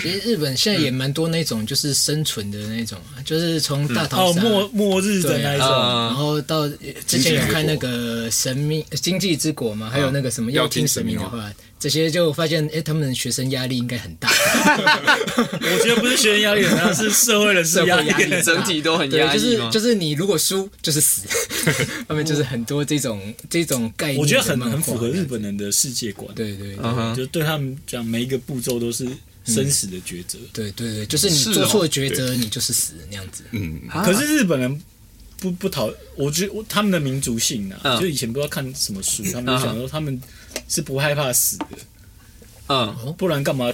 [SPEAKER 4] 其实日本现在也蛮多那种就是生存的那种，啊就是啊从大逃
[SPEAKER 3] 哦，
[SPEAKER 4] 杀，
[SPEAKER 3] 末末日的那
[SPEAKER 1] 对
[SPEAKER 3] 一种，
[SPEAKER 1] 嗯啊
[SPEAKER 4] 然后到之前有看那个《神秘呃经济之国》嘛，还有那个
[SPEAKER 1] 啊
[SPEAKER 4] 什么要听神明的
[SPEAKER 1] 哦
[SPEAKER 4] 话，这些就发现，哎，他们的学生压力应该很 大，
[SPEAKER 3] 我觉得不是学生压力很大，是社会人士
[SPEAKER 4] 社会
[SPEAKER 3] 压
[SPEAKER 4] 压
[SPEAKER 3] 力很
[SPEAKER 4] 力很
[SPEAKER 3] 大
[SPEAKER 4] 大
[SPEAKER 1] 整体都很
[SPEAKER 4] 对，
[SPEAKER 1] 压
[SPEAKER 4] 就
[SPEAKER 1] 抑
[SPEAKER 4] 是
[SPEAKER 1] 嘛。
[SPEAKER 4] 就是你如果输就是死， 他们就是很多这种这种概念的漫画，
[SPEAKER 3] 我觉得很很符合日本人的世界观，
[SPEAKER 4] 对对对
[SPEAKER 1] 嗯哼，
[SPEAKER 3] 就对他们讲每一个步骤都是生死的抉择。
[SPEAKER 4] 对对对，就是你
[SPEAKER 1] 是
[SPEAKER 4] 做
[SPEAKER 1] 哦
[SPEAKER 4] 错抉择，你就是死那样子。
[SPEAKER 2] 嗯，
[SPEAKER 1] 啊
[SPEAKER 3] 可是日本人不不讨，我觉得我他们的民族性啊，
[SPEAKER 1] 嗯
[SPEAKER 3] 就以前不知道看什么书，他们就想说他们是不害怕死的，
[SPEAKER 1] 嗯，
[SPEAKER 3] 不然干嘛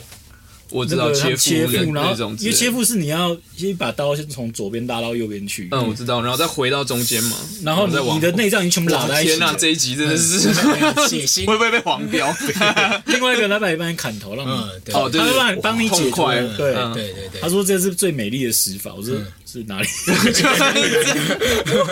[SPEAKER 1] 我知
[SPEAKER 3] 那
[SPEAKER 1] 道
[SPEAKER 3] 个他
[SPEAKER 1] 切那
[SPEAKER 3] 们切腹，然
[SPEAKER 1] 那种
[SPEAKER 3] 后
[SPEAKER 1] 之类
[SPEAKER 3] 因为
[SPEAKER 1] 的
[SPEAKER 3] 切腹是你要一把刀先从左边拉到右边去，
[SPEAKER 1] 嗯，我知道，然后再回到中间嘛，
[SPEAKER 3] 然后
[SPEAKER 1] 再
[SPEAKER 3] 你
[SPEAKER 1] 往
[SPEAKER 3] 你的内脏已经全部
[SPEAKER 1] 哇
[SPEAKER 3] 拉在一起
[SPEAKER 1] 天
[SPEAKER 3] 了。
[SPEAKER 1] 这一集真的是
[SPEAKER 4] 血腥
[SPEAKER 1] 会不会被黄标？
[SPEAKER 3] 另外一个老板也帮你砍头，让你
[SPEAKER 4] 嗯，对
[SPEAKER 1] 哦，对
[SPEAKER 3] 他
[SPEAKER 1] 对
[SPEAKER 3] 会帮
[SPEAKER 1] 对，
[SPEAKER 3] 你帮你
[SPEAKER 1] 痛
[SPEAKER 3] 解
[SPEAKER 1] 快
[SPEAKER 3] 脱。对，
[SPEAKER 1] 嗯
[SPEAKER 4] 对对对
[SPEAKER 3] 他，说这是最美丽的死法。我说
[SPEAKER 4] 嗯
[SPEAKER 3] 是哪里？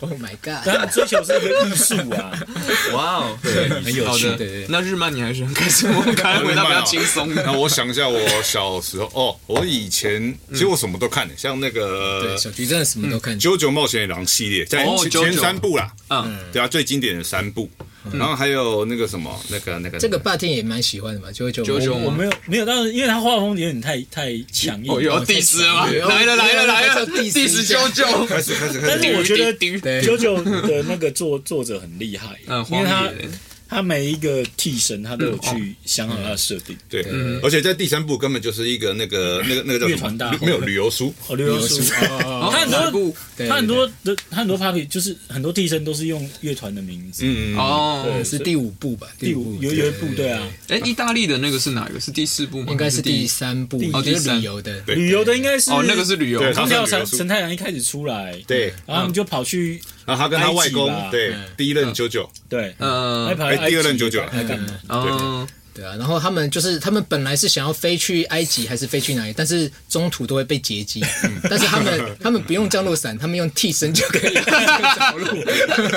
[SPEAKER 4] Oh my god！
[SPEAKER 3] 他们追求是一个艺术啊。
[SPEAKER 1] 哇哦，
[SPEAKER 4] 很有
[SPEAKER 1] 好
[SPEAKER 4] 趣，
[SPEAKER 1] 的，
[SPEAKER 4] 对对对
[SPEAKER 1] 那日漫你还喜欢看什么？看来回答比较轻松的
[SPEAKER 2] 那。我想一下，我小时候哦，我以前其实我什么都看的，像那个
[SPEAKER 4] 对，
[SPEAKER 2] 《
[SPEAKER 4] 小菊真的什么都看，
[SPEAKER 1] 嗯
[SPEAKER 2] 九九冒险狼》系列，在
[SPEAKER 1] 哦
[SPEAKER 2] 前
[SPEAKER 1] JoJo
[SPEAKER 2] 前三部啦，
[SPEAKER 1] 嗯，
[SPEAKER 2] 对啊，最经典的三部，然后还有那个什么，那个那个
[SPEAKER 4] 这个霸天也蛮喜欢的嘛，九九
[SPEAKER 1] 九九
[SPEAKER 3] 我没有没有，但是因为他画风有点太太强
[SPEAKER 1] 嗯哦，又
[SPEAKER 3] 硬。
[SPEAKER 1] 要 diss 了吗？来了来了来了，diss 啾啾。
[SPEAKER 2] 开始开始开
[SPEAKER 3] 但
[SPEAKER 2] 始
[SPEAKER 3] 是我觉得
[SPEAKER 1] 丢
[SPEAKER 4] 对
[SPEAKER 3] 九九的那个作作者很厉害，
[SPEAKER 1] 嗯，
[SPEAKER 3] 因
[SPEAKER 1] 黄
[SPEAKER 3] 为他
[SPEAKER 1] 野嗯哦
[SPEAKER 3] 他每一个替身他都有去想好他的设定。
[SPEAKER 2] 对，而且在第三部根本就是一个那个那个那个叫
[SPEAKER 3] 乐
[SPEAKER 2] 什么
[SPEAKER 3] 团大
[SPEAKER 2] 旅
[SPEAKER 3] 会
[SPEAKER 2] 没有旅游书，
[SPEAKER 3] 哦，刘
[SPEAKER 4] 有
[SPEAKER 3] 书，
[SPEAKER 1] 啊
[SPEAKER 4] 书
[SPEAKER 3] 他很
[SPEAKER 1] 哪部
[SPEAKER 3] 多
[SPEAKER 4] 对
[SPEAKER 3] 他很多的他很多 Papi 就是很多替身都是用乐团的名字。
[SPEAKER 2] 嗯，
[SPEAKER 1] 哦，
[SPEAKER 4] 是第五部吧？
[SPEAKER 3] 第五有有一部对啊，，
[SPEAKER 1] 哎，意大利的那个是哪个？是第四部吗？
[SPEAKER 4] 应该是
[SPEAKER 1] 是
[SPEAKER 4] 第三部，
[SPEAKER 1] 哦第
[SPEAKER 4] 就是
[SPEAKER 1] 三
[SPEAKER 4] 旅游的，
[SPEAKER 2] 对
[SPEAKER 3] 旅游的应该是
[SPEAKER 1] 哦，那个是旅游。
[SPEAKER 2] 对
[SPEAKER 3] 他们叫
[SPEAKER 2] 他是旅
[SPEAKER 3] 陈
[SPEAKER 2] 游书
[SPEAKER 3] 陈太阳一开始出来，
[SPEAKER 2] 对，
[SPEAKER 3] 然后他们就跑去
[SPEAKER 2] 然后他跟他外
[SPEAKER 3] 埃及吧
[SPEAKER 2] 公对
[SPEAKER 4] 嗯
[SPEAKER 2] 第一任九九，
[SPEAKER 3] 对，还
[SPEAKER 1] 嗯，
[SPEAKER 3] 跑
[SPEAKER 2] 哎
[SPEAKER 3] 去埃及
[SPEAKER 2] 第二任九九
[SPEAKER 3] 还
[SPEAKER 4] 嗯
[SPEAKER 3] 干嘛？
[SPEAKER 1] 哦，
[SPEAKER 4] 对啊。然后他们就是他们本来是想要飞去埃及还是飞去哪里，但是中途都会被劫 机。嗯但是他们他们不用降落伞，他们用替身就可以
[SPEAKER 3] 啊
[SPEAKER 4] 着陆。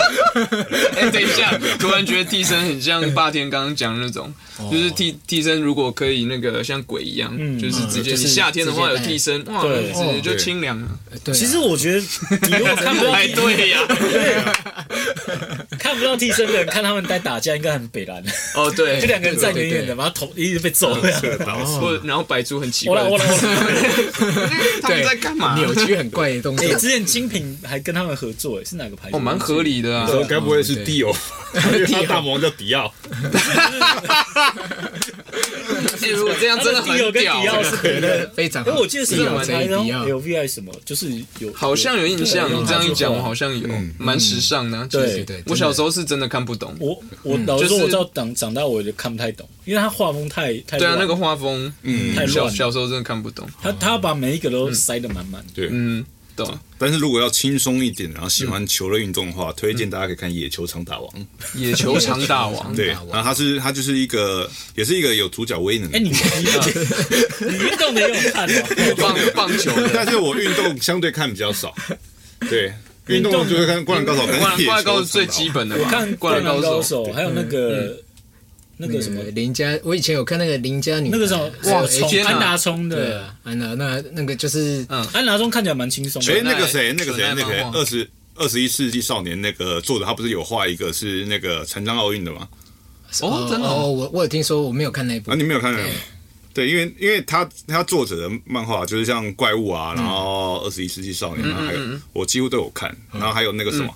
[SPEAKER 1] 哎，等一下，突然觉得替身很像霸天刚刚讲的那种，就是替替身如果可以那个像鬼一样，就是直接你夏天的话有替身，哇，直接就清凉了。
[SPEAKER 4] 对啊，
[SPEAKER 3] 其实我觉得，你如果看不到
[SPEAKER 1] 哎，
[SPEAKER 3] 替
[SPEAKER 1] 对呀，
[SPEAKER 3] 看不到替身的人，看他们在打架，应该很北蓝。
[SPEAKER 1] 哦对，嗯
[SPEAKER 3] 就两个人站远远的，然后头一直被揍这 样。
[SPEAKER 1] 或然后摆出很奇
[SPEAKER 3] 我
[SPEAKER 1] 怪
[SPEAKER 3] 来，
[SPEAKER 1] 的
[SPEAKER 3] 我来，
[SPEAKER 1] 姿势，
[SPEAKER 3] 我来。
[SPEAKER 1] 他们在干嘛？
[SPEAKER 4] 扭曲很怪的动作
[SPEAKER 3] 哎，，之前精品还跟他们合作，哎，是哪个牌子？
[SPEAKER 1] 哦，蛮合理的啊
[SPEAKER 2] 然。后该不会是
[SPEAKER 4] 对
[SPEAKER 2] 迪欧，因为 他大魔王叫迪奥，
[SPEAKER 1] 哎，如果这样
[SPEAKER 3] 他
[SPEAKER 1] 真的
[SPEAKER 3] 的
[SPEAKER 1] 很
[SPEAKER 3] 迪奥跟
[SPEAKER 1] 屌啊
[SPEAKER 3] 迪，奥是别的。
[SPEAKER 4] 非常好。
[SPEAKER 3] 哎，我记得是
[SPEAKER 4] 迪
[SPEAKER 3] 有
[SPEAKER 4] 奥
[SPEAKER 3] 牌，
[SPEAKER 4] 这
[SPEAKER 3] 然后
[SPEAKER 4] 一迪奥
[SPEAKER 3] LVI 什么，就是有
[SPEAKER 1] 好像有印象。你这样一讲，我好
[SPEAKER 3] 像
[SPEAKER 1] 像有，蛮时尚的啊。其
[SPEAKER 4] 对
[SPEAKER 1] 实
[SPEAKER 4] 对，
[SPEAKER 1] 我小时
[SPEAKER 4] 候
[SPEAKER 1] 候是真的看不懂。
[SPEAKER 3] 我我老实
[SPEAKER 1] 嗯就
[SPEAKER 3] 说，
[SPEAKER 1] 是
[SPEAKER 3] 我到长长大我就看不太懂，因为他画风太太
[SPEAKER 1] 对啊，
[SPEAKER 3] 乱
[SPEAKER 1] 那个画风，嗯
[SPEAKER 3] 太，
[SPEAKER 1] 小
[SPEAKER 3] 乱了，
[SPEAKER 1] 小时候真的看不懂。
[SPEAKER 3] 他他把每一个都塞得满满。
[SPEAKER 2] 对，
[SPEAKER 1] 嗯，懂。
[SPEAKER 2] 但是如果要轻松一点，然后喜欢球类运动的话，推荐大家可以看《野球场打王》。
[SPEAKER 1] 野球场大嗯 王，
[SPEAKER 2] 对，
[SPEAKER 4] 打
[SPEAKER 2] 然
[SPEAKER 4] 王
[SPEAKER 2] 后他是他就是一个，也是一个有主角威能的
[SPEAKER 3] 哎，。你你 你运动的也有看哦。
[SPEAKER 1] 棒棒球的。
[SPEAKER 2] 但是我运动相对看比较 少，对，运动就是看《灌篮高手》跟
[SPEAKER 1] 灌篮
[SPEAKER 2] 《
[SPEAKER 1] 灌篮高手
[SPEAKER 2] 手》
[SPEAKER 1] 最基本的
[SPEAKER 3] 我
[SPEAKER 1] 吧，
[SPEAKER 3] 看《
[SPEAKER 1] 灌
[SPEAKER 3] 灌
[SPEAKER 1] 篮
[SPEAKER 3] 篮高
[SPEAKER 1] 手，嗯
[SPEAKER 3] 手》，还有那个那
[SPEAKER 4] 那
[SPEAKER 3] 个什么
[SPEAKER 4] 邻家，我以前有看那个邻家女孩，
[SPEAKER 3] 那个什么
[SPEAKER 1] 哇哎
[SPEAKER 3] 冲
[SPEAKER 1] 天哪
[SPEAKER 3] 安达充
[SPEAKER 4] 对
[SPEAKER 3] 的，
[SPEAKER 4] 啊，安娜那那个就是
[SPEAKER 1] 嗯
[SPEAKER 3] 安达充看起来蛮轻松
[SPEAKER 2] 哎，
[SPEAKER 3] 的。
[SPEAKER 2] 那个谁，那个谁，
[SPEAKER 1] 纯爱
[SPEAKER 2] 那个谁
[SPEAKER 1] 漫，画
[SPEAKER 2] 二十二十一世纪少年那个作者，他不是有画一个是那个成章奥运的吗？
[SPEAKER 1] 哦真的哦
[SPEAKER 4] 哦，我我有听说，我没有看那一部
[SPEAKER 2] 啊，你没有看到？对，因为因为他他作者的漫画就是像怪物
[SPEAKER 3] 嗯
[SPEAKER 2] 啊，然后二十一世纪少年，然啊后还有我几乎都有看，
[SPEAKER 3] 嗯
[SPEAKER 2] 然后还有那个什么，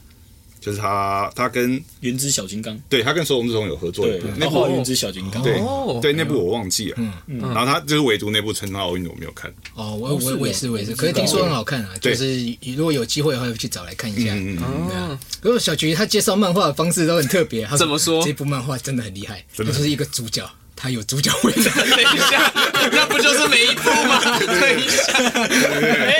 [SPEAKER 2] 就是他他跟
[SPEAKER 3] 原子小金刚，
[SPEAKER 2] 对他跟手冢治虫有合作一
[SPEAKER 3] 对
[SPEAKER 2] 部，，那
[SPEAKER 3] 他
[SPEAKER 2] 部
[SPEAKER 3] 画原子小金刚，
[SPEAKER 2] 对
[SPEAKER 1] 哦
[SPEAKER 2] 对那部我忘记了，
[SPEAKER 4] 嗯
[SPEAKER 2] 然后他就是唯独那部成章奥运我没有看，
[SPEAKER 4] 哦，我
[SPEAKER 3] 是
[SPEAKER 4] 我
[SPEAKER 3] 哦
[SPEAKER 4] 我也是我也是，
[SPEAKER 3] 我不知道
[SPEAKER 4] 可是听说很好看啊，就
[SPEAKER 2] 对
[SPEAKER 4] 是如果有机会的话，去找来看一下。
[SPEAKER 2] 嗯嗯嗯，
[SPEAKER 1] 哦，
[SPEAKER 4] 可是小菊她介绍漫画的方式都很特别，她说
[SPEAKER 1] 怎么说
[SPEAKER 4] 这部漫画真的很厉害，
[SPEAKER 2] 的
[SPEAKER 4] 就是一个主角，他有主角味道。
[SPEAKER 1] 等一下，那不就是每一部吗？ 等一下，
[SPEAKER 3] 哎，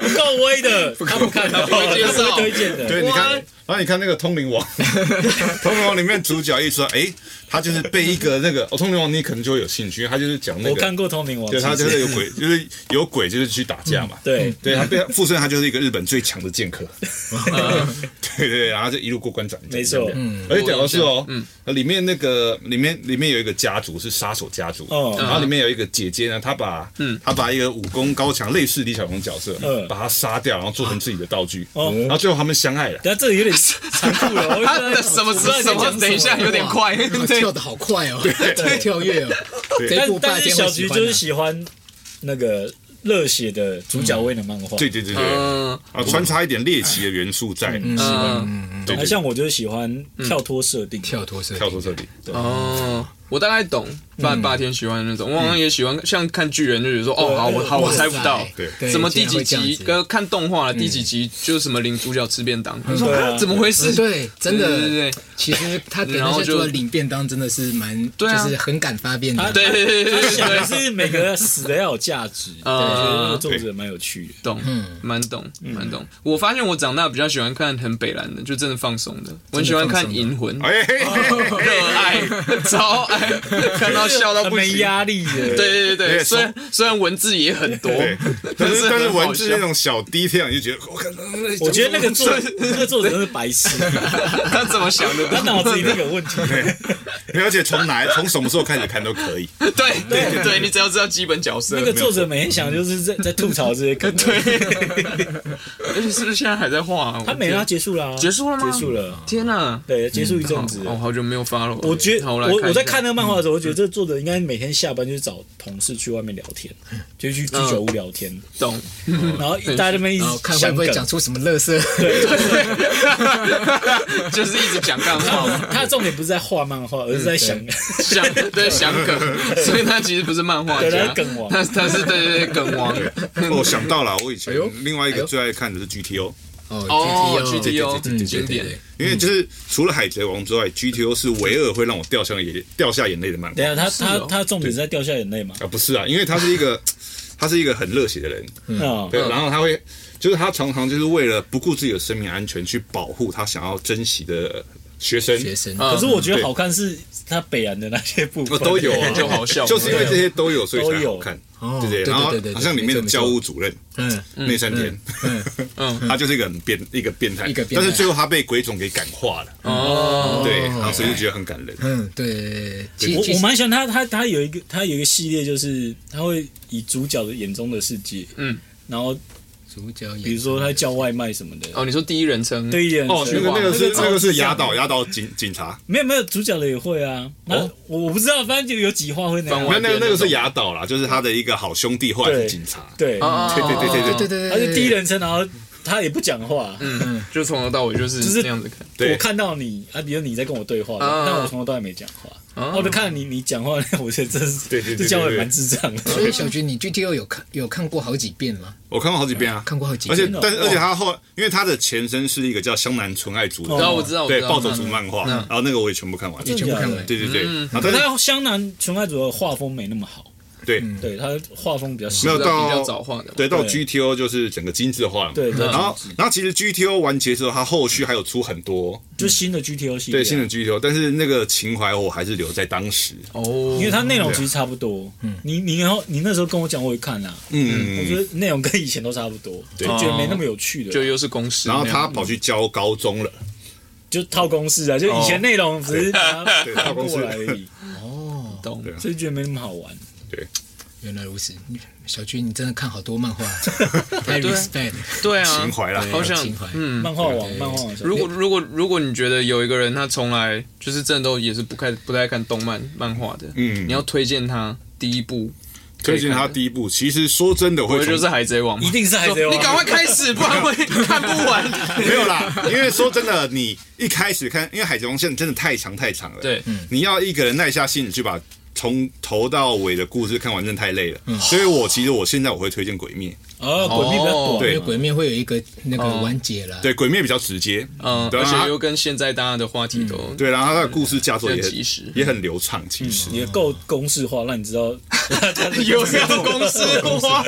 [SPEAKER 3] 不够威的，他不看的，他不
[SPEAKER 1] 会介绍
[SPEAKER 3] 会推荐的。
[SPEAKER 2] 对，你看
[SPEAKER 1] What？，
[SPEAKER 2] 然后你看那个《通灵 王》，《通灵王》里面主角一说，哎、他就是被一个那个，哦，《通灵王》你可能就会有兴趣，因为他就是讲那
[SPEAKER 3] 我
[SPEAKER 2] 个，
[SPEAKER 3] 看过《通灵王》，
[SPEAKER 2] 对，他
[SPEAKER 3] 其实
[SPEAKER 2] 就是有鬼，就是有鬼，就是去打架嘛。
[SPEAKER 3] 对，
[SPEAKER 2] 对他被附身，他就是一个日本最强的 剑客，
[SPEAKER 1] 嗯
[SPEAKER 2] 对对对，然后就一路过关斩将，
[SPEAKER 3] 没错，
[SPEAKER 2] 而且屌的是哦，
[SPEAKER 1] 嗯
[SPEAKER 2] 里面那个里面里面有一个家族是杀手家族，
[SPEAKER 3] 哦
[SPEAKER 2] 然后里面有一个姐姐呢，她把
[SPEAKER 1] 嗯
[SPEAKER 2] 她把一个武功高强类似李小龙角色
[SPEAKER 3] 嗯，
[SPEAKER 2] 把他杀掉，然后做成自己的道具，
[SPEAKER 3] 哦
[SPEAKER 2] 然后最后他们相爱了。
[SPEAKER 1] 哦
[SPEAKER 3] 但这个有点残酷了。我
[SPEAKER 1] 他
[SPEAKER 3] 觉
[SPEAKER 1] 的
[SPEAKER 3] 得
[SPEAKER 1] 什么
[SPEAKER 3] 我不知道
[SPEAKER 1] 什
[SPEAKER 3] 你在
[SPEAKER 1] 么
[SPEAKER 3] 讲？
[SPEAKER 1] 等一 下，有点快，
[SPEAKER 4] 哇
[SPEAKER 1] 对
[SPEAKER 4] 跳，的好快哦， 好跳跃哦。这一部
[SPEAKER 3] 但
[SPEAKER 4] 霸
[SPEAKER 3] 但是
[SPEAKER 4] 天会
[SPEAKER 3] 小
[SPEAKER 4] 喜
[SPEAKER 3] 菊
[SPEAKER 4] 欢啊
[SPEAKER 3] 就是
[SPEAKER 4] 的。
[SPEAKER 3] 喜欢那个热血的主角威的漫画，
[SPEAKER 2] 对对对对，
[SPEAKER 1] 嗯
[SPEAKER 2] 啊，穿插一点猎奇的元素在，喜欢
[SPEAKER 1] 嗯，
[SPEAKER 2] 对
[SPEAKER 3] 还
[SPEAKER 2] 对，
[SPEAKER 3] 像我就是喜欢跳脱设定，
[SPEAKER 4] 跳脱是
[SPEAKER 2] 跳脱这里，
[SPEAKER 1] 哦，我大概懂霸霸天喜欢的那
[SPEAKER 4] 嗯
[SPEAKER 1] 种，我好像也喜欢，像看巨人就觉得说，哦，好，我好，我猜不到，
[SPEAKER 2] 对
[SPEAKER 4] 对
[SPEAKER 1] 什么第
[SPEAKER 4] 竟然
[SPEAKER 1] 几
[SPEAKER 4] 会这样
[SPEAKER 1] 集，
[SPEAKER 4] 子啊
[SPEAKER 1] 跟看动画了第几集，就是什么领主角吃便当，
[SPEAKER 4] 嗯
[SPEAKER 1] 我说
[SPEAKER 3] 对啊
[SPEAKER 1] 啊怎么回事？
[SPEAKER 4] 对，嗯真的，
[SPEAKER 1] 对对对
[SPEAKER 4] 其实他给
[SPEAKER 1] 然
[SPEAKER 4] 那
[SPEAKER 1] 后
[SPEAKER 4] 些
[SPEAKER 1] 就
[SPEAKER 4] 做领便当真的是蛮，
[SPEAKER 1] 对啊
[SPEAKER 4] 就是很敢发便当。
[SPEAKER 1] 对对对对
[SPEAKER 3] 他
[SPEAKER 1] 对
[SPEAKER 3] 想
[SPEAKER 1] 对
[SPEAKER 3] 的，是每个死的要有价值，对我觉得那个作者蛮有趣的。
[SPEAKER 1] 懂，
[SPEAKER 4] 嗯
[SPEAKER 1] 蛮懂，蛮懂。我发现我长大比较喜欢看很北蓝的，就真的放松的，我很喜欢看《银魂》，
[SPEAKER 2] 哎，嘿嘿嘿
[SPEAKER 1] 热 爱，超爱，看到笑到
[SPEAKER 3] 很
[SPEAKER 1] 不
[SPEAKER 3] 没
[SPEAKER 1] 行。
[SPEAKER 3] 压力
[SPEAKER 1] 对
[SPEAKER 3] 的，
[SPEAKER 1] 对对对，
[SPEAKER 2] 啊对
[SPEAKER 1] 虽然虽然文字也很多
[SPEAKER 2] 对，
[SPEAKER 1] 但
[SPEAKER 2] 但是
[SPEAKER 1] 是
[SPEAKER 2] 但是
[SPEAKER 1] 很好
[SPEAKER 2] 文字
[SPEAKER 1] 笑
[SPEAKER 2] 那种小 detail 你就觉得，我看那
[SPEAKER 3] 我觉得那个作那个作者真是白痴，
[SPEAKER 1] 他怎么想的？
[SPEAKER 3] 他脑子里面有问题。
[SPEAKER 2] 没有， 而且从哪从什么时候开始看都可以。
[SPEAKER 1] 对对对，你只要知道基本角色
[SPEAKER 3] 那，个作者每天想就是在在吐槽这 些梗，
[SPEAKER 1] 对，而且是不是现在还在画啊？
[SPEAKER 3] 他没了，他结束了啊，
[SPEAKER 1] 结束了吗？
[SPEAKER 3] 结束。了，
[SPEAKER 1] 天哪！
[SPEAKER 3] 对，结束一阵子。
[SPEAKER 1] 哦，好久没有发了。
[SPEAKER 3] 我觉
[SPEAKER 1] 好
[SPEAKER 3] 我
[SPEAKER 1] 来一下嗯
[SPEAKER 3] 我在看那个漫画的时候，我觉得这个作者应该每天下班就是找同事去外面聊天，就去居酒屋
[SPEAKER 1] 嗯
[SPEAKER 3] 聊天，
[SPEAKER 1] 懂，
[SPEAKER 3] 然后一在那边
[SPEAKER 1] 嗯
[SPEAKER 3] 一
[SPEAKER 4] 然后哦看
[SPEAKER 3] 直
[SPEAKER 4] 会
[SPEAKER 3] 想
[SPEAKER 4] 不会
[SPEAKER 3] 梗
[SPEAKER 4] 讲出什么乐色，
[SPEAKER 1] 就是一直讲干
[SPEAKER 3] 他
[SPEAKER 1] 话，
[SPEAKER 3] 他的重点不是在画漫画，而是在想，
[SPEAKER 1] 想嗯对想梗，所以他其实不是漫画
[SPEAKER 3] 对他
[SPEAKER 1] 家，
[SPEAKER 3] 是梗王
[SPEAKER 1] 他他是对对对梗王。
[SPEAKER 2] 我哦想到了，我以前
[SPEAKER 4] 哎呦
[SPEAKER 2] 另外
[SPEAKER 4] 哎
[SPEAKER 2] 一个
[SPEAKER 4] 呦
[SPEAKER 2] 最爱看的是 GTO，
[SPEAKER 1] 哦
[SPEAKER 4] 哦
[SPEAKER 1] GTO
[SPEAKER 4] 嗯对
[SPEAKER 1] 经
[SPEAKER 4] 对
[SPEAKER 1] 典
[SPEAKER 4] 对，
[SPEAKER 2] 因为就是除了海贼王之外，GTO 是唯二会让我掉下眼掉下眼泪的漫 画
[SPEAKER 3] 等一下他他
[SPEAKER 1] 哦
[SPEAKER 3] 他的重点是在掉下眼泪嘛？
[SPEAKER 2] 啊，不是啊，因为他是一个他是一个很热血的人，
[SPEAKER 4] 嗯
[SPEAKER 1] 嗯
[SPEAKER 3] 啊，
[SPEAKER 2] 对，然后他会就是他常常就是为了不顾自己的生命安全去保护他想要珍惜的学生，
[SPEAKER 4] 学生
[SPEAKER 1] 嗯
[SPEAKER 3] 可是我觉得好看是他北岸的那些部
[SPEAKER 2] 哦
[SPEAKER 3] 分
[SPEAKER 2] 都有 啊
[SPEAKER 1] 就好笑
[SPEAKER 2] 就是因为这些都有，所以才
[SPEAKER 3] 都有
[SPEAKER 2] 好看，
[SPEAKER 4] 哦
[SPEAKER 2] 对不对？
[SPEAKER 4] 对对
[SPEAKER 2] 然后
[SPEAKER 4] 对对对
[SPEAKER 2] 好像里面的教务主任
[SPEAKER 4] 嗯，
[SPEAKER 2] 内山田，
[SPEAKER 1] 嗯
[SPEAKER 2] 他就是一个很变一个变态，
[SPEAKER 4] 一个变态
[SPEAKER 2] 但是最后他被鬼冢给感化了，
[SPEAKER 1] 哦，
[SPEAKER 2] 对，然后所以就觉得很感人。
[SPEAKER 4] 嗯，对，其
[SPEAKER 3] 我
[SPEAKER 4] 实其
[SPEAKER 3] 我
[SPEAKER 4] 实
[SPEAKER 3] 蛮喜欢他，他他有一个他有一个系列，就是他会以主角的眼中的世界，
[SPEAKER 1] 嗯，
[SPEAKER 3] 然后
[SPEAKER 4] 主角
[SPEAKER 3] 比
[SPEAKER 4] 也
[SPEAKER 3] 如说他叫外卖什么的，
[SPEAKER 1] 哦，你说第一人称，
[SPEAKER 3] 对眼
[SPEAKER 2] 哦，那个那个是
[SPEAKER 3] 超
[SPEAKER 2] 那个是压
[SPEAKER 3] 像
[SPEAKER 2] 倒
[SPEAKER 3] 的
[SPEAKER 2] 压倒警警察，
[SPEAKER 3] 没有没有主角的也会啊，那
[SPEAKER 2] 哦
[SPEAKER 3] 我我不知道，反正就有几话会那
[SPEAKER 1] 番
[SPEAKER 2] 没
[SPEAKER 1] 外
[SPEAKER 2] 有
[SPEAKER 3] 样，
[SPEAKER 2] 那个那个是压倒啦，就是他的一个好兄弟后来是警察，
[SPEAKER 3] 对，
[SPEAKER 1] 哦，
[SPEAKER 2] 对对对对
[SPEAKER 4] 对
[SPEAKER 2] 对
[SPEAKER 4] 对
[SPEAKER 3] 他
[SPEAKER 4] 对，
[SPEAKER 3] 是第一人称，然后他也不讲话，
[SPEAKER 1] 嗯，就从头到尾就是
[SPEAKER 3] 就是
[SPEAKER 1] 那样子看，
[SPEAKER 2] 对
[SPEAKER 3] 我看到你啊，比如你在跟我对话，
[SPEAKER 1] 啊
[SPEAKER 3] 但我从头到尾没讲话，
[SPEAKER 1] 啊
[SPEAKER 3] 然后我就看你你讲话， 我觉得真是
[SPEAKER 2] 对对
[SPEAKER 3] 这
[SPEAKER 2] 对对
[SPEAKER 3] 讲话也
[SPEAKER 2] 对
[SPEAKER 3] 蛮智障的，
[SPEAKER 4] 所以小菊，你 GTO 有看有看过好几遍吗？
[SPEAKER 2] 我看过好几遍啊，
[SPEAKER 4] 看过好几
[SPEAKER 2] 而且
[SPEAKER 4] 遍，
[SPEAKER 2] 但是而且他后，因为他的前身是一个叫湘南纯爱组的，
[SPEAKER 1] 然后我知道，我知
[SPEAKER 2] 对
[SPEAKER 1] 道
[SPEAKER 2] 暴走族漫画，然后那个我也全部看完，
[SPEAKER 4] 也全部看
[SPEAKER 3] 真的假嗯
[SPEAKER 4] 完
[SPEAKER 3] 的。
[SPEAKER 2] 对对对，然
[SPEAKER 3] 可
[SPEAKER 2] 后但
[SPEAKER 3] 是
[SPEAKER 2] 是
[SPEAKER 3] 他湘南纯爱组的画风没那么好，
[SPEAKER 2] 对
[SPEAKER 3] 对他画风比较新
[SPEAKER 2] 没有
[SPEAKER 1] 比较
[SPEAKER 2] 到嗯
[SPEAKER 1] 比较早画的嘛，
[SPEAKER 2] 对到
[SPEAKER 3] 对
[SPEAKER 2] GTO 就是整个精致化了嘛，
[SPEAKER 3] 对对
[SPEAKER 2] 然后然后其实 GTO 完结之后，他后续还有出很多
[SPEAKER 3] 就新的 GTO 系列啊，
[SPEAKER 2] 嗯对新的 GTO，但是那个情怀我还是留在当时，
[SPEAKER 1] 哦，
[SPEAKER 3] 因为它内
[SPEAKER 2] 啊
[SPEAKER 3] 容其实差不多。嗯，你你然后你那时候跟我讲，我也看啦、我觉
[SPEAKER 2] 嗯，
[SPEAKER 3] 得内容跟以前都差不多，就觉得没那么有趣的，
[SPEAKER 1] 就
[SPEAKER 2] 哦
[SPEAKER 3] 就
[SPEAKER 1] 又是公式那
[SPEAKER 2] 然后
[SPEAKER 1] 样，
[SPEAKER 2] 他跑去教高中了，
[SPEAKER 3] 就套公式啊，就以前内容只是把它
[SPEAKER 2] 哦对
[SPEAKER 3] 翻
[SPEAKER 2] 套公嗯
[SPEAKER 3] 过
[SPEAKER 2] 式
[SPEAKER 3] 来而已，
[SPEAKER 1] 懂
[SPEAKER 2] 对啊
[SPEAKER 3] 所以觉得没那么好玩。
[SPEAKER 4] 原来如此，小菊，你真的看好 多漫画，太 respect 了
[SPEAKER 1] 对啊，
[SPEAKER 2] 情怀啦，
[SPEAKER 1] 好想
[SPEAKER 4] 情怀。
[SPEAKER 1] 嗯。
[SPEAKER 3] 漫画王，漫画王，
[SPEAKER 1] 如果如果如果你觉得有一个人他从来就是真的都也是不看不太看动漫漫画的，
[SPEAKER 2] 嗯
[SPEAKER 1] 你要推荐他第一部，
[SPEAKER 2] 推荐他第一部，其实说真的，我
[SPEAKER 1] 我
[SPEAKER 2] 会
[SPEAKER 1] 觉得
[SPEAKER 2] 从
[SPEAKER 1] 就是海贼王嘛，
[SPEAKER 3] 一定是海贼王，啊
[SPEAKER 1] 你赶快开始，不然会看不完。
[SPEAKER 2] 没有啦，因为说真的，你一开始看，因为海贼王现在真的太长太长了，
[SPEAKER 1] 对，
[SPEAKER 2] 你要一个人耐下心去把从头到尾的故事看完，真的太累了。
[SPEAKER 1] 嗯
[SPEAKER 2] 所以我其实我现在我会推荐《鬼灭》，
[SPEAKER 3] 哦，鬼灭比较短，
[SPEAKER 1] 哦
[SPEAKER 4] 因为
[SPEAKER 2] 对
[SPEAKER 4] 鬼面会有一个那个
[SPEAKER 3] 哦
[SPEAKER 4] 完结了，
[SPEAKER 2] 对，《鬼灭》比较直接，
[SPEAKER 1] 嗯，
[SPEAKER 2] 对
[SPEAKER 1] 而且
[SPEAKER 2] 啊嗯
[SPEAKER 1] 又跟现在大家的话题都
[SPEAKER 2] 对，然后它的故事架构也
[SPEAKER 1] 比较及时
[SPEAKER 2] 很也很流畅，其
[SPEAKER 1] 嗯
[SPEAKER 2] 实。
[SPEAKER 3] 你的够公式化，让你知道
[SPEAKER 1] 有没有公式 化？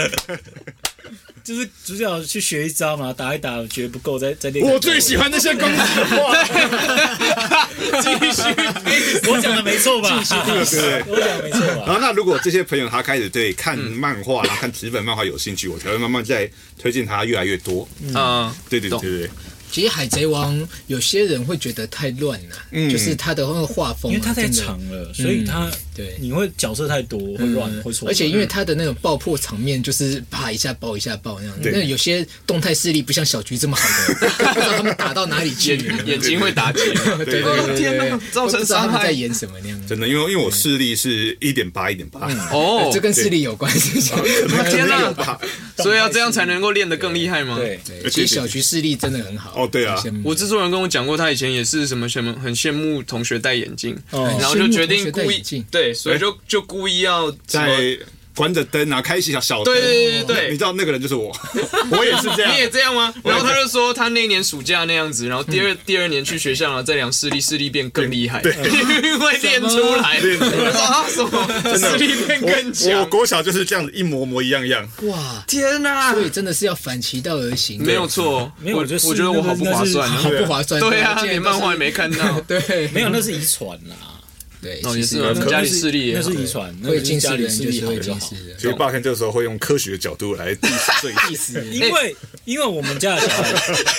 [SPEAKER 3] 就是主角去学一招嘛，打一打觉得不够，再再练。
[SPEAKER 2] 我最喜欢那些公式化，
[SPEAKER 3] 我讲的没错吧？
[SPEAKER 2] 对。
[SPEAKER 3] 我讲的没错吧？
[SPEAKER 2] 然后，那如果这些朋友他开始对看漫画，
[SPEAKER 1] 嗯
[SPEAKER 2] 然后看纸本漫画有兴趣，我才会慢慢再推荐他越来越多。
[SPEAKER 1] 嗯，
[SPEAKER 2] 对对对
[SPEAKER 1] 懂
[SPEAKER 2] 对对，
[SPEAKER 4] 其实海贼王有些人会觉得太乱了，就是他的那个画风
[SPEAKER 3] 嗯
[SPEAKER 4] 啊，
[SPEAKER 3] 因为它太
[SPEAKER 4] 真的
[SPEAKER 3] 长了，所以它
[SPEAKER 4] 对
[SPEAKER 3] 你会角色太多，会乱，会错。
[SPEAKER 4] 嗯而且因为他的那种爆破场面就是啪一下爆一下爆那样，那有些动态视力不像小菊这么好 的，不知道他们打到哪里去，
[SPEAKER 1] 眼 眼睛会打结。
[SPEAKER 4] 对对对对，
[SPEAKER 1] 造成伤
[SPEAKER 4] 他们在
[SPEAKER 1] 害。
[SPEAKER 4] 演什么那样子。
[SPEAKER 2] 真的，因为因为我
[SPEAKER 1] 嗯
[SPEAKER 2] 视力是一点八一点八，
[SPEAKER 1] 哦，
[SPEAKER 4] 这跟视力有关系。
[SPEAKER 1] 天
[SPEAKER 2] 没
[SPEAKER 1] 哪！
[SPEAKER 2] 有吧？
[SPEAKER 1] 所以要这样才能够练得更厉害吗？
[SPEAKER 3] 对，
[SPEAKER 4] 对，其实小菊视力真的很好，
[SPEAKER 2] 哦，对啊，
[SPEAKER 4] 羡慕
[SPEAKER 1] 我制作人跟我讲过，他以前也是什么什么很羡慕同学戴眼镜，
[SPEAKER 3] 哦
[SPEAKER 1] 然后就决定
[SPEAKER 4] 羡慕同学戴
[SPEAKER 1] 故
[SPEAKER 4] 眼
[SPEAKER 1] 意
[SPEAKER 4] 镜
[SPEAKER 1] 对，所以就就故意要哦什么
[SPEAKER 2] 在关着灯啊，开小小灯，
[SPEAKER 1] 对对对对
[SPEAKER 2] 你知道那个人就是 我，我也是这样
[SPEAKER 1] 你，也这样吗？然后他就说他那一年暑假那样子，然后第
[SPEAKER 2] 嗯
[SPEAKER 1] 二第二年去学校，然后再量视力，视力变更厉害， 因为练出来，我说啊什么视力变更
[SPEAKER 2] 我我
[SPEAKER 1] 强，
[SPEAKER 2] 国小就是这样子，一模模一样样，
[SPEAKER 4] 哇，
[SPEAKER 1] 天哪
[SPEAKER 4] 所！以真的是要反其道而行，
[SPEAKER 1] 没有错，
[SPEAKER 3] 没有
[SPEAKER 1] 我
[SPEAKER 3] 我觉得
[SPEAKER 1] 我觉得
[SPEAKER 3] 是
[SPEAKER 1] 我好不划算
[SPEAKER 4] 好
[SPEAKER 1] 啊。
[SPEAKER 4] 不划算。
[SPEAKER 1] 对啊，
[SPEAKER 4] 竟然
[SPEAKER 1] 你
[SPEAKER 4] 都是
[SPEAKER 1] 漫画也没看到，
[SPEAKER 4] 对，
[SPEAKER 3] 没有，那是遗传啦。
[SPEAKER 4] 对，
[SPEAKER 1] 哦
[SPEAKER 4] 其
[SPEAKER 1] 也是
[SPEAKER 4] 实
[SPEAKER 1] 啊
[SPEAKER 4] 有
[SPEAKER 1] 可能
[SPEAKER 4] 可
[SPEAKER 1] 家
[SPEAKER 4] 能
[SPEAKER 1] 里视力也
[SPEAKER 3] 那
[SPEAKER 1] 好
[SPEAKER 3] 是遗传，那
[SPEAKER 4] 会
[SPEAKER 3] 是
[SPEAKER 4] 近
[SPEAKER 3] 家
[SPEAKER 4] 视
[SPEAKER 3] 里
[SPEAKER 4] 人
[SPEAKER 3] 视
[SPEAKER 4] 就
[SPEAKER 3] 力
[SPEAKER 4] 是
[SPEAKER 3] 好
[SPEAKER 4] 会
[SPEAKER 3] 就
[SPEAKER 4] 近
[SPEAKER 3] 好。
[SPEAKER 4] 视人，
[SPEAKER 2] 所以霸天这个时候会用科学角度来 diss 这 一切。
[SPEAKER 3] 因为因为我们家的小孩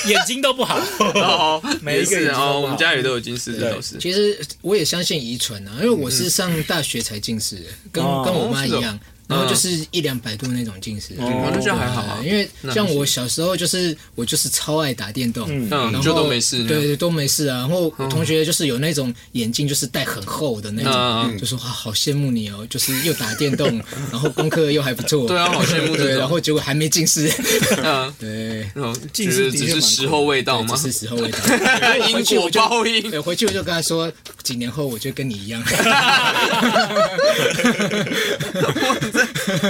[SPEAKER 3] 眼睛都不好，
[SPEAKER 1] 哦，
[SPEAKER 3] 每一个
[SPEAKER 1] 也
[SPEAKER 3] 人
[SPEAKER 1] 是
[SPEAKER 3] 都不
[SPEAKER 1] 哦，
[SPEAKER 3] 好
[SPEAKER 1] 我们家也都有近视，这
[SPEAKER 3] 对
[SPEAKER 1] 都是。嗯
[SPEAKER 4] 其实我也相信遗传啊，因为我是上大学才近视的，跟
[SPEAKER 3] 哦
[SPEAKER 4] 跟我妈一
[SPEAKER 1] 是
[SPEAKER 4] 样，然后就是一两百度那种近视。
[SPEAKER 1] 哦，那就还好啊
[SPEAKER 4] 对，，因为像
[SPEAKER 1] 那
[SPEAKER 4] 我小时候就是我就是超爱打电动，
[SPEAKER 3] 嗯
[SPEAKER 4] 然
[SPEAKER 1] 嗯，
[SPEAKER 4] 后
[SPEAKER 1] 就都没事。哦
[SPEAKER 4] 对，对，都没事啊。然后我同学就是有那种眼镜，就是戴很厚的那
[SPEAKER 1] 嗯
[SPEAKER 4] 种，就说哇，啊好羡慕你哦，就是又打 电动，然后功课又还不错。
[SPEAKER 1] 对啊好羡慕这种
[SPEAKER 4] 对，然后结果还没近视。
[SPEAKER 1] 嗯，
[SPEAKER 4] 对，
[SPEAKER 1] 然后觉
[SPEAKER 3] 近视
[SPEAKER 1] 得
[SPEAKER 3] 的确
[SPEAKER 1] 只是
[SPEAKER 3] 蛮
[SPEAKER 1] 时
[SPEAKER 3] 酷
[SPEAKER 1] 候未到吗
[SPEAKER 4] 这？是时候未到。
[SPEAKER 1] 因果报应。
[SPEAKER 4] 对，回去我就跟他说，几年后我就跟你一样。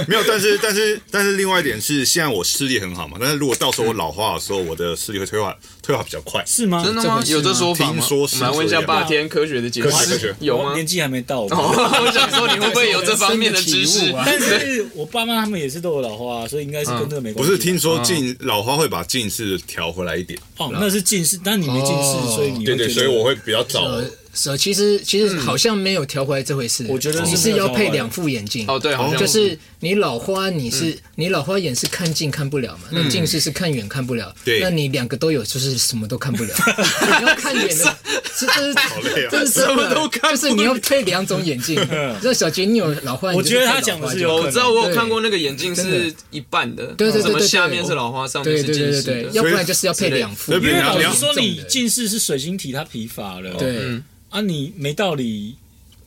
[SPEAKER 2] 没有，但是但是但是另外一点是，现在我视力很好嘛，但是如果到时候我老化的时候，我的视力会退化，退化比较快。
[SPEAKER 3] 是吗？
[SPEAKER 1] 真的
[SPEAKER 4] 这
[SPEAKER 1] 吗
[SPEAKER 4] 回？事
[SPEAKER 1] 有这
[SPEAKER 4] 吗
[SPEAKER 1] 说法吗？
[SPEAKER 2] 听说是
[SPEAKER 1] 我们来问一下
[SPEAKER 2] 这样
[SPEAKER 1] 霸天科学的解
[SPEAKER 2] 科学科
[SPEAKER 1] 释
[SPEAKER 2] 学，
[SPEAKER 1] 有吗
[SPEAKER 3] 我？年纪还没到吧。
[SPEAKER 1] 哦， 我想说你会不会有这方面的知
[SPEAKER 4] 生的
[SPEAKER 1] 识
[SPEAKER 4] 体悟？啊
[SPEAKER 3] 但是我爸妈他们也是都有老花，所以应该是跟这个没
[SPEAKER 2] 嗯不
[SPEAKER 3] 关系。
[SPEAKER 2] 是听说近老花会把近视调回来一点，
[SPEAKER 3] 哦，那是近视，但你没近视，
[SPEAKER 4] 哦
[SPEAKER 3] 所以你
[SPEAKER 2] 对
[SPEAKER 3] 会
[SPEAKER 2] 对，
[SPEAKER 3] 觉
[SPEAKER 2] 所以
[SPEAKER 3] 得
[SPEAKER 2] 我会比较早。
[SPEAKER 4] 呃，是，其实其实好像没有调回来这回事。
[SPEAKER 3] 我觉得是
[SPEAKER 4] 你是
[SPEAKER 3] 没有
[SPEAKER 4] 要
[SPEAKER 3] 调回来
[SPEAKER 4] 配两副眼镜。
[SPEAKER 1] 哦，对，好像
[SPEAKER 4] 就是你老花，你是你老花眼是看近看不了嘛？那近视是看远看不了。
[SPEAKER 2] 对
[SPEAKER 4] 那你两个都有，就是什么都看不了。 你要看远的，这这是
[SPEAKER 2] 好累啊
[SPEAKER 4] 这是真的
[SPEAKER 1] 什么都看不了
[SPEAKER 4] 就是你要配两种眼镜。 那小杰，你有老花，
[SPEAKER 3] 我觉得他
[SPEAKER 4] 你就是
[SPEAKER 3] 讲的是
[SPEAKER 4] 戴
[SPEAKER 3] 有
[SPEAKER 4] 老
[SPEAKER 2] 啊
[SPEAKER 4] 花
[SPEAKER 1] 我知道，我有
[SPEAKER 4] 对
[SPEAKER 1] 看过那个眼镜
[SPEAKER 4] 真
[SPEAKER 1] 是一半的，
[SPEAKER 4] 对对对
[SPEAKER 1] 什么
[SPEAKER 4] 对对
[SPEAKER 1] 下面是老花，上面
[SPEAKER 4] 对
[SPEAKER 1] 是
[SPEAKER 4] 对
[SPEAKER 1] 近
[SPEAKER 4] 对对
[SPEAKER 1] 视
[SPEAKER 4] 对，
[SPEAKER 1] 的。
[SPEAKER 4] 要不
[SPEAKER 2] 所以
[SPEAKER 4] 然就是要配两副。
[SPEAKER 2] 所以
[SPEAKER 3] 因为老
[SPEAKER 2] 你要
[SPEAKER 3] 师说你
[SPEAKER 4] 重的
[SPEAKER 3] 近视是水晶体，它疲乏了。
[SPEAKER 4] 对，
[SPEAKER 1] 嗯
[SPEAKER 3] 啊，你没道理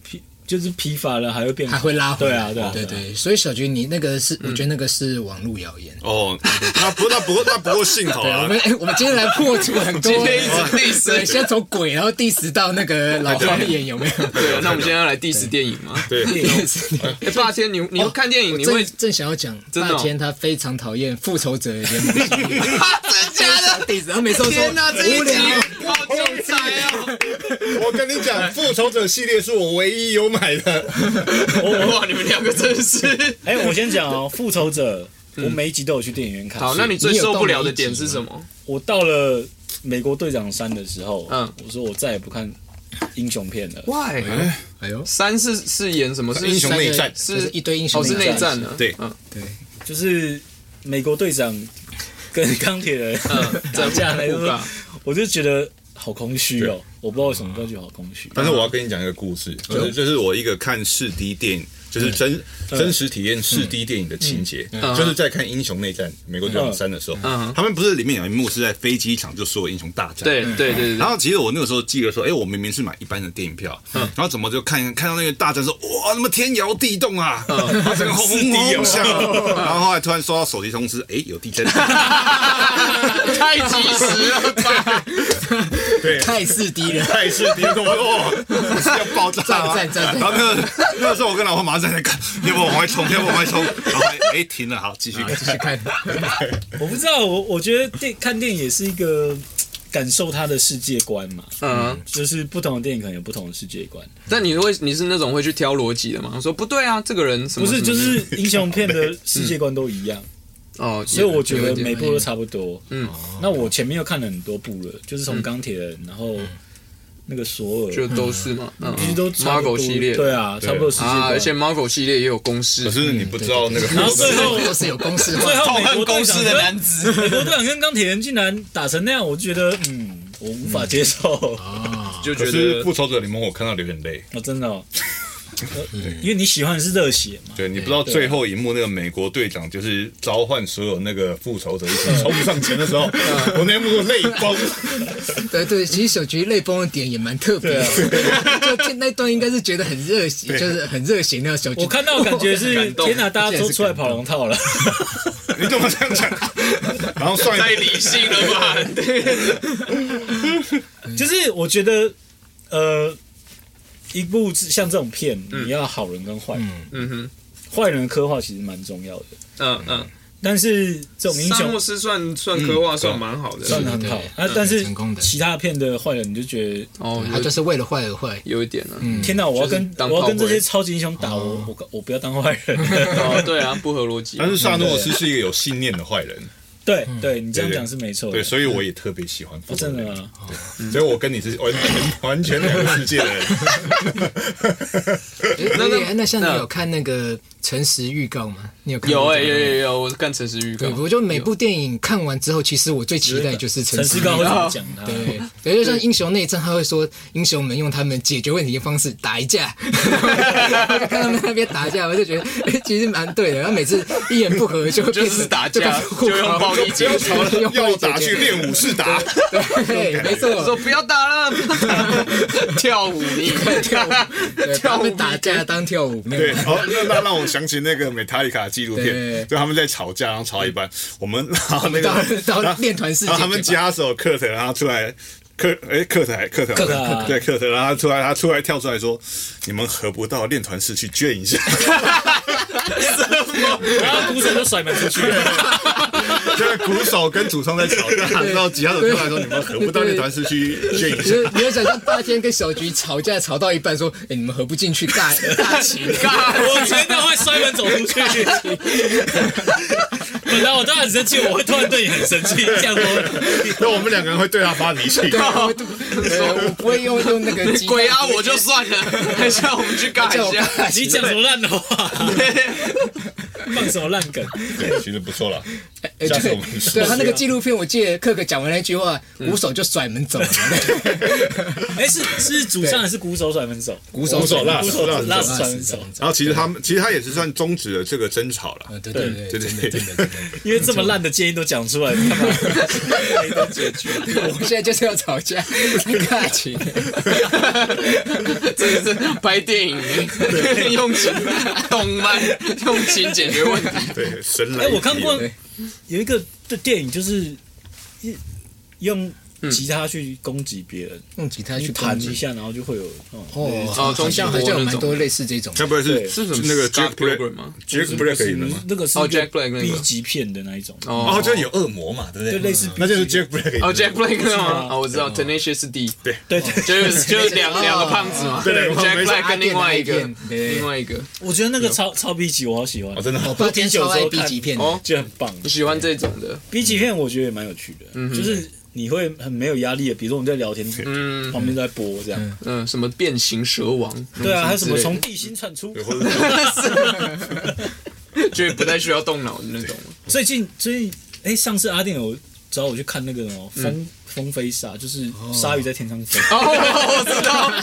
[SPEAKER 3] 疲就是疲乏了还会变
[SPEAKER 4] 还会拉回
[SPEAKER 3] 对
[SPEAKER 4] 来。
[SPEAKER 3] 啊对啊
[SPEAKER 4] 对
[SPEAKER 3] 对啊
[SPEAKER 4] 对，所以小杰，你那个是，
[SPEAKER 1] 嗯
[SPEAKER 4] 我觉得那个是网络谣言。
[SPEAKER 2] 哦，那不那不过那不过幸好
[SPEAKER 4] 对啊，我
[SPEAKER 2] 啊
[SPEAKER 4] 们，哎，我们今天来破除很多。
[SPEAKER 1] 哦
[SPEAKER 4] 哎
[SPEAKER 1] 今天一直 diss
[SPEAKER 4] 对，先从鬼，然后 diss 到 那个老花眼有没有？
[SPEAKER 1] 对，啊那我们现在要来 diss 电影嘛？
[SPEAKER 2] 对，
[SPEAKER 4] diss
[SPEAKER 1] 哎，霸天，你你看电影
[SPEAKER 4] 哦我
[SPEAKER 1] 你会
[SPEAKER 4] 正正想要讲，
[SPEAKER 1] 真的哦
[SPEAKER 4] 霸天他非常讨厌复仇者联盟，
[SPEAKER 1] 啊 真假的？
[SPEAKER 4] 弟子，他每次都说
[SPEAKER 1] 天哪，这一
[SPEAKER 4] 无
[SPEAKER 1] 集
[SPEAKER 4] 聊。
[SPEAKER 1] 好精彩哦！
[SPEAKER 2] 我跟你讲，复仇者系列是我唯一有买的，
[SPEAKER 1] 哇，你们两个真是……
[SPEAKER 3] 哎、我先讲哦，《复仇者》我每一集都有去电影院 看。
[SPEAKER 1] 好，那你最
[SPEAKER 4] 你有
[SPEAKER 1] 受不
[SPEAKER 4] 动
[SPEAKER 1] 了的
[SPEAKER 4] 哪一集
[SPEAKER 1] 点是
[SPEAKER 4] 吗
[SPEAKER 1] 什么？
[SPEAKER 3] 我到了美国队长三的时候，
[SPEAKER 1] 嗯
[SPEAKER 3] 嗯，我说我再也不看英雄片了。
[SPEAKER 1] Why？
[SPEAKER 4] 哎呦，
[SPEAKER 1] 三是是演什么？是
[SPEAKER 2] 英雄内战
[SPEAKER 1] 是
[SPEAKER 4] 就是一堆英雄
[SPEAKER 1] 哦，是内
[SPEAKER 4] 战，
[SPEAKER 1] 战的。
[SPEAKER 2] 对
[SPEAKER 1] 嗯，
[SPEAKER 4] 对，
[SPEAKER 3] 就是美国队长跟钢铁人，
[SPEAKER 1] 嗯，
[SPEAKER 3] 打架那
[SPEAKER 1] 互
[SPEAKER 3] 个
[SPEAKER 1] 尬
[SPEAKER 3] 我就觉得好空虚哦。我不知道为什么，就觉得好空虚。
[SPEAKER 2] 但是我要跟你讲一个故事，就是就是我一个看四 D 电影，就是真真实体验四 D 电影的情节，就是在看《英雄内战》美国队长三的时候
[SPEAKER 1] 嗯，
[SPEAKER 2] 他们不是里面有一幕是在飞机场就所有英雄大战，
[SPEAKER 1] 对对
[SPEAKER 4] 嗯
[SPEAKER 1] 对对
[SPEAKER 2] 然后其实我那个时候记得说，哎，我明明是买一般的电影票，
[SPEAKER 4] 嗯
[SPEAKER 2] 然后怎么就看看到那个大战说，哇，那么天摇地动啊，
[SPEAKER 4] 嗯
[SPEAKER 2] 然后整个轰轰轰响，然后后来突然收到手机通知，哎，有地震，
[SPEAKER 1] 太及时了吧！
[SPEAKER 2] 对。
[SPEAKER 4] 太四 D 了。
[SPEAKER 2] 太是低动哦，是要爆炸吗
[SPEAKER 4] 赞赞赞
[SPEAKER 2] 然后那个那个时候我跟老婆马上在那看，要不要往外冲，要不要往外冲，然后哎、停了，好继续
[SPEAKER 4] 啊继续看，
[SPEAKER 3] 我不知道，我我觉得电看电影也是一个嘖感受他的世界观嘛，
[SPEAKER 1] 嗯，
[SPEAKER 3] 就是不同的电影可能有不同的世界观。
[SPEAKER 1] 但你会你是那种会去挑逻辑的吗？我说不对啊，这个人什
[SPEAKER 3] 不
[SPEAKER 1] 么
[SPEAKER 3] 是，
[SPEAKER 1] 什
[SPEAKER 3] 就
[SPEAKER 1] 么
[SPEAKER 3] 是英雄片的世界观都 一样，
[SPEAKER 1] 哦，
[SPEAKER 3] 所以我觉得
[SPEAKER 1] 有一
[SPEAKER 3] 每
[SPEAKER 1] 点
[SPEAKER 3] 部都差不多。
[SPEAKER 1] 嗯，
[SPEAKER 3] 那我前面又看了很多部了，就是从钢铁人，然后那个索
[SPEAKER 1] 嗯
[SPEAKER 3] 尔，
[SPEAKER 1] 就都是嘛，嗯
[SPEAKER 3] 其实都差不多
[SPEAKER 1] ，Marvel 系列
[SPEAKER 3] 对啊，差不多世界观。
[SPEAKER 1] 啊，而且 Marvel 系列也有公式
[SPEAKER 2] 可，是你不知 道那个，
[SPEAKER 4] 嗯
[SPEAKER 3] 然后最后
[SPEAKER 4] 都是有公式
[SPEAKER 3] 最
[SPEAKER 4] 化。
[SPEAKER 3] 后美国队长跟
[SPEAKER 1] 子，
[SPEAKER 3] 美国队长跟钢铁人竟然打成那样，我觉得嗯，我无法接受。啊
[SPEAKER 1] 就
[SPEAKER 2] 可
[SPEAKER 1] 觉
[SPEAKER 2] 是
[SPEAKER 1] 得
[SPEAKER 2] 复仇者联盟我看到流眼泪，
[SPEAKER 3] 我真的哦，
[SPEAKER 1] 嗯
[SPEAKER 3] 因为你喜欢的是热血 嘛。
[SPEAKER 2] 对你不知道最后一幕那个美国队长就是召唤所有那个复仇者一起冲上前的时候，
[SPEAKER 3] 嗯
[SPEAKER 2] 我那一幕泪崩。
[SPEAKER 4] 对对，其实小菊泪崩的点也蛮特别的，
[SPEAKER 1] 啊
[SPEAKER 4] 就那段应该是觉得很热血，就是很热血那个小菊。
[SPEAKER 3] 我看到感觉是
[SPEAKER 1] 感动
[SPEAKER 3] 天哪，大家
[SPEAKER 4] 这也
[SPEAKER 3] 都
[SPEAKER 4] 是
[SPEAKER 3] 出来
[SPEAKER 4] 感动
[SPEAKER 3] 跑龙套了。
[SPEAKER 2] 你怎么这样讲？然后上
[SPEAKER 1] 太
[SPEAKER 2] 一
[SPEAKER 1] 理性了吧？对，
[SPEAKER 3] 就是我觉得，呃，一部像这种片，你要好人跟坏人，
[SPEAKER 1] 嗯哼，
[SPEAKER 3] 坏、人的刻画其实蛮重要的。
[SPEAKER 1] 嗯嗯，
[SPEAKER 3] 但是这种英
[SPEAKER 1] 沙
[SPEAKER 3] 雄
[SPEAKER 1] 漠是算算刻画算蛮好的，
[SPEAKER 3] 嗯
[SPEAKER 1] 嗯
[SPEAKER 3] 算得很好
[SPEAKER 4] 对
[SPEAKER 3] 啊，但是
[SPEAKER 4] 成功的
[SPEAKER 3] 其他片的坏人，你就觉得
[SPEAKER 1] 哦
[SPEAKER 4] 他啊就是为了坏而坏，
[SPEAKER 1] 有一点啊，
[SPEAKER 4] 嗯
[SPEAKER 3] 天哪，我要跟
[SPEAKER 1] 就是当
[SPEAKER 3] 我要跟
[SPEAKER 1] 炮
[SPEAKER 3] 这
[SPEAKER 1] 灰
[SPEAKER 3] 些超级英雄打，
[SPEAKER 4] 哦
[SPEAKER 3] 我我我不要当坏 人。
[SPEAKER 1] 哦对啊，不合逻辑
[SPEAKER 2] 但。是萨诺斯是一个有信念的坏人，
[SPEAKER 3] 对
[SPEAKER 4] 嗯
[SPEAKER 3] 对，你这样
[SPEAKER 2] 对对
[SPEAKER 3] 讲是没错的。
[SPEAKER 2] 对，所以我也特别喜欢复
[SPEAKER 3] 哦
[SPEAKER 2] 仇
[SPEAKER 3] 真的
[SPEAKER 2] 者。
[SPEAKER 3] 吗？
[SPEAKER 2] 所以我跟你是完全完全两个世界的人。
[SPEAKER 3] 嗯
[SPEAKER 4] 那哎那那像 你
[SPEAKER 1] 那
[SPEAKER 4] 有看那个诚实预告吗？你有看
[SPEAKER 1] 有
[SPEAKER 4] 过
[SPEAKER 1] 哎、
[SPEAKER 4] 这个
[SPEAKER 1] 有
[SPEAKER 4] 吗
[SPEAKER 1] 有有，我是看诚实预告
[SPEAKER 4] 对，，我就每部电影看完之后，其实我最期待就是
[SPEAKER 3] 陈
[SPEAKER 4] 陈
[SPEAKER 3] 思
[SPEAKER 4] 思
[SPEAKER 3] 高
[SPEAKER 4] 高
[SPEAKER 3] 会。怎么讲啊他？
[SPEAKER 4] 对，对，就像英雄内战，他会说英雄们用他们解决问题的方式打一架， 我就看他们那边打架，我就觉得、诶其实蛮对的。然后每次一言不合就会变
[SPEAKER 1] 就
[SPEAKER 4] 成
[SPEAKER 1] 是打架，就用暴力
[SPEAKER 2] 不
[SPEAKER 1] 解
[SPEAKER 2] 要
[SPEAKER 1] 决
[SPEAKER 2] 吵。了，
[SPEAKER 4] 用暴力
[SPEAKER 2] 要
[SPEAKER 4] 解
[SPEAKER 2] 打去
[SPEAKER 4] 决
[SPEAKER 2] 练武士打。
[SPEAKER 4] 对，没
[SPEAKER 1] 我
[SPEAKER 4] 错
[SPEAKER 1] 说。不要打了，不要打了跳舞你
[SPEAKER 4] 跳 舞对，
[SPEAKER 1] 跳
[SPEAKER 4] 他
[SPEAKER 1] 舞
[SPEAKER 4] 们打架当跳舞，没
[SPEAKER 2] 对，
[SPEAKER 4] 有
[SPEAKER 2] 好，那那让我想起那个美塔里卡纪录
[SPEAKER 4] 对嗯
[SPEAKER 2] 片，就他们在吵架，然后吵到一半，我们然后那个
[SPEAKER 4] 到
[SPEAKER 2] 然
[SPEAKER 4] 到
[SPEAKER 2] 后
[SPEAKER 4] 练团式
[SPEAKER 2] 然
[SPEAKER 4] 解
[SPEAKER 2] 后他
[SPEAKER 4] 决
[SPEAKER 2] 们
[SPEAKER 4] 吧。
[SPEAKER 2] 家手克特，然后出来。克哎，克特还克特，
[SPEAKER 3] 特啊
[SPEAKER 2] 对克特，然后他出来，他出来跳出来说：“你们合不到练团室去捐一下。
[SPEAKER 3] 然后古神就甩门出去了。”
[SPEAKER 2] 就是鼓手跟主唱在吵架，然后吉他手出来说：“你们合不到练团室去捐一
[SPEAKER 4] 你
[SPEAKER 2] 下。
[SPEAKER 4] 就你要想象八天跟小菊吵架吵到一半，说：“哎、你们合不进去，尬尬起。”
[SPEAKER 3] 我觉得会摔门走出去。本来我都很生气，我会突然对你很生气，这样说。”
[SPEAKER 2] 那我们两个人会对他发脾气。
[SPEAKER 4] 我都呃我不会用用那个鸡哎 蛋
[SPEAKER 1] 鬼啊我就算了，还是要我们去尬
[SPEAKER 4] 叫
[SPEAKER 1] 一
[SPEAKER 4] 我
[SPEAKER 1] 下。
[SPEAKER 4] 爸
[SPEAKER 3] 你讲什么烂的话？放什么烂梗？
[SPEAKER 2] 对，其实不错了，
[SPEAKER 4] 哎
[SPEAKER 2] 下次
[SPEAKER 4] 对
[SPEAKER 2] 我们说
[SPEAKER 4] 对他那个纪录片，我记得克克讲完那句话，鼓手就甩门走了。
[SPEAKER 3] 哎、是是主唱还是鼓手甩门手？
[SPEAKER 4] 鼓手
[SPEAKER 2] 手辣
[SPEAKER 3] 鼓
[SPEAKER 2] 死
[SPEAKER 3] 手
[SPEAKER 2] 辣
[SPEAKER 3] 拉
[SPEAKER 2] 死
[SPEAKER 3] 屎甩门手，
[SPEAKER 2] 然后其实他们，其实他也是算终止了这个争吵了。
[SPEAKER 4] 对对对，
[SPEAKER 2] 对
[SPEAKER 4] 真
[SPEAKER 2] 对
[SPEAKER 4] 的真的真的，
[SPEAKER 3] 因为这么烂的建议都讲出来，干嘛？没得解决。
[SPEAKER 4] 我现在就是要吵架，尬起。
[SPEAKER 1] 这个是拍电影， 用情动漫用情解决问题。
[SPEAKER 2] 对，神来
[SPEAKER 3] 哎、
[SPEAKER 2] 一笔。
[SPEAKER 3] 我看过
[SPEAKER 4] 对
[SPEAKER 3] 有一个的电影，就是一用吉他去攻击别人，
[SPEAKER 4] 用吉他
[SPEAKER 3] 你
[SPEAKER 4] 去
[SPEAKER 3] 弹
[SPEAKER 4] 弹
[SPEAKER 3] 一下，然后就会有那种
[SPEAKER 4] 哦，
[SPEAKER 1] 哦
[SPEAKER 4] 好像好像有蛮多类似这种。
[SPEAKER 2] 该不会是
[SPEAKER 3] 对
[SPEAKER 1] 是什么
[SPEAKER 2] 那个
[SPEAKER 1] Scott
[SPEAKER 2] Jack Black
[SPEAKER 1] Pilgrim 吗
[SPEAKER 2] ？Jack
[SPEAKER 3] 不
[SPEAKER 2] Black
[SPEAKER 3] 是
[SPEAKER 2] 演的吗？
[SPEAKER 3] 那个是
[SPEAKER 1] 哦
[SPEAKER 3] 一个
[SPEAKER 1] ，Jack Black 那个
[SPEAKER 3] B 级片的那一种，
[SPEAKER 2] 哦，就有恶魔嘛，对不对？
[SPEAKER 3] 就类似 B
[SPEAKER 2] 那就是 Jack Black 演的
[SPEAKER 1] 哦，Jack Black 那个
[SPEAKER 3] 是吗
[SPEAKER 1] 吗？哦，我知道，Tenacious D，
[SPEAKER 3] 对对，
[SPEAKER 1] 就是就是两两个胖子嘛
[SPEAKER 2] 对两个胖子
[SPEAKER 1] ，Jack
[SPEAKER 2] 没错
[SPEAKER 1] Black 跟另外一
[SPEAKER 4] 阿
[SPEAKER 1] 个
[SPEAKER 4] 电阿，电对
[SPEAKER 1] 另外一个，
[SPEAKER 3] 我觉得那个超超 B 级，我好喜欢
[SPEAKER 2] 哦，，真的
[SPEAKER 4] 我
[SPEAKER 2] 哦
[SPEAKER 4] 八天超爱 B 级片的，
[SPEAKER 1] 哦
[SPEAKER 3] 就很棒。
[SPEAKER 1] 我喜欢这种的，
[SPEAKER 3] B 级片我觉得也蛮有趣的，就是你会很没有压力的，比如说我们在聊天，
[SPEAKER 1] 嗯
[SPEAKER 3] 旁边都在播这样，
[SPEAKER 1] 嗯，什么变形蛇王，嗯
[SPEAKER 3] 对啊，还有什么
[SPEAKER 1] 之类的
[SPEAKER 3] 从地心窜出
[SPEAKER 2] 对，。或 者是
[SPEAKER 1] 就是不太需要动脑的那种，
[SPEAKER 3] 最近最近，哎，上次阿电有找我去看那个什
[SPEAKER 1] 嗯
[SPEAKER 3] 么风风飞鲨，就是鲨鱼在天上飞。
[SPEAKER 1] 哦，我知道，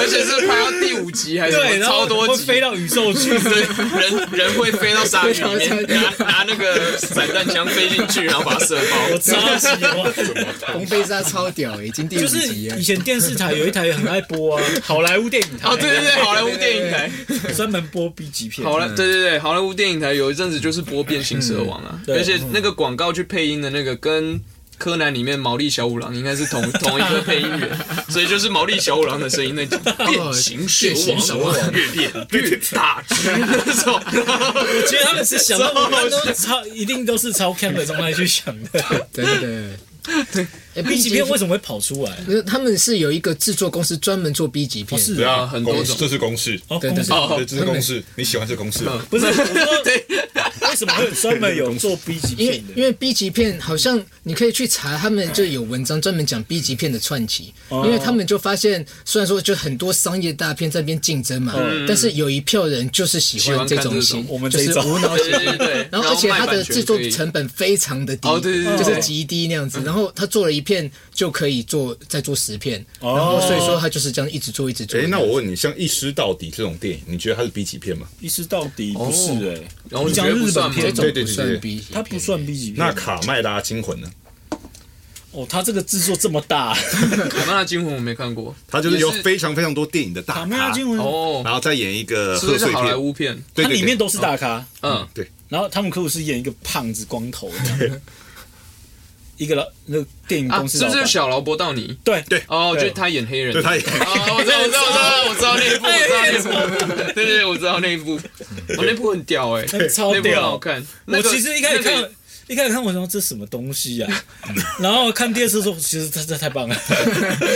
[SPEAKER 1] 而且是拍到第五集还是
[SPEAKER 3] 对，
[SPEAKER 1] 什么
[SPEAKER 3] 然后
[SPEAKER 1] 超多
[SPEAKER 3] 会
[SPEAKER 1] 集，
[SPEAKER 3] 飞到宇宙去，
[SPEAKER 1] 对，人人会飞到鲨鱼里面，拿拿那个散弹枪飞进去，然后把它射
[SPEAKER 3] 我
[SPEAKER 1] 爆。
[SPEAKER 3] 超喜欢。
[SPEAKER 4] 红飞鲨超屌，已经第五
[SPEAKER 3] 就是
[SPEAKER 4] 集了
[SPEAKER 3] 以。前电视台有一台很爱播啊，好莱坞电影台，
[SPEAKER 1] 哦，对对对，好莱坞电影台，
[SPEAKER 3] 专门播 B 级片。
[SPEAKER 1] 好莱，对对对，好莱坞电影台有一阵子就是播《变形蛇王》啊，
[SPEAKER 3] 对
[SPEAKER 1] 而且那个广告去配音的那个跟。柯南里面毛利小五郎应该是同同一个配音员，所以就是毛利小五郎的声音那种变形蛇
[SPEAKER 4] 变形蛇
[SPEAKER 1] 王
[SPEAKER 4] 王
[SPEAKER 1] 越变越大只那种，
[SPEAKER 3] 我觉得他们是想到我们都超，一定都是超 cam 的状态去想的。
[SPEAKER 4] 真的。 对
[SPEAKER 3] 哎 B 级片为
[SPEAKER 4] 为
[SPEAKER 3] 什么会跑出来？
[SPEAKER 4] 不是他们是有一个制作公司专门做 B 级片，
[SPEAKER 3] 是
[SPEAKER 2] 对
[SPEAKER 3] 啊，
[SPEAKER 2] 啊，
[SPEAKER 1] 很多
[SPEAKER 2] 公
[SPEAKER 1] 种
[SPEAKER 2] 这是公式，
[SPEAKER 3] 哦，嗯
[SPEAKER 4] 哦对
[SPEAKER 3] 公司
[SPEAKER 4] 对
[SPEAKER 1] 哦嗯
[SPEAKER 2] 对，这是公式。你喜欢这公式吗？
[SPEAKER 3] 不是我说
[SPEAKER 1] 对，
[SPEAKER 3] 为什么会有专门有做 B 级
[SPEAKER 4] 因为
[SPEAKER 3] 片
[SPEAKER 4] 因
[SPEAKER 3] 的？
[SPEAKER 4] 为 B 级片好像你可以去查，他们就有文章专门讲 B 级片的串起，
[SPEAKER 3] 哦
[SPEAKER 4] 因为他们就发现，虽然说就很多商业大
[SPEAKER 3] 哦
[SPEAKER 4] 片在那边竞争嘛，但是有一票人就是喜欢这种
[SPEAKER 1] 喜欢看这种
[SPEAKER 4] 型
[SPEAKER 3] 我，们
[SPEAKER 4] 就
[SPEAKER 3] 这一
[SPEAKER 4] 是
[SPEAKER 3] 种
[SPEAKER 4] 无脑
[SPEAKER 1] 对对对，对，
[SPEAKER 4] 然后而且
[SPEAKER 1] 卖
[SPEAKER 4] 它的
[SPEAKER 1] 版权
[SPEAKER 4] 制作
[SPEAKER 1] 可以
[SPEAKER 4] 成本非常的低，
[SPEAKER 1] 哦对对对
[SPEAKER 4] 就是
[SPEAKER 1] 对嗯
[SPEAKER 4] 极低那样子。然后他做了一片就可以做再做十片，然
[SPEAKER 1] 哦
[SPEAKER 4] 后所以说他就是这样一直做一直做。
[SPEAKER 2] 哎、那我问你，像《一尸到底》这种电影，你觉得它是 B 级片吗？
[SPEAKER 3] 一尸到底不是
[SPEAKER 4] 哦
[SPEAKER 3] 哎、
[SPEAKER 1] 然后你觉
[SPEAKER 3] 你讲
[SPEAKER 1] 得不
[SPEAKER 3] 日
[SPEAKER 1] 算吗
[SPEAKER 3] 本
[SPEAKER 4] 这
[SPEAKER 3] 片，
[SPEAKER 4] 种
[SPEAKER 2] 对对
[SPEAKER 4] 不
[SPEAKER 2] 对
[SPEAKER 4] 算
[SPEAKER 2] 对
[SPEAKER 4] B，
[SPEAKER 3] 它不算 B
[SPEAKER 1] 嗯
[SPEAKER 3] 级片
[SPEAKER 2] 那卡麦拉惊魂呢？
[SPEAKER 3] 哦，它这个制作这么 大，
[SPEAKER 1] 卡曼拉惊魂我没看过，
[SPEAKER 2] 它就是有
[SPEAKER 1] 也是
[SPEAKER 2] 非常非常多电影的大
[SPEAKER 3] 卡
[SPEAKER 2] 咖，
[SPEAKER 3] 梅拉惊魂，
[SPEAKER 1] 哦，
[SPEAKER 2] 然后再演一个
[SPEAKER 1] 是不
[SPEAKER 2] 贺
[SPEAKER 1] 是
[SPEAKER 2] 岁
[SPEAKER 1] 好莱
[SPEAKER 2] 片，
[SPEAKER 1] 坞片？
[SPEAKER 2] 对
[SPEAKER 3] 它
[SPEAKER 2] 对对，
[SPEAKER 3] 里面都是大咖。
[SPEAKER 1] 嗯，
[SPEAKER 2] 对，
[SPEAKER 3] 然后汤姆克鲁斯演一个胖子光头，一个老那个电影
[SPEAKER 1] 啊，
[SPEAKER 3] 公司
[SPEAKER 1] 是
[SPEAKER 3] 老
[SPEAKER 1] 不
[SPEAKER 3] 板，
[SPEAKER 1] 是小劳勃道尼？
[SPEAKER 3] 对
[SPEAKER 2] 对
[SPEAKER 1] 哦，就
[SPEAKER 3] 对
[SPEAKER 1] 是他演黑人
[SPEAKER 2] 对，
[SPEAKER 1] 的。
[SPEAKER 2] 他演
[SPEAKER 1] 哦，我知道，我知道，我知道，我知道那一部，我 知道那一部，对哎对，我知道那一部，哦，那部很屌哎，
[SPEAKER 3] 那个超
[SPEAKER 1] 那部很
[SPEAKER 3] 屌
[SPEAKER 1] 好。看。
[SPEAKER 3] 我
[SPEAKER 1] 那个
[SPEAKER 3] 其实一开始看
[SPEAKER 1] 那个，
[SPEAKER 3] 一开始看我想说这什么东西呀、 然后看第二次说其实这这太棒了，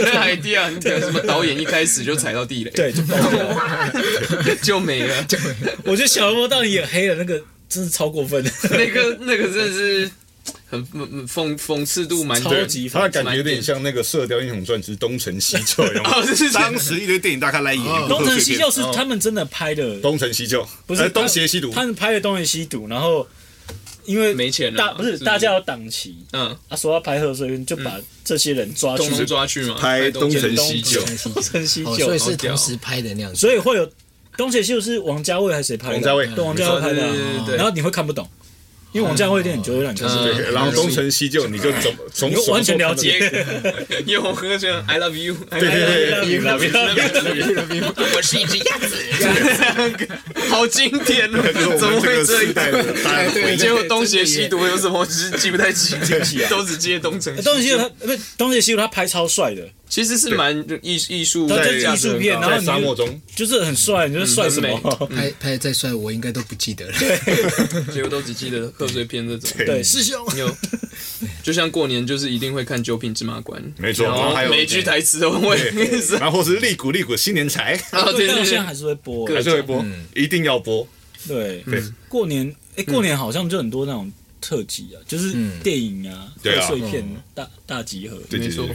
[SPEAKER 1] 那海蒂啊，你讲什么导演一开始就踩到地雷，
[SPEAKER 3] 对，就爆了。
[SPEAKER 1] 就没了。
[SPEAKER 3] 我觉得小罗伯到底演黑了那个真是超 过分，
[SPEAKER 1] 那个那个真的是很讽讽讽刺度蛮
[SPEAKER 3] 超级
[SPEAKER 2] 他的感觉有点像那个《射雕英雄传之东成西就》 有没有，
[SPEAKER 1] 哦是是是
[SPEAKER 2] 当时一堆电影大咖来演一部
[SPEAKER 3] 东成西就
[SPEAKER 2] 贺岁
[SPEAKER 3] 是他们真的拍的，
[SPEAKER 1] 哦
[SPEAKER 2] 片东成西就
[SPEAKER 3] 不是
[SPEAKER 2] 呃东邪西毒，
[SPEAKER 3] 他们拍的东成西毒，然后因为
[SPEAKER 1] 没钱了
[SPEAKER 3] 大不
[SPEAKER 1] 是
[SPEAKER 3] 是
[SPEAKER 1] 不是
[SPEAKER 3] 大家有档期，
[SPEAKER 1] 嗯，
[SPEAKER 3] 他说要拍贺岁片，就把这些人抓去
[SPEAKER 1] 东东抓去嘛，
[SPEAKER 2] 拍
[SPEAKER 1] 东
[SPEAKER 2] 东
[SPEAKER 1] 西
[SPEAKER 2] 成西就，
[SPEAKER 3] 东 成西
[SPEAKER 4] 哦，
[SPEAKER 3] 就
[SPEAKER 4] 所以，是同时拍的那样子。
[SPEAKER 3] 所以会有东邪西毒是王家卫还是谁拍的？
[SPEAKER 2] 王家卫
[SPEAKER 3] 对，王家卫拍的啊
[SPEAKER 1] 对对对。对
[SPEAKER 3] 然后你会看不懂，因为王家卫的电影就会让你看不懂。
[SPEAKER 1] 嗯
[SPEAKER 2] 对然后东成西嗯就你就怎么从
[SPEAKER 3] 你就
[SPEAKER 2] 什么
[SPEAKER 3] 完全
[SPEAKER 2] 时候
[SPEAKER 3] 了解
[SPEAKER 1] 叶红哥这样 I love you，对
[SPEAKER 2] 对
[SPEAKER 3] 对对
[SPEAKER 1] love you，我是一只鸭子，好经典哦
[SPEAKER 2] 看，到，就是
[SPEAKER 1] 怎
[SPEAKER 2] 我
[SPEAKER 1] 么
[SPEAKER 2] 们
[SPEAKER 1] 会
[SPEAKER 2] 这个
[SPEAKER 1] 这
[SPEAKER 2] 时代
[SPEAKER 1] 样？
[SPEAKER 2] 的大家
[SPEAKER 4] 对
[SPEAKER 1] 结
[SPEAKER 4] 对
[SPEAKER 1] 果东邪西毒有什么我只是记不太清，都只记得东成。
[SPEAKER 3] 东邪西毒他不，东邪西毒他拍超帅的，
[SPEAKER 1] 其实是蛮艺艺术，
[SPEAKER 3] 他在
[SPEAKER 1] 价
[SPEAKER 3] 艺
[SPEAKER 1] 值
[SPEAKER 3] 术
[SPEAKER 1] 很
[SPEAKER 3] 片，
[SPEAKER 1] 高
[SPEAKER 3] 然后
[SPEAKER 2] 在
[SPEAKER 3] 你
[SPEAKER 2] 沙漠中，
[SPEAKER 3] 就是很帅，你就帅什
[SPEAKER 1] 嗯很
[SPEAKER 3] 么？
[SPEAKER 4] 拍拍得再帅，我应该都不记得了。
[SPEAKER 1] 结果都只记得贺岁片这种。
[SPEAKER 3] 对，师兄，
[SPEAKER 1] 有，就像过年就是一定会看《九品芝麻官》，
[SPEAKER 2] 没错
[SPEAKER 1] 然
[SPEAKER 2] 然
[SPEAKER 1] 后
[SPEAKER 2] 后还有
[SPEAKER 1] 每一句台词都会，是
[SPEAKER 2] 然后或是利古利古新年 财，
[SPEAKER 1] 啊，对
[SPEAKER 3] 到
[SPEAKER 1] 对
[SPEAKER 3] 现
[SPEAKER 1] 对
[SPEAKER 3] 在，还是会播。啊
[SPEAKER 1] 各
[SPEAKER 2] 还是会播，一定要播。
[SPEAKER 3] 对，过年哎，过年好像就很多那种特辑啊，就是电影啊、
[SPEAKER 2] 对
[SPEAKER 3] 贺
[SPEAKER 2] 啊
[SPEAKER 3] 岁片大大集合，
[SPEAKER 2] 对
[SPEAKER 1] 没
[SPEAKER 2] 对
[SPEAKER 1] 错
[SPEAKER 2] 对，，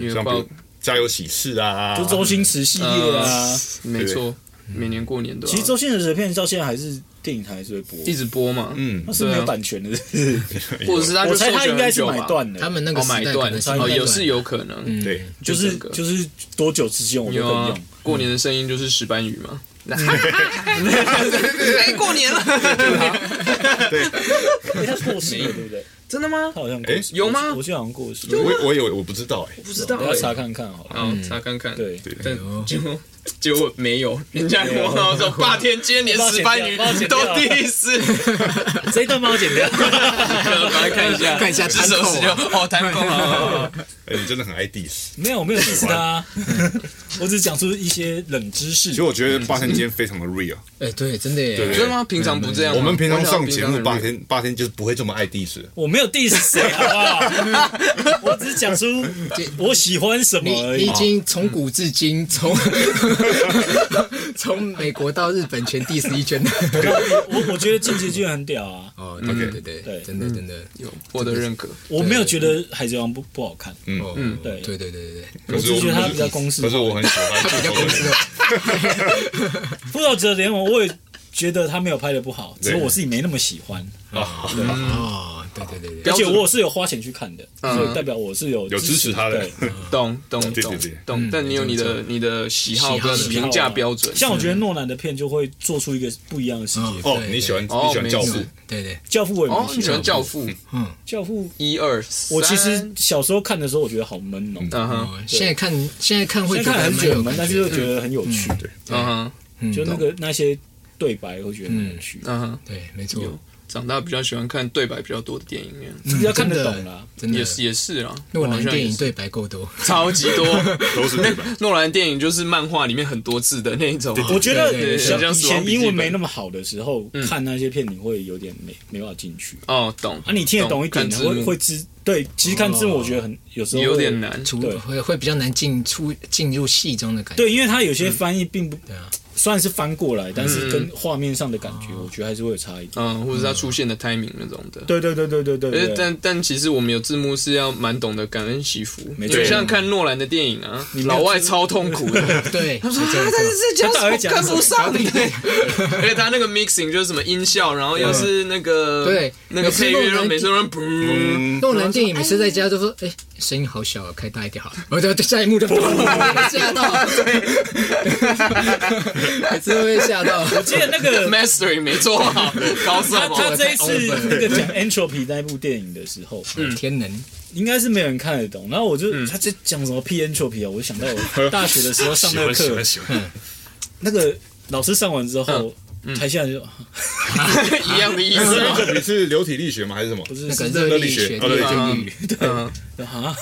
[SPEAKER 1] 因为
[SPEAKER 2] 像比
[SPEAKER 1] 包
[SPEAKER 2] 如家有喜事啊，
[SPEAKER 3] 就周星驰系列啊
[SPEAKER 1] 呃。没错，每年过年都要
[SPEAKER 3] 其实周星驰的片到现在还是电影台还是会播，
[SPEAKER 1] 一直播嘛，
[SPEAKER 2] 嗯
[SPEAKER 3] 那，是没有版权的，是不是
[SPEAKER 1] 或者啊是他就
[SPEAKER 3] 我猜
[SPEAKER 1] 授
[SPEAKER 3] 他
[SPEAKER 1] 权
[SPEAKER 3] 应该
[SPEAKER 1] 很
[SPEAKER 3] 是
[SPEAKER 1] 久
[SPEAKER 3] 买
[SPEAKER 1] 吧。
[SPEAKER 3] 断的，
[SPEAKER 4] 他们那个
[SPEAKER 1] 哦，
[SPEAKER 4] 时
[SPEAKER 1] 买
[SPEAKER 4] 代可
[SPEAKER 1] 断
[SPEAKER 4] 能是
[SPEAKER 1] 哦，
[SPEAKER 4] 买
[SPEAKER 1] 有
[SPEAKER 4] 断
[SPEAKER 1] 是有可能，
[SPEAKER 2] 对，
[SPEAKER 3] 就是
[SPEAKER 1] 整个
[SPEAKER 3] 就是多久之间我都
[SPEAKER 1] 有
[SPEAKER 3] 可以
[SPEAKER 1] 啊
[SPEAKER 3] 用。，
[SPEAKER 1] 过年的声音就是石斑鱼 嘛，哎，过年了，
[SPEAKER 3] 哎，他过世了，对不对？
[SPEAKER 1] 真的吗
[SPEAKER 3] 他？好像过世，
[SPEAKER 1] 哎有吗
[SPEAKER 3] 我记得好像过世，
[SPEAKER 2] 我我以为我不知道哎，
[SPEAKER 1] 不知道
[SPEAKER 3] 我，要查看看好了。
[SPEAKER 1] 嗯，查看看，，
[SPEAKER 3] 对，
[SPEAKER 1] 但结果结果没有，人家跟我 说霸天今年石斑鱼
[SPEAKER 3] 帮我剪掉
[SPEAKER 1] 都
[SPEAKER 3] 帮我剪掉
[SPEAKER 1] 第四，
[SPEAKER 3] 这一段帮我剪掉。
[SPEAKER 1] 赶快 看一下，
[SPEAKER 4] 看一下
[SPEAKER 1] 这首诗
[SPEAKER 4] 弹扣
[SPEAKER 1] 就
[SPEAKER 4] 啊
[SPEAKER 1] 哦，弹弓啊，
[SPEAKER 2] 哎，你真的很爱 diss。
[SPEAKER 3] 没有，我没有 diss 他 啊，我只是讲出一些冷知识
[SPEAKER 2] 其实。我觉得八天今天非常的 real，
[SPEAKER 4] 哎，对，真的
[SPEAKER 2] 对
[SPEAKER 4] 耶。
[SPEAKER 1] 真的吗？平常不这样吗，
[SPEAKER 2] 嗯我们平常上节
[SPEAKER 1] 我想平常
[SPEAKER 2] 目
[SPEAKER 1] 很
[SPEAKER 2] 八天八天就是不会这么爱 diss 的。
[SPEAKER 3] 我没有 diss 谁，好不好？我只是讲出我喜欢什么
[SPEAKER 2] 哎
[SPEAKER 4] 你
[SPEAKER 3] 而
[SPEAKER 4] 你
[SPEAKER 3] 已
[SPEAKER 4] 已。经从古至今，从 从美国到日本全 diss 一圈了。
[SPEAKER 3] 我我觉得进击巨人很屌啊，
[SPEAKER 4] 哦，对对对
[SPEAKER 3] 对嗯
[SPEAKER 4] 对，真的真的。
[SPEAKER 1] 有获得认可，
[SPEAKER 3] 我没有觉得海贼王不不好看，
[SPEAKER 2] 嗯
[SPEAKER 4] 哦，
[SPEAKER 3] 嗯对
[SPEAKER 4] 对对对对对。
[SPEAKER 3] 我只是觉得他比较公式
[SPEAKER 2] 可。是我很喜 欢这种东西，
[SPEAKER 3] 复仇者联盟我也觉得他没有拍的不好，只是我自己没那么喜欢。
[SPEAKER 2] 啊
[SPEAKER 3] 嗯
[SPEAKER 4] 哦，对对对对，
[SPEAKER 3] 而且我是有花钱去看的，
[SPEAKER 1] 嗯
[SPEAKER 3] 所以代表我是有
[SPEAKER 2] 有支持他的
[SPEAKER 3] 对
[SPEAKER 1] 懂懂
[SPEAKER 2] 对
[SPEAKER 1] 懂
[SPEAKER 2] 对嗯
[SPEAKER 1] 懂，但你有你的你的喜好啊跟
[SPEAKER 4] 喜好
[SPEAKER 1] 评价标准，嗯
[SPEAKER 3] 啊像我觉得诺兰的片就会做出一个不一样的世界。
[SPEAKER 2] 哦，你喜欢你喜欢教
[SPEAKER 3] 哦
[SPEAKER 2] 父，
[SPEAKER 3] 嗯
[SPEAKER 4] 对对，
[SPEAKER 3] 教父我也
[SPEAKER 1] 哦，
[SPEAKER 3] 蛮
[SPEAKER 1] 你喜欢
[SPEAKER 3] 欢，
[SPEAKER 1] 教父
[SPEAKER 3] 教父
[SPEAKER 1] 一二，
[SPEAKER 3] 我其实
[SPEAKER 1] 三
[SPEAKER 3] 小时候看的时候我觉得好闷哦，
[SPEAKER 1] 嗯哼
[SPEAKER 4] 哦，现在看现在看会
[SPEAKER 3] 现
[SPEAKER 4] 觉
[SPEAKER 3] 在
[SPEAKER 4] 得
[SPEAKER 3] 看
[SPEAKER 4] 还
[SPEAKER 3] 很
[SPEAKER 4] 蛮有
[SPEAKER 3] 久
[SPEAKER 4] 感
[SPEAKER 3] 闷，但是
[SPEAKER 4] 觉
[SPEAKER 3] 又
[SPEAKER 4] 的，
[SPEAKER 3] 觉得很有趣，
[SPEAKER 1] 嗯哼
[SPEAKER 3] 就那个那些对白我觉得很有趣，
[SPEAKER 1] 嗯哼，
[SPEAKER 4] 对，没错，
[SPEAKER 1] 长大比较喜欢看对白比较多的电影，
[SPEAKER 3] 比较看得
[SPEAKER 4] 真的
[SPEAKER 3] 懂啦。
[SPEAKER 4] 真的
[SPEAKER 1] 也。是也是啊，
[SPEAKER 4] 嗯诺
[SPEAKER 1] 好
[SPEAKER 4] 兰
[SPEAKER 1] 像也
[SPEAKER 4] 电影
[SPEAKER 1] 是
[SPEAKER 4] 对白够多，
[SPEAKER 1] 超级多，
[SPEAKER 2] 都是对吧？
[SPEAKER 1] 诺兰电影就是漫画里面很多字的那一种啊，
[SPEAKER 3] 我觉得
[SPEAKER 4] 对对
[SPEAKER 1] 对
[SPEAKER 3] 小
[SPEAKER 1] 像
[SPEAKER 3] 以
[SPEAKER 1] 死亡
[SPEAKER 3] 前
[SPEAKER 1] 笔记
[SPEAKER 3] 英文
[SPEAKER 1] 本嗯
[SPEAKER 3] 没那么好的时候，看那些片你会有点没没办法进去。
[SPEAKER 1] 哦懂
[SPEAKER 3] 啊，你听得懂一点，
[SPEAKER 1] 看字幕哦
[SPEAKER 3] 会会知。对，其实看字幕我觉得很有时候会
[SPEAKER 1] 有点难。
[SPEAKER 3] 嗯
[SPEAKER 4] 出
[SPEAKER 3] 对
[SPEAKER 4] 会会比较难进出进入戏中的感觉。
[SPEAKER 3] 对，因为它有些翻译并不
[SPEAKER 4] 啊
[SPEAKER 3] 虽然是翻过来，但是跟画面上的感觉，我觉得还是会有差异。
[SPEAKER 1] 嗯，或者是它出现的 timing 那种的。
[SPEAKER 3] 对对对对对对
[SPEAKER 1] 呃
[SPEAKER 3] 对，
[SPEAKER 1] 但但其实我们有字幕是要蛮懂得感恩惜福，
[SPEAKER 3] 没
[SPEAKER 1] 因
[SPEAKER 3] 错
[SPEAKER 1] 为像看诺兰的电影啊，老外超痛苦的。
[SPEAKER 4] 对，
[SPEAKER 1] 他说啊，
[SPEAKER 4] 没错
[SPEAKER 1] 他
[SPEAKER 4] 没错
[SPEAKER 1] 这讲
[SPEAKER 3] 他到
[SPEAKER 1] 什么
[SPEAKER 3] 底讲
[SPEAKER 1] 跟
[SPEAKER 3] 什么
[SPEAKER 1] 不上，欸对， 而且他那个 mixing 就是什么音效，然后又是那个
[SPEAKER 4] 对
[SPEAKER 1] 那个配乐，然后每次都是嘣，
[SPEAKER 2] 嗯，
[SPEAKER 4] 那种男电影每次在家都说：“哎、声音好小啊，开大一点好。”我就下一幕 就吓到， 每次都会吓到。
[SPEAKER 3] 我记得那
[SPEAKER 1] 嗯
[SPEAKER 3] 个
[SPEAKER 1] mastering 没做 好，搞什
[SPEAKER 3] 他他
[SPEAKER 1] 么？
[SPEAKER 3] 这一次那个讲 entropy 那一部电影的时候，
[SPEAKER 4] 天能，
[SPEAKER 3] 应该是没有人看得懂。然后我就
[SPEAKER 1] 嗯
[SPEAKER 3] 他在讲什么 p entropy 啊，我就想到 我大学的时候上
[SPEAKER 2] 喜
[SPEAKER 3] 那个
[SPEAKER 2] 欢喜
[SPEAKER 3] 课
[SPEAKER 2] 欢，喜欢，
[SPEAKER 3] 那个老师上完之后，
[SPEAKER 1] 嗯
[SPEAKER 3] 台下就啊
[SPEAKER 1] 一样的意思
[SPEAKER 2] 那
[SPEAKER 1] 吗。
[SPEAKER 2] 个笔是流体力学吗？还是什么
[SPEAKER 3] 不？是
[SPEAKER 4] 那个
[SPEAKER 3] 是
[SPEAKER 4] 热
[SPEAKER 2] 力
[SPEAKER 4] 力
[SPEAKER 2] 学
[SPEAKER 4] 学
[SPEAKER 2] 哦热力学
[SPEAKER 4] 定律，
[SPEAKER 1] 嗯，
[SPEAKER 3] 啊，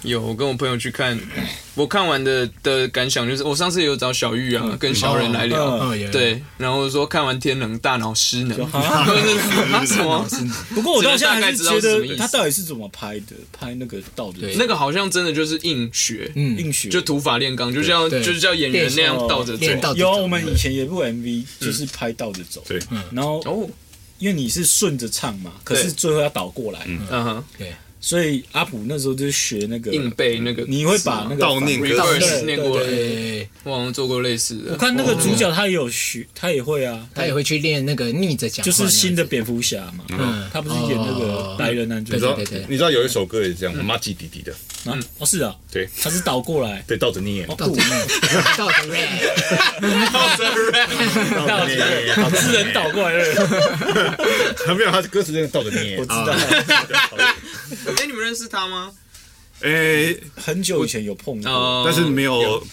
[SPEAKER 1] 有，我跟我朋友去看，我看完的的感想就是，我上次有找小玉啊，跟小人来聊，
[SPEAKER 4] 哦，有，
[SPEAKER 1] 对，然后说看完《天能》大脑失能，
[SPEAKER 3] 哈
[SPEAKER 1] 他什 么？
[SPEAKER 3] 不过我到现在还是觉
[SPEAKER 1] 只能大概知道是什么意
[SPEAKER 3] 得
[SPEAKER 1] 思
[SPEAKER 3] 他到底是怎么拍的，拍那个到底
[SPEAKER 4] 对
[SPEAKER 1] 那个好像真的就是硬学，
[SPEAKER 4] 嗯，
[SPEAKER 3] 硬学
[SPEAKER 1] 就土法炼钢，就像
[SPEAKER 4] 对
[SPEAKER 1] 就是叫演员那样倒着走。
[SPEAKER 4] 练到底
[SPEAKER 3] 有啊，
[SPEAKER 4] 怎么
[SPEAKER 3] 我们以前有一部 MV 就是拍倒着走，
[SPEAKER 2] 对，
[SPEAKER 3] 然后
[SPEAKER 1] 哦，
[SPEAKER 3] 因为你是顺着唱嘛，可是
[SPEAKER 1] 对
[SPEAKER 3] 最后要倒过来，
[SPEAKER 1] 嗯哼，
[SPEAKER 3] 所以阿普那时候就是学那个，
[SPEAKER 1] 硬背那个，
[SPEAKER 3] 你会把那个
[SPEAKER 2] 倒念歌
[SPEAKER 1] 倒
[SPEAKER 2] 词
[SPEAKER 1] 念，哦念过来
[SPEAKER 3] 对对对
[SPEAKER 4] 对，
[SPEAKER 1] 我好像做过类似的。
[SPEAKER 3] 我看那个主角他也有学，他也会啊，
[SPEAKER 4] 他也会去练那个逆着讲
[SPEAKER 3] 就
[SPEAKER 4] 话那样子，
[SPEAKER 3] 是新的蝙蝠侠嘛，
[SPEAKER 4] 嗯
[SPEAKER 3] 他不是演那
[SPEAKER 1] 哦
[SPEAKER 3] 个白人男主
[SPEAKER 2] 你知
[SPEAKER 3] 角
[SPEAKER 2] 道
[SPEAKER 4] 对对对
[SPEAKER 2] 你知道有一首歌也是这样，妈吉迪迪的，
[SPEAKER 3] 啊？哦，是啊，
[SPEAKER 2] 对
[SPEAKER 3] 他是倒过来，
[SPEAKER 2] 对，倒着念，
[SPEAKER 3] 哦
[SPEAKER 4] 倒着练， 倒着练，
[SPEAKER 2] 倒着念，倒着
[SPEAKER 3] 是人倒过 来的，
[SPEAKER 2] 念，没有，他歌词真的倒着啊念
[SPEAKER 3] 我知。道，
[SPEAKER 1] 哦哎，你们认识他吗？
[SPEAKER 2] 哎，
[SPEAKER 3] 很久以前有碰过，
[SPEAKER 1] 哦，
[SPEAKER 2] 但是没有，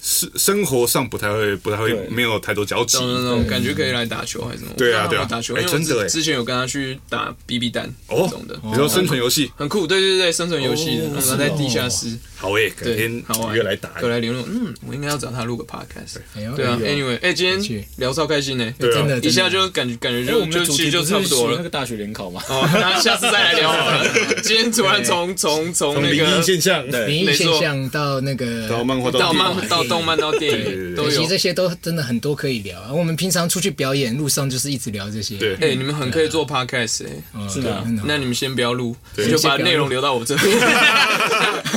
[SPEAKER 2] 是生活上不太会，不太会
[SPEAKER 3] 对，
[SPEAKER 2] 没有太多交集
[SPEAKER 1] 懂。懂懂，感觉可以来打球还是什么？
[SPEAKER 2] 对
[SPEAKER 1] 我
[SPEAKER 2] 啊
[SPEAKER 1] 看他
[SPEAKER 2] 对
[SPEAKER 1] 有
[SPEAKER 2] 啊
[SPEAKER 1] 打球，
[SPEAKER 2] 哎
[SPEAKER 1] 因为我
[SPEAKER 2] 真的
[SPEAKER 1] 之
[SPEAKER 2] 哎
[SPEAKER 1] 之前有跟他去打 BB 弹，
[SPEAKER 2] 哦
[SPEAKER 1] 懂的，
[SPEAKER 2] 你说生存游戏，
[SPEAKER 1] 很酷。对对对，生存游戏的，
[SPEAKER 3] 哦
[SPEAKER 1] 然
[SPEAKER 3] 是
[SPEAKER 1] 后
[SPEAKER 3] 哦
[SPEAKER 1] 在地下室，
[SPEAKER 2] 好诶，改天
[SPEAKER 1] 对，好玩。
[SPEAKER 2] 约来打。
[SPEAKER 1] 可来联络。嗯，我应该要找他录个 podcast。
[SPEAKER 4] 哎呦
[SPEAKER 1] 对啊
[SPEAKER 4] 哎呦
[SPEAKER 1] ，Anyway，哎，今
[SPEAKER 4] 有
[SPEAKER 1] 天
[SPEAKER 4] 趣
[SPEAKER 1] 聊超开心呢，
[SPEAKER 2] 对啊
[SPEAKER 4] 真的
[SPEAKER 1] 一下
[SPEAKER 4] 真的
[SPEAKER 1] 就感觉感觉
[SPEAKER 3] 因为
[SPEAKER 1] 就
[SPEAKER 3] 哎我们
[SPEAKER 1] 就
[SPEAKER 3] 的主
[SPEAKER 1] 其实
[SPEAKER 3] 题
[SPEAKER 1] 就
[SPEAKER 3] 不
[SPEAKER 1] 差
[SPEAKER 3] 是
[SPEAKER 1] 不多
[SPEAKER 3] 学那
[SPEAKER 1] 了。
[SPEAKER 3] 个大学联考嘛，
[SPEAKER 1] 哦，那下次再来聊好 了。今天突然从从从
[SPEAKER 2] 从
[SPEAKER 1] 那
[SPEAKER 2] 灵异
[SPEAKER 1] 个
[SPEAKER 2] 现象，
[SPEAKER 3] 对
[SPEAKER 4] 灵异
[SPEAKER 1] 没
[SPEAKER 4] 现
[SPEAKER 1] 错
[SPEAKER 4] 象到那个
[SPEAKER 2] 到漫画到
[SPEAKER 1] 到
[SPEAKER 2] 电
[SPEAKER 1] 漫
[SPEAKER 2] 影
[SPEAKER 1] 到动漫到电
[SPEAKER 2] 对对
[SPEAKER 1] 影
[SPEAKER 2] 对
[SPEAKER 1] 都
[SPEAKER 4] 其
[SPEAKER 1] 有
[SPEAKER 4] 实。这些都真的很多可以聊。啊我们平常出去表演路上就是一直聊这些，
[SPEAKER 2] 对
[SPEAKER 1] 哎，你们很可以做 podcast 哎。
[SPEAKER 4] 嗯，
[SPEAKER 3] 是的啊
[SPEAKER 4] 真
[SPEAKER 1] 那你们先不要录，
[SPEAKER 2] 对
[SPEAKER 1] 你就把
[SPEAKER 4] 先不
[SPEAKER 1] 内
[SPEAKER 4] 要录
[SPEAKER 1] 容留到我这边。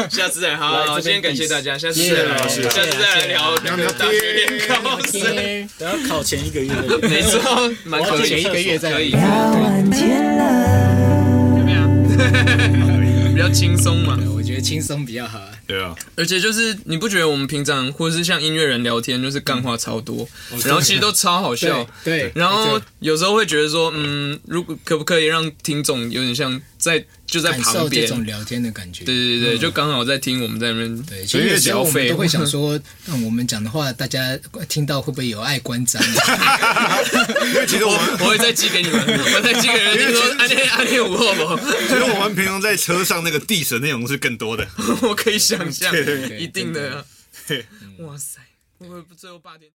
[SPEAKER 1] 下次再好，好
[SPEAKER 3] 来这边
[SPEAKER 1] 今天感谢大家，下次再
[SPEAKER 4] Yeah，
[SPEAKER 1] 聊，
[SPEAKER 4] 是
[SPEAKER 1] 下次再来聊那个大学联考生。
[SPEAKER 4] 天
[SPEAKER 3] 等下考前一个月，
[SPEAKER 1] 没错，蛮可
[SPEAKER 4] 前
[SPEAKER 1] 以
[SPEAKER 4] 一个月再
[SPEAKER 1] 可以，
[SPEAKER 5] 到晚天了。
[SPEAKER 1] 怎么样？比较轻松嘛。
[SPEAKER 4] 我觉得轻松比较好啊。
[SPEAKER 2] 对啊，
[SPEAKER 1] 而且就是你不觉得我们平常或者是像音乐人聊天，就是干话超多，然后其实都超好笑。
[SPEAKER 4] 对，对
[SPEAKER 1] 然后
[SPEAKER 4] 对
[SPEAKER 1] 有时候会觉得说，嗯，如果可不可以让听众有点像在就在
[SPEAKER 4] 感受
[SPEAKER 1] 旁边
[SPEAKER 4] 这，种聊天的感觉。
[SPEAKER 1] 对对
[SPEAKER 2] 嗯
[SPEAKER 1] 对，就刚好在听我们在那边
[SPEAKER 4] 对，其
[SPEAKER 1] 随
[SPEAKER 4] 实有
[SPEAKER 1] 便
[SPEAKER 4] 时候
[SPEAKER 1] 聊
[SPEAKER 4] 我们
[SPEAKER 1] 废
[SPEAKER 4] 都
[SPEAKER 1] 话
[SPEAKER 4] 会。想说，嗯，我们讲的话，大家听到会不会有碍观瞻？ 啊
[SPEAKER 2] 因为其实我们
[SPEAKER 1] 我会再寄给你们，我再寄给人听说哎安恋安恋五后
[SPEAKER 2] 其实我们平常在车上那个 diss 的内容是更多的。
[SPEAKER 1] 我可以想象，
[SPEAKER 2] 对对
[SPEAKER 1] 一定的啊
[SPEAKER 2] 对。
[SPEAKER 1] 哇塞，会不会最后八点？